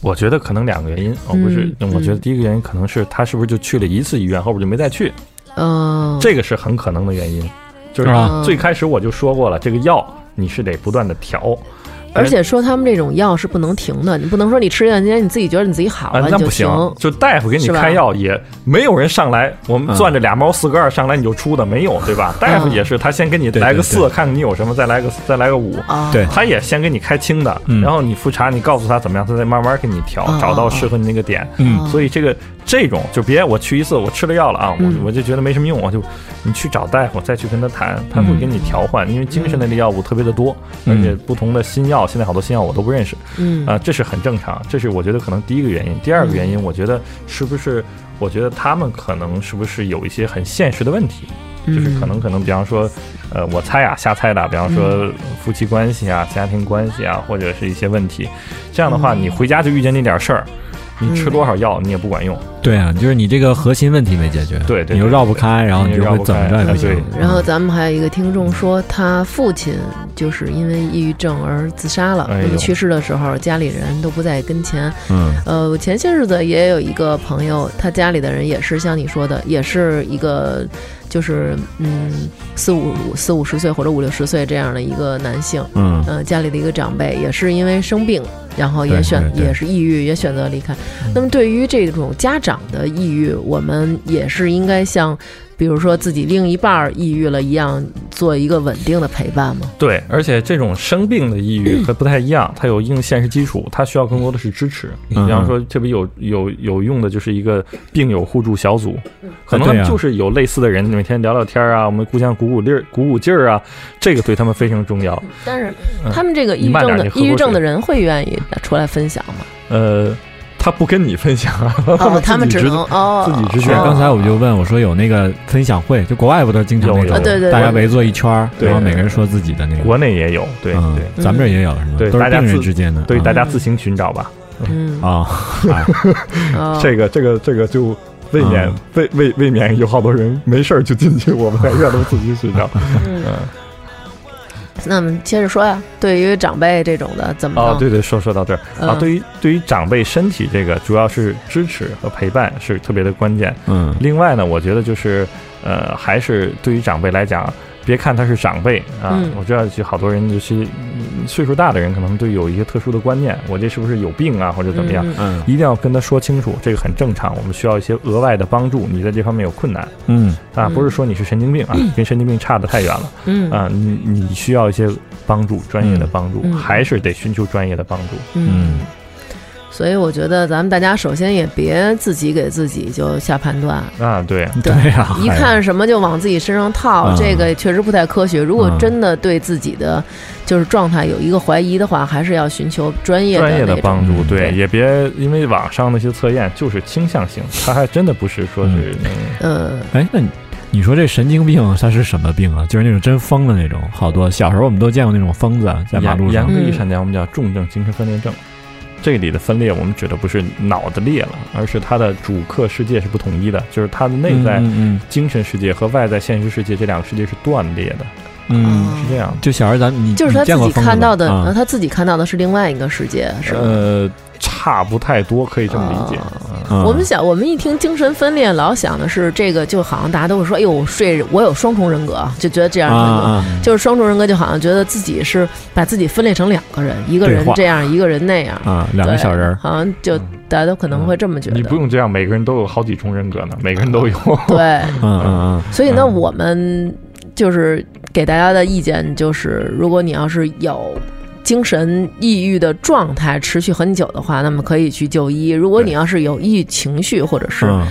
S4: 我觉得可能两个原因，哦，不是，
S5: 嗯
S4: 我觉得第一个原因可能是他是不是就去了一次医院，后边就没再去，
S5: 嗯，
S4: 这个是很可能的原因。就是
S3: 啊
S5: 嗯
S4: 最开始我就说过了，这个药你是得不断的调，
S5: 而且说他们这种药是不能停的，你不能说你吃这段时间你自己觉得你自己好
S4: 啊，
S5: 了
S4: 那
S5: 你就
S4: 不
S5: 停
S4: 行，就大夫给你
S5: 是吧
S4: 开药也没有人上来，我
S3: 嗯
S4: 们攥着俩猫四个二上来你就出的没有，
S5: (laughs)
S4: 对吧？大夫也是，他先给你
S3: 对
S4: 来个
S3: 对
S4: 四，
S3: 对
S4: 看看你有什么，再来个再来个五。
S5: 啊，
S3: 对
S4: 他也先给你开轻的，
S3: 嗯
S4: 然后你复查，你告诉他怎么样，他再慢慢给你调，
S5: 嗯
S4: 找到适合你那个点。
S5: 哦
S3: 嗯
S4: 所以这个这种就别我去一次，我吃了药了啊，我、
S5: 嗯
S4: 我就觉得没什么用，我就你去找大夫再去跟他谈，他会给你调换，因为精
S5: 嗯
S4: 神类的药物特别的多，
S3: 嗯
S4: 而且不同的新药，现在好多新药我都不认识，
S5: 嗯
S4: 啊、这是很正常，这是我觉得可能第一个原因。第二个原因，我觉得是不是？我觉得他们可能是不是有一些很现实的问题，就是可能可能，比方说，呃，我猜啊，瞎猜的啊，比方说夫妻关系啊、家庭关系啊，或者是一些问题。这样的话，你回家就遇见那点事儿，你吃多少药你也不管用。
S3: 对啊，就是你这个核心问题没解决，
S4: 对对
S3: 你又绕不开，然后
S4: 你
S3: 你
S4: 又
S3: 就
S4: 绕
S3: 会
S4: 不
S3: 怎么
S4: 开
S3: 着也
S4: 哎
S3: 不行
S4: 对。
S5: 然后咱们还有一个听众说，他父亲就是因为抑郁症而自杀了。
S4: 哎呦
S5: 那么去世的时候，家里人都不在跟前。
S3: 嗯
S5: 呃，我前些日子也有一个朋友，他家里的人也是像你说的，也是一个就是嗯四五四五十岁或者五六十岁这样的一个男性。
S3: 嗯
S5: 呃，家里的一个长辈也是因为生病，然后也
S3: 对
S5: 选
S3: 对对
S5: 也是抑郁，也选择离开。
S4: 嗯
S5: 那么对于这种家长的抑郁，我们也是应该像，比如说自己另一半儿抑郁了一样，做一个稳定的陪伴嘛。
S4: 对，而且这种生病的抑郁和不太一样，它有硬现实基础，它需要更多的是支持。比
S3: 嗯
S4: 方说，特别有有有用的就是一个病友互助小组，可
S3: 啊对
S4: 能
S3: 啊
S4: 就是有类似的人，每天聊聊天啊，我们互相鼓鼓力儿、鼓鼓劲儿啊，这个对他们非常重要。
S5: 但是他们这个抑
S4: 你
S5: 郁
S4: 慢
S5: 症
S4: 嗯点
S5: 的
S4: 你喝口
S5: 抑郁症的
S4: 水
S5: 人会愿意出来分享吗？
S4: 呃，他不跟你分享啊，
S5: 哦，他
S4: 他
S5: 们
S4: 自
S5: 只
S4: 己知
S5: 能哦，
S4: 自己知
S3: 是，
S4: 觉
S5: 哦
S3: 刚才我就问我说有那个分享会，就国外不都经常那
S4: 有有
S3: 种
S4: 啊
S5: 对对
S3: 大家
S5: 对
S3: 围坐一圈儿，
S4: 对
S3: 然后每个人说自己的那个，
S4: 国内也有，对
S3: 嗯
S4: 对，
S3: 咱们这儿也有是吗？
S4: 对
S3: 都
S4: 大
S3: 是
S4: 家
S3: 病人
S4: 自
S3: 之间的，
S4: 所以
S3: 嗯
S4: 大家自行寻找吧。
S5: 嗯
S3: 啊，
S5: 哦
S4: 这个这个这个就未免
S3: 嗯
S4: 未未未免有好多人没事儿就进去我们在院头自己寻找。
S5: 嗯
S4: 嗯
S5: 那么接着说呀，对于长辈这种的怎么
S4: 哦，
S5: 弄
S4: 对对，说说到这儿啊，
S5: 啊嗯
S4: 对于对于长辈身体这个，主要是支持和陪伴是特别的关键。
S3: 嗯
S4: 另外呢，我觉得就是，呃，还是对于长辈来讲，别看他是长辈啊，
S5: 嗯
S4: 我知道有好多人尤其、嗯岁数大的人，可能对有一些特殊的观念，我这是不是有病啊，或者怎么样，
S5: 嗯
S3: 嗯
S4: 一定要跟他说清楚，这个很正常，我们需要一些额外的帮助，你在这方面有困难
S3: 嗯
S4: 啊，
S5: 嗯
S4: 不是说你是神经病啊，跟神经病差得太远了
S5: 嗯
S4: 啊，你你需要一些帮助，专业的帮助，
S5: 嗯
S4: 还是得寻求专业的帮助。
S5: 嗯
S3: 嗯。
S5: 所以我觉得咱们大家首先也别自己给自己就下判断，
S4: 啊，对，
S3: 对呀，
S5: 一
S3: 嗨
S5: 看什么就往自己身上套，
S3: 嗯
S4: 啊
S5: 这个确实不太科学。如果真的对自己的就是状态有一个怀疑的话，还是要寻求专业
S4: 专
S5: 的
S4: 业的
S5: 那种。
S4: 帮助，
S3: 嗯
S4: 对，
S3: 对
S4: 也别因为网上那些测验就是倾向性，它还真的不是说是嗯
S5: 呃，
S3: 哎，那你你说这神经病它是什么病啊？就是那种真疯的那种，好多小时候我们都见过那种疯子啊在马路
S4: 严
S3: 上
S4: 严，格
S5: 嗯
S4: 意义上讲，我们叫重症精神分裂症。这里的分裂，我们指的不是脑子裂了，而是它的主客世界是不统一的，就是它的内在
S3: 嗯
S4: 精神世界和外在现实世界这两个世界是断裂的，
S3: 嗯嗯，
S4: 是这样的。
S3: 就小时候咱们你
S5: 就是他
S3: 你见
S5: 自
S3: 过
S5: 己
S3: 疯子
S5: 看
S3: 吗
S5: 到的，呃
S3: 啊
S5: 他自己看到的是另外一个世界，是吧？
S4: 呃，差不太多，可以这么理解。
S5: 哦
S3: 嗯
S5: 我们想，我们一听精神分裂，老想的是这个，就好像大家都会说，哎呦，我睡，我有双重人格，就觉得这样
S3: 啊
S5: 很有
S3: 啊，
S5: 就是双重人格，就好像觉得自己是把自己分裂成两个人，一个人
S3: 对话
S5: 这样，一个人那样，
S3: 嗯啊，两个
S5: 对
S3: 小人儿，
S5: 好像就大家都可能会这么觉得。
S4: 嗯你不用这样，每个人都有好几重人格呢，每个人都有。
S5: 对，
S3: 嗯嗯
S5: (laughs) 所以呢，
S4: 嗯
S5: 我们就是给大家的意见就是，如果你要是有。精神抑郁的状态持续很久的话，那么可以去就医。如果你要是有抑郁情绪，或者是
S3: 嗯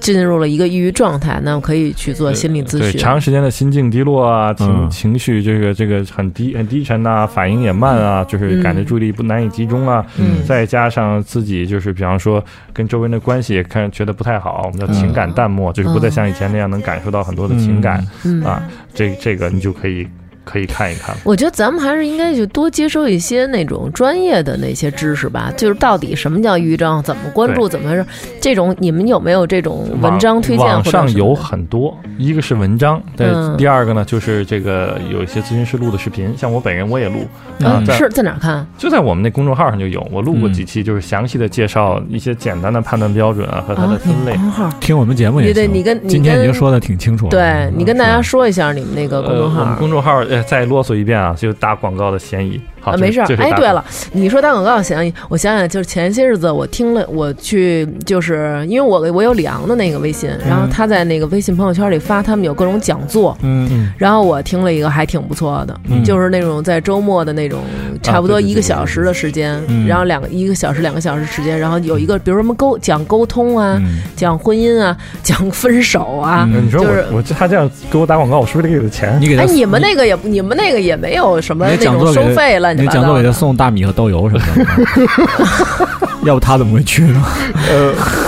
S5: 进入了一个抑郁状态，那么可以去做心理咨
S4: 呃对，
S5: 询。
S4: 长时间的心境低落啊，情、
S3: 嗯
S4: 情绪这个这个很低很低沉呐、反应也慢啊，就是感觉
S5: 嗯
S4: 注意力不难以集中啊。
S5: 嗯
S4: 再加上自己就是，比方说跟周围人的关系也看觉得不太好，我们叫
S3: 嗯
S4: 情感淡漠，就是不
S5: 嗯
S4: 再像以前那样能感受到很多的情感、啊
S5: 嗯
S4: 啊。这这个你就可以可以看一看。
S5: 我觉得咱们还是应该就多接收一些那种专业的那些知识吧，就是到底什么叫抑郁症，怎么关注，怎么回事？这种你们有没有这种文章推荐
S4: 网
S5: 或者
S4: 上
S5: 什么
S4: 有
S5: 的
S4: 很多，一个是文章，对，
S5: 嗯
S4: 第二个呢就是这个有一些咨询师录的视频，像我本人我也录，
S5: 嗯
S4: 啊在
S5: 是在哪儿看？
S4: 就在我们那公众号上就有，我录过
S3: 嗯
S4: 几期，就是详细的介绍一些简单的判断标准啊和它的
S5: 啊，你
S4: 分类
S5: 们。公众号。
S3: 听我们节目也
S5: 对对，
S3: 行。
S5: 你跟你
S3: 今天已经
S5: 跟
S3: 说的挺清楚了。嗯
S5: 对你跟大
S4: 嗯
S5: 家说一下你们那个公
S4: 呃，
S5: 众
S4: 我们
S5: 号。
S4: 公众号呃再啰嗦一遍啊，就打广告的嫌疑。好，
S5: 啊，
S4: 这
S5: 没事儿
S4: 这。是
S5: 哎，
S4: 打
S5: 对
S4: 广
S5: 了，你说打广告想，我想想，就是前些日子我听了，我去就是因为我我有李昂的那个微信，然后他在那个微信朋友圈里发他们有各种讲座，
S3: 嗯嗯，
S5: 然后我听了一个还挺不错的，
S3: 嗯啊
S5: 就是那种在周末的那种差不多一个小时的时间，
S3: 嗯
S5: 然后两个一个小时两个小时时间，然后有一个比如什么沟讲沟通啊，
S3: 嗯
S5: 讲婚姻啊，讲分手啊。
S4: 嗯你说
S5: 就是
S4: 我我他这样给我打广告，我是不是得给他钱？
S3: 你给他
S5: 哎，你们那个也你们那个也没有什么
S3: 你
S5: 那
S3: 那讲座
S5: 种
S3: 给
S5: 收
S3: 他
S5: 费乱七
S3: 你
S5: 八
S3: 讲座
S5: 糟
S3: 给他
S5: 的，
S3: 送大米和豆油什么的，
S5: (laughs)
S3: 要不他怎么会去呢？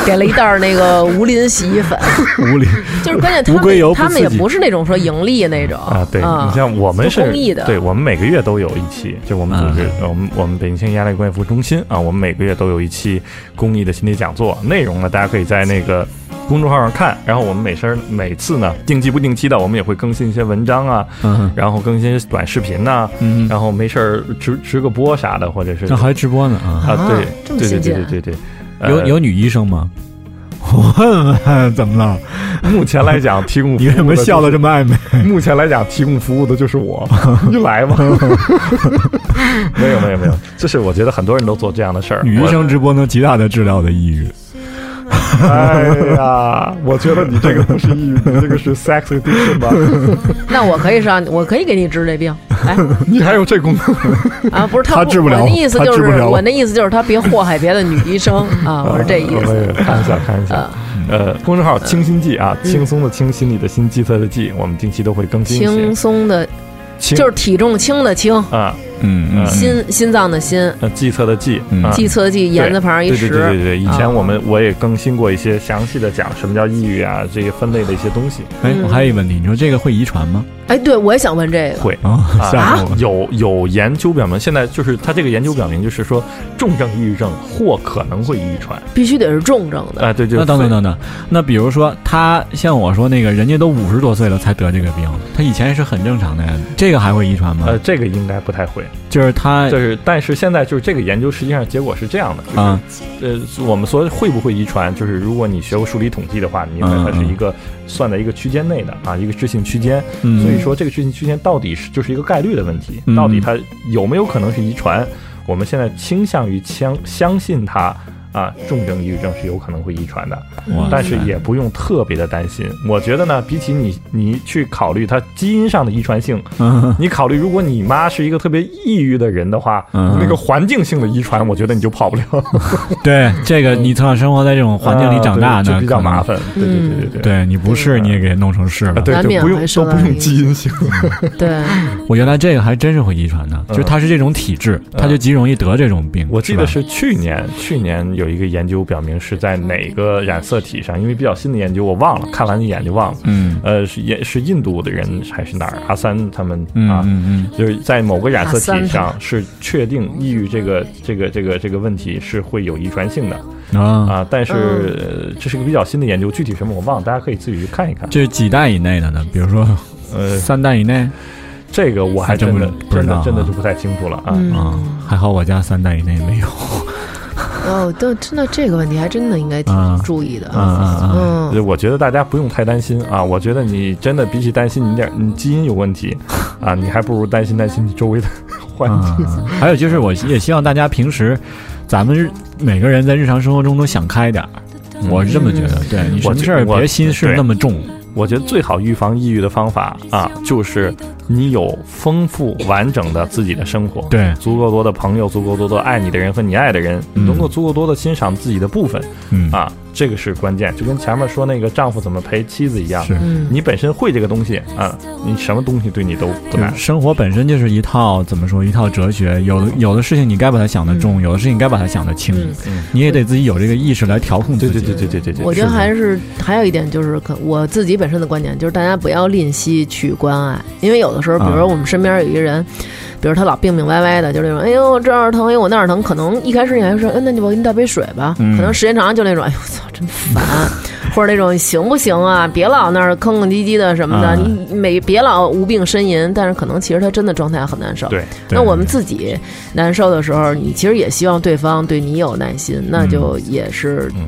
S5: 给了一袋儿那个无磷洗衣粉，
S3: 无理。
S5: 就是关键他
S3: 乌龟油
S5: 们
S3: 不
S5: 他们也
S3: 刺激
S5: 不是那种说盈利那种
S4: 啊，对你像我们
S5: 做
S4: 是
S5: 公益的嗯
S4: 对我们每个月都有一期，就我们组织，呃我们我们北京青年压力管理服务中心啊，我们每个月都有一期公益的心理讲座，内容呢大家可以在那个公众号上看，然后我们每身每次呢定期不定期的，我们也会更新一些文章啊，
S3: 嗯
S4: 然后更新一些短视频呐、
S3: 嗯，
S4: 然后没事儿直直个播啥的，或者是
S3: 这还直播呢啊？
S4: 啊，对
S5: 啊这么
S4: 对对
S5: 先进
S4: 对
S5: 啊
S4: 对对对，呃
S3: 有有女医生吗？ (laughs) 我问问怎么了？
S4: 目前来讲
S5: (laughs)
S4: 提供
S3: 你为什么笑
S4: 的
S3: 得这么暧昧？
S4: 目前来讲，提供服务的就是我， (laughs) 你
S5: (laughs)
S4: 来吧。没有没有没有，就是我觉得很多人都做这样的事儿。
S3: (laughs) 女医生直播能极大的治疗我的抑郁。
S4: 我，哎呀，我觉得你这个不是抑郁，你这个是 sex addiction 吧？
S5: 那我可以上，我可以给你治这
S4: (laughs)
S5: 病，来
S4: 你还有这功能？
S5: 啊，不是
S3: 他
S5: 不
S3: 治不了
S5: 我那意思就
S3: 他治不
S5: 是
S3: 了
S5: 我那意思就是他别祸害别的女医
S4: (laughs)
S5: 生啊，我是 (laughs) 这意
S4: 没有
S5: 思。啊
S4: 开玩笑，开玩笑。呃，公众号“清新剂”啊，
S5: 嗯
S4: 轻松的轻，心里的心，计策的计，我们定期都会更新
S5: 轻
S4: 一
S5: 松的，
S4: 些。
S5: 就是体重轻的轻，
S4: 啊，
S3: 嗯
S4: 嗯
S5: 心心脏的心，
S4: 呃，计策的计
S3: 嗯，
S4: 啊
S5: 计策计
S4: 对
S5: 言字旁一
S4: 对对对对
S5: 石，
S4: 对，以
S5: 啊
S4: 前我们我也更新过一些详细的讲什么叫抑郁啊，这些分类的一些
S3: (laughs)
S4: 东西。
S3: 哎，
S5: 嗯
S3: 我还有一个问题，你说这个会遗传吗？
S5: 哎，对我也想问这个，
S4: 会
S3: 啊，吓死我了！
S4: 有有研究表明，现在就是他这个研究表明，就是说重症抑郁症或可能会遗传。
S5: 必须得是重症的，
S4: 啊，对，就
S3: 那
S4: 是
S3: 等等等等，那比如说他像我说那个，人家都五十多岁了才得这个病，他以前是很正常的呀，这个还会遗传吗？
S4: 呃，这个应该不太会，
S3: 就是他
S4: 就是但是现在就是这个研究实际上结果是这样的，
S3: 啊，
S4: 就是呃，我们说会不会遗传，就是如果你学过数理统计的话，你明白它
S3: 嗯
S4: 是一个算在一个区间内的啊，一个置信区间，所以
S3: 嗯
S4: 说这个置信区间到底是就是一个概率的问题
S3: 嗯，
S4: 到底它有没有可能是遗传？我们现在倾向于相相信它啊，重症抑郁症是有可能会遗传的。
S3: 哇
S4: 但是也不用特别的担心。我觉得呢，比起你你去考虑它基因上的遗传性，
S3: 嗯 (laughs)
S4: 你考虑如果你妈是一个特别抑郁的人的话，
S3: 嗯
S4: 那个环境性的遗传，我觉得你就跑不了，
S3: 对这个你从小生活在这种环境里长大
S4: 啊对
S3: 呢，
S4: 就比较
S3: 可能
S4: 麻。烦。对对对对对。
S3: 对你不是你也给弄成是
S4: 啊
S3: 了。
S4: 对，
S5: 难
S4: 就
S5: 免
S4: 不
S5: 会
S4: 用
S5: 受
S4: 都
S5: 到
S4: 不
S5: 影
S4: 用
S5: 响
S4: 基因性，
S5: 对， (laughs)
S3: 我原来这个还真是会遗传的，就是他是这种体质，他就极容易得这种病。
S4: 嗯我记
S3: 吧
S4: 得是去年，去年有一个研究表明是在哪个染色体上，因为比较新的研究我忘了，看完一眼就忘了。
S3: 嗯
S4: 呃，是也是印度的人还是哪儿？阿三他们
S3: 嗯
S4: 啊，
S3: 嗯
S4: 就是在某个染色体
S5: 啊
S4: 上是确定抑郁这个这个这个这个问题是会有遗传性的
S3: 嗯啊，
S4: 啊，但是、呃这是个比较新的研究，具体什么我忘了，大家可以自己去看一看。
S3: 这是几代以内的呢？比如说
S4: 呃，
S3: 三代以内
S4: 这个我还真
S3: 还
S4: 的
S3: 真不知
S4: 真
S3: 道啊
S4: 的真的就不太清楚了啊。
S5: 嗯
S3: 啊，还好我家三代以内没有。
S5: 哦，但真的这个问题还真的应该
S3: 啊
S5: 挺注意的，
S3: 啊啊啊！
S5: 嗯
S4: 就，我觉得大家不用太担心啊，我觉得你真的比起担心你点你基因有问
S3: (laughs)
S4: 题啊，你还不如担心担心你周围的环境。
S3: 嗯，还有就是，我也希望大家平时，咱们日每个人在日常生活中都想开点儿。我是这么觉得，对你什么
S4: 我
S3: 事儿
S4: 我
S3: 别心事
S4: 对
S3: 那么重。
S4: 我觉得最好预防抑郁的方法啊，就是你有丰富完整的自己的生活，
S3: 对
S4: 足够多的朋友，足够多的爱你的人和你爱的人，
S3: 嗯
S4: 能够足够多的欣赏自己的部分
S3: 嗯
S4: 啊，这个是关键，就跟前面说那个丈夫怎么陪妻子一样，
S3: 是
S5: 嗯
S4: 你本身会这个东西啊，你什么东西对你都不
S3: 就是
S4: 难。
S3: 生活本身就是一套怎么说一套哲学，有的有的事情你该把它想得重，有的事情该把它想得轻，
S4: 嗯
S3: 你也得自己有这个意识来调控自
S4: 对
S3: 己。
S4: 对对对对对对，
S5: 我觉得
S4: 是的
S5: 还是还有一点就是，可我自己本身的观点就是，大家不要吝惜去关爱，因为有的时候，比如
S3: 啊
S5: 说我们身边有一个人，比如他老病病歪歪的，就是那种，哎呦这儿疼，哎呦我那儿疼，可能一开始你还说，哎，那你我给你倒杯水吧，
S3: 嗯
S5: 可能时间长了就那种，哎呦我操，真烦。啊或者那种行不行啊？别老那儿吭吭唧唧的什么
S3: 啊
S5: 的，你每别老无病呻吟，但是可能其实他真的状态很难受。
S4: 对，
S3: 对
S5: 那我们自己难受的时候，你其实也希望对方对你有耐心，那就也是
S4: 嗯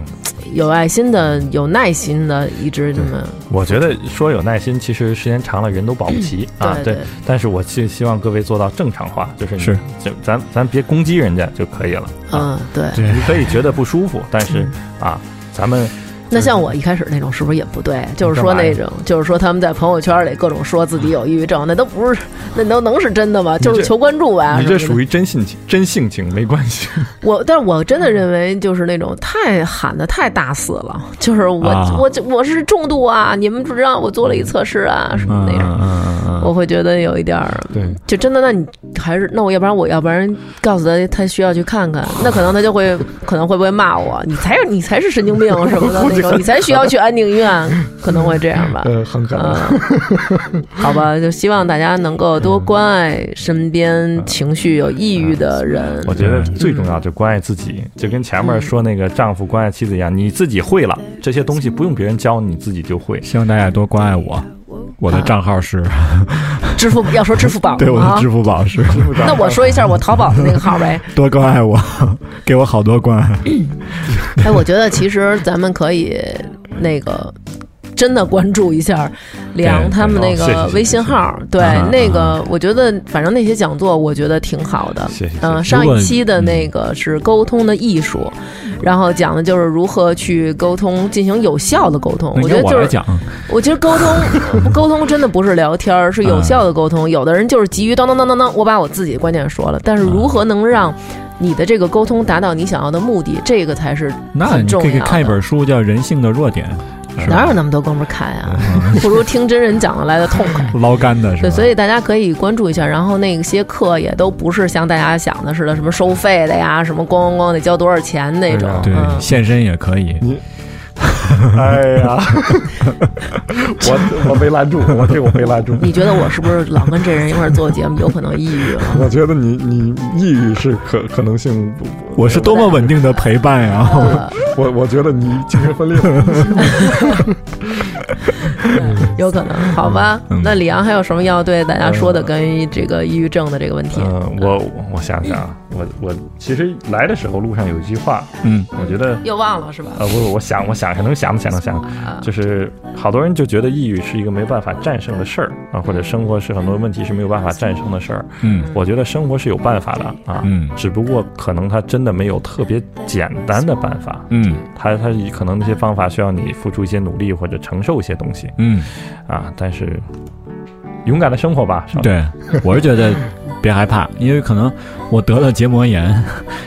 S5: 有爱心的、有耐心的，一直这么
S4: 我觉得说有耐心，其实时间长了人都保
S5: (clears throat)
S4: 不齐啊。
S5: 对对
S4: 但是我希希望各位做到正常化，就是你
S3: 是
S4: 就咱咱别攻击人家就可以了。
S5: 嗯，
S4: 啊，
S5: 对。
S3: 对
S4: 你可以觉得不舒服，但是啊，咱们
S5: 那像我一开始那种是不是也不对？就是说那种，就是说他们在朋友圈里各种说自己有抑郁症，那都不是，那都能是真的吗？
S4: 这
S5: 就是求关注吧。
S4: 你这
S5: 什么的
S4: 属于真性情，真性情没关系。
S5: 我，但是我真的认为就是那种太喊的太大肆了，就是我、
S3: 啊
S5: 我我是重度啊，你们不知道我做了一测试啊什么
S3: 嗯
S5: 那
S3: 嗯
S5: 种，
S3: 嗯嗯
S5: 我
S3: 嗯，
S5: 会觉得有一点儿。
S4: 对，
S5: 就真的，那你还是那我，要不然我要不然告诉他，他需要去看看，那可能他就会 (laughs) 可能会不会骂我，你才是你才是神经病什么的那
S4: (laughs)
S5: 种，你才需要去安定医院，可能会这样吧。
S4: 呃，很可
S5: 嗯，好吧，就希望大家能够多关爱身边情绪有抑郁的人
S4: 嗯我。觉得最重要就关爱自己，就跟前面说那个丈夫关爱妻子一样，你自己会了这些东西，不用别人教，你自己就会。
S3: 希望大家多关爱我。我的账号是，
S5: 支付要说支付
S3: (laughs)
S4: (laughs)
S5: 宝
S3: 对我的
S5: 啊
S3: 支，付宝是
S5: 那我说一下我淘宝的那个号呗。
S3: 多关爱我，给我好多关爱。
S5: 哎，我觉得其实咱们可以那个。真的关注一下梁
S3: 对
S5: 他们那
S4: 对哦谢谢
S5: 个
S4: 谢谢
S5: 微信号，对
S3: 啊
S5: 那个，我觉得反正那些讲座，我觉得挺好的。
S4: 谢谢
S5: 嗯，
S4: 谢谢
S5: 上
S3: 如果
S5: 一期的那个是沟通的艺术，然后讲的就是如何去沟通，进行有效的沟通。
S3: 那
S5: 我
S3: 应
S5: 觉
S3: 该
S5: 得
S3: 我
S5: 就
S3: 来
S5: 是
S3: 讲，
S5: 我觉得沟通，沟通真的不是聊天儿，是有效的沟通。有的人就是急于当当当当当，我把我自己的观点说了，但是如何能让你的这个沟通达到你想要的目的，这个才是
S3: 那
S5: 很
S3: 你
S5: 重
S3: 可以
S5: 要
S3: 看一
S5: 的
S3: 本书叫《人性的弱点是吧
S5: 哪有那么多哥们儿看 (laughs) 啊？不如听真人讲的来的痛快。》，
S3: 捞干的是吧？
S5: 对，所以大家可以关注一下，然后那些课也都不是像大家想的似的，什么收费的呀，什么咣咣咣得交多少钱那种。
S3: 对
S5: 嗯，
S3: 现身也可以。
S4: 哎呀，我我没拦住，我这我没拦住。
S5: 你觉得我是不是老跟这人一块儿做节目，有可能抑郁了？
S4: (laughs) 我觉得你你抑郁是可可能性不，
S3: 我是多么稳定的陪伴呀、
S5: (laughs) 呃
S4: 我我觉得你精神分裂。
S5: 有可能，好吧？
S3: 嗯
S5: 那李阳还有什么要对大家说的关于这个抑郁症的这个问题？
S4: 嗯，我我想想啊，我我其实来的时候路上有一句话，
S3: 嗯，
S4: 我觉得
S5: 又忘了是吧？
S4: 呃，不，我想我想能想能想能想，
S5: 啊
S4: 就是好多人就觉得抑郁是一个没办法战胜的事儿啊，或者生活是很多问题是没有办法战胜的事儿。
S3: 嗯
S4: 我觉得生活是有办法的啊，
S3: 嗯
S4: 只不过可能它真的没有特别简单的办法，
S3: 嗯
S4: 它它可能那些方法需要你付出一些努力或者承受一些东西
S3: 嗯，
S4: 啊，但是勇敢的生活吧，少年，
S3: 对，我是觉得别害怕，因为可能我得了结膜炎，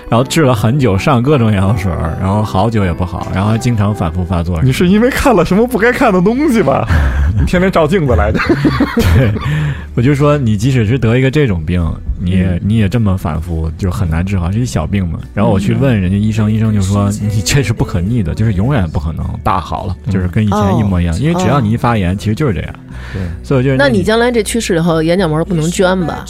S3: 然后治了很久，上各种药水儿，然后好久也不好，然后还经常反复发作。
S4: 你是因为看了什么不该看的东西吧？ (laughs) 你天天照镜子 (laughs) 来的，
S3: 对，我就说你即使是得一个这种病，你也、
S5: 嗯
S3: 你也这么反复，就很难治好，是一小病嘛。然后我去问人家医
S5: 嗯
S3: 生，医生就说你这是不可逆的，就是永远不可能大好了，
S5: 嗯
S3: 就是跟以前一模一样，因为只要你一发炎，其实就是这样。
S4: 对，
S3: 所以我觉得
S5: 哦那你将来这去世以后，眼角膜不能捐吧？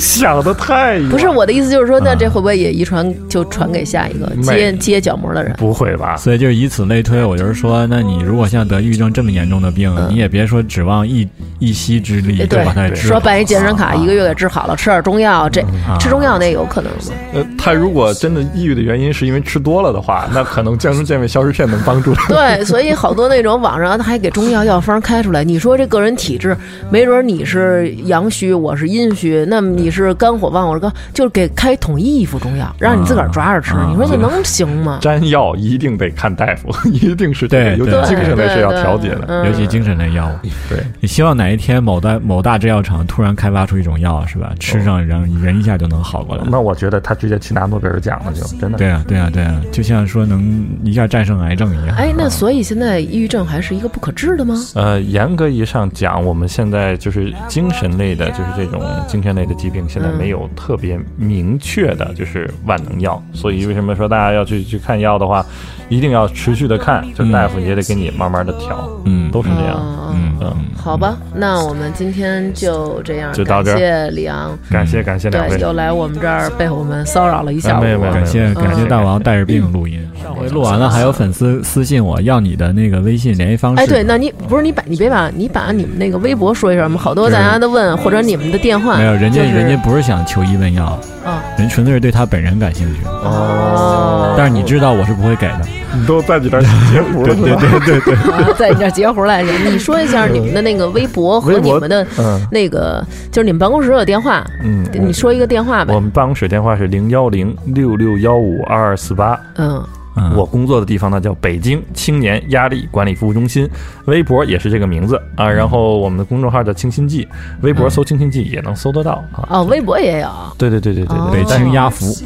S4: 想的太远
S5: 不是我的意思，就是说，那
S3: 啊
S5: 这会不会也遗传就传给下一个接
S4: 没
S5: 接角膜的人？
S4: 不会吧？
S3: 所以就是以此类推，我就是说，那你如果像得抑郁症这么严重的病，你也别说指望一一夕之力
S5: 哎
S3: 就
S5: 嗯对
S3: 把它
S4: 对
S3: 治
S5: 说
S3: 好。
S5: 办一健身卡，一个月给治好了，吃点中药，这
S3: 啊
S5: 吃中药那有可能吗？
S4: 呃，他如果真的抑郁的原因是因为吃多了的
S3: (laughs)
S4: 话，那可能降生健胃消食片能帮助。
S5: (laughs) 对，所以好多那种网上他还给中药药方开出来，你说这个人体质，没准你是阳虚，我是阴虚，那么你你是肝火旺，我是肝，就是给开一桶衣服中药，让你自个儿抓着吃。
S3: 啊
S5: 你说这能行吗？
S4: 粘药一定得看大夫， (laughs) 一定是
S3: 对
S4: 这个，尤其
S3: 对
S4: 精神类是要调节的。
S5: 嗯
S3: 尤其精神类药物。
S4: 对，
S3: 你希望哪一天某大某大制药厂突然开发出一种药，是吧？吃上人人一下就能好过来。
S4: 那我觉得他直接去拿诺贝尔奖了，就真的。
S3: 对啊，对啊，对啊，就像说能一下战胜癌症一样。
S5: 哎，那所以现在抑郁症还是一个不可治的吗？
S4: 呃，严格意义上讲，我们现在就是精神类的，就是这种精神类的疾病，现在没有特别明确
S3: 嗯
S4: 的，就是万能药。所以为什么说大家要去去看药的话，一定要持续的看，就是大夫也得给你慢慢的调，
S3: 嗯，
S4: 都是这样。
S5: 嗯，
S3: 嗯嗯，
S5: 好吧，那我们今天就这样，
S4: 就到这
S5: 感
S4: 儿
S5: 谢李昂，
S4: 感谢感谢两
S5: 对，
S4: 位，
S5: 又来我们这儿被我们骚扰了一下午
S4: 哎没。有没有
S3: 感谢感
S5: 嗯
S3: 谢大王带着病录音， (laughs) 上回录完了还有粉丝 (laughs) 私信我要你的那个微信联系方式。
S5: 哎，对，那你不是你把你别把你把你们那个微博说一声吗？好多大家都问，或者你们的电话
S3: 没有，人家
S5: 就是
S3: 人家不是想求医问药，
S5: 啊
S3: 人纯粹是对他本人感兴趣。
S5: 哦，
S3: 但是你知道我是不会给的，
S4: 你都在你这儿截胡了，对对 (laughs) 对对，
S5: 啊 (laughs) 在你这儿截胡来着。你说一下你们的那个微博和
S4: 微
S5: 你
S4: 博
S5: 们 (laughs) 的
S4: 嗯
S5: 那个，就是你们办公室有电话，
S4: 嗯，
S5: 你说一个电话呗
S4: 我。们办公室电话是零幺零六六幺五二二四八，
S5: 嗯，
S3: 嗯，
S4: 我工作的地方呢叫北京青年压力管理服务中心，微博也是这个名字啊。然后我们的公众号叫清新记，微博搜清新记也能搜得到啊。
S5: 哦，微博也有。
S4: 嗯对对对对对
S5: 哦
S4: 对
S3: 北，京压服，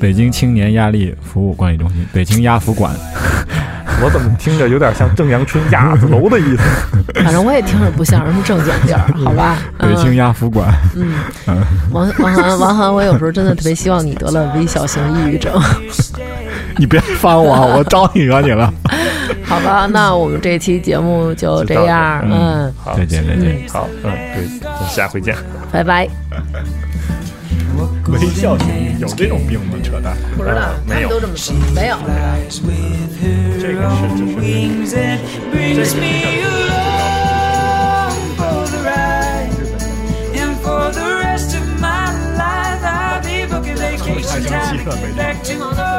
S3: 北京青年压力服务管理中心，北京压服管，
S4: 但我怎么听着有点像正阳春鸭子楼的 (laughs) 意思？
S5: 反正我也听着不像什么正经地 (laughs) 儿，好吧？
S3: 北京压服管，
S5: 嗯，嗯王王涵，王涵，我有时候真的特别希望你得了微小型抑郁症，
S3: (laughs)
S5: (laughs)
S3: 你别翻我啊，我招你惹你了。
S5: 好吧？那我们这期节目就这样，
S3: 儿
S4: 就到这
S5: 嗯，
S4: 好，
S3: 再见再见，
S4: 好，嗯，对，下回见。
S5: 拜拜。
S3: 微笑有这种病吗？扯淡。
S5: 不知
S4: 啊
S5: 道，他们都这么说，没有。
S4: 这个是就是。
S6: wings and brings me along for the ride. And for the rest of my life, I'll be booking vacation time back to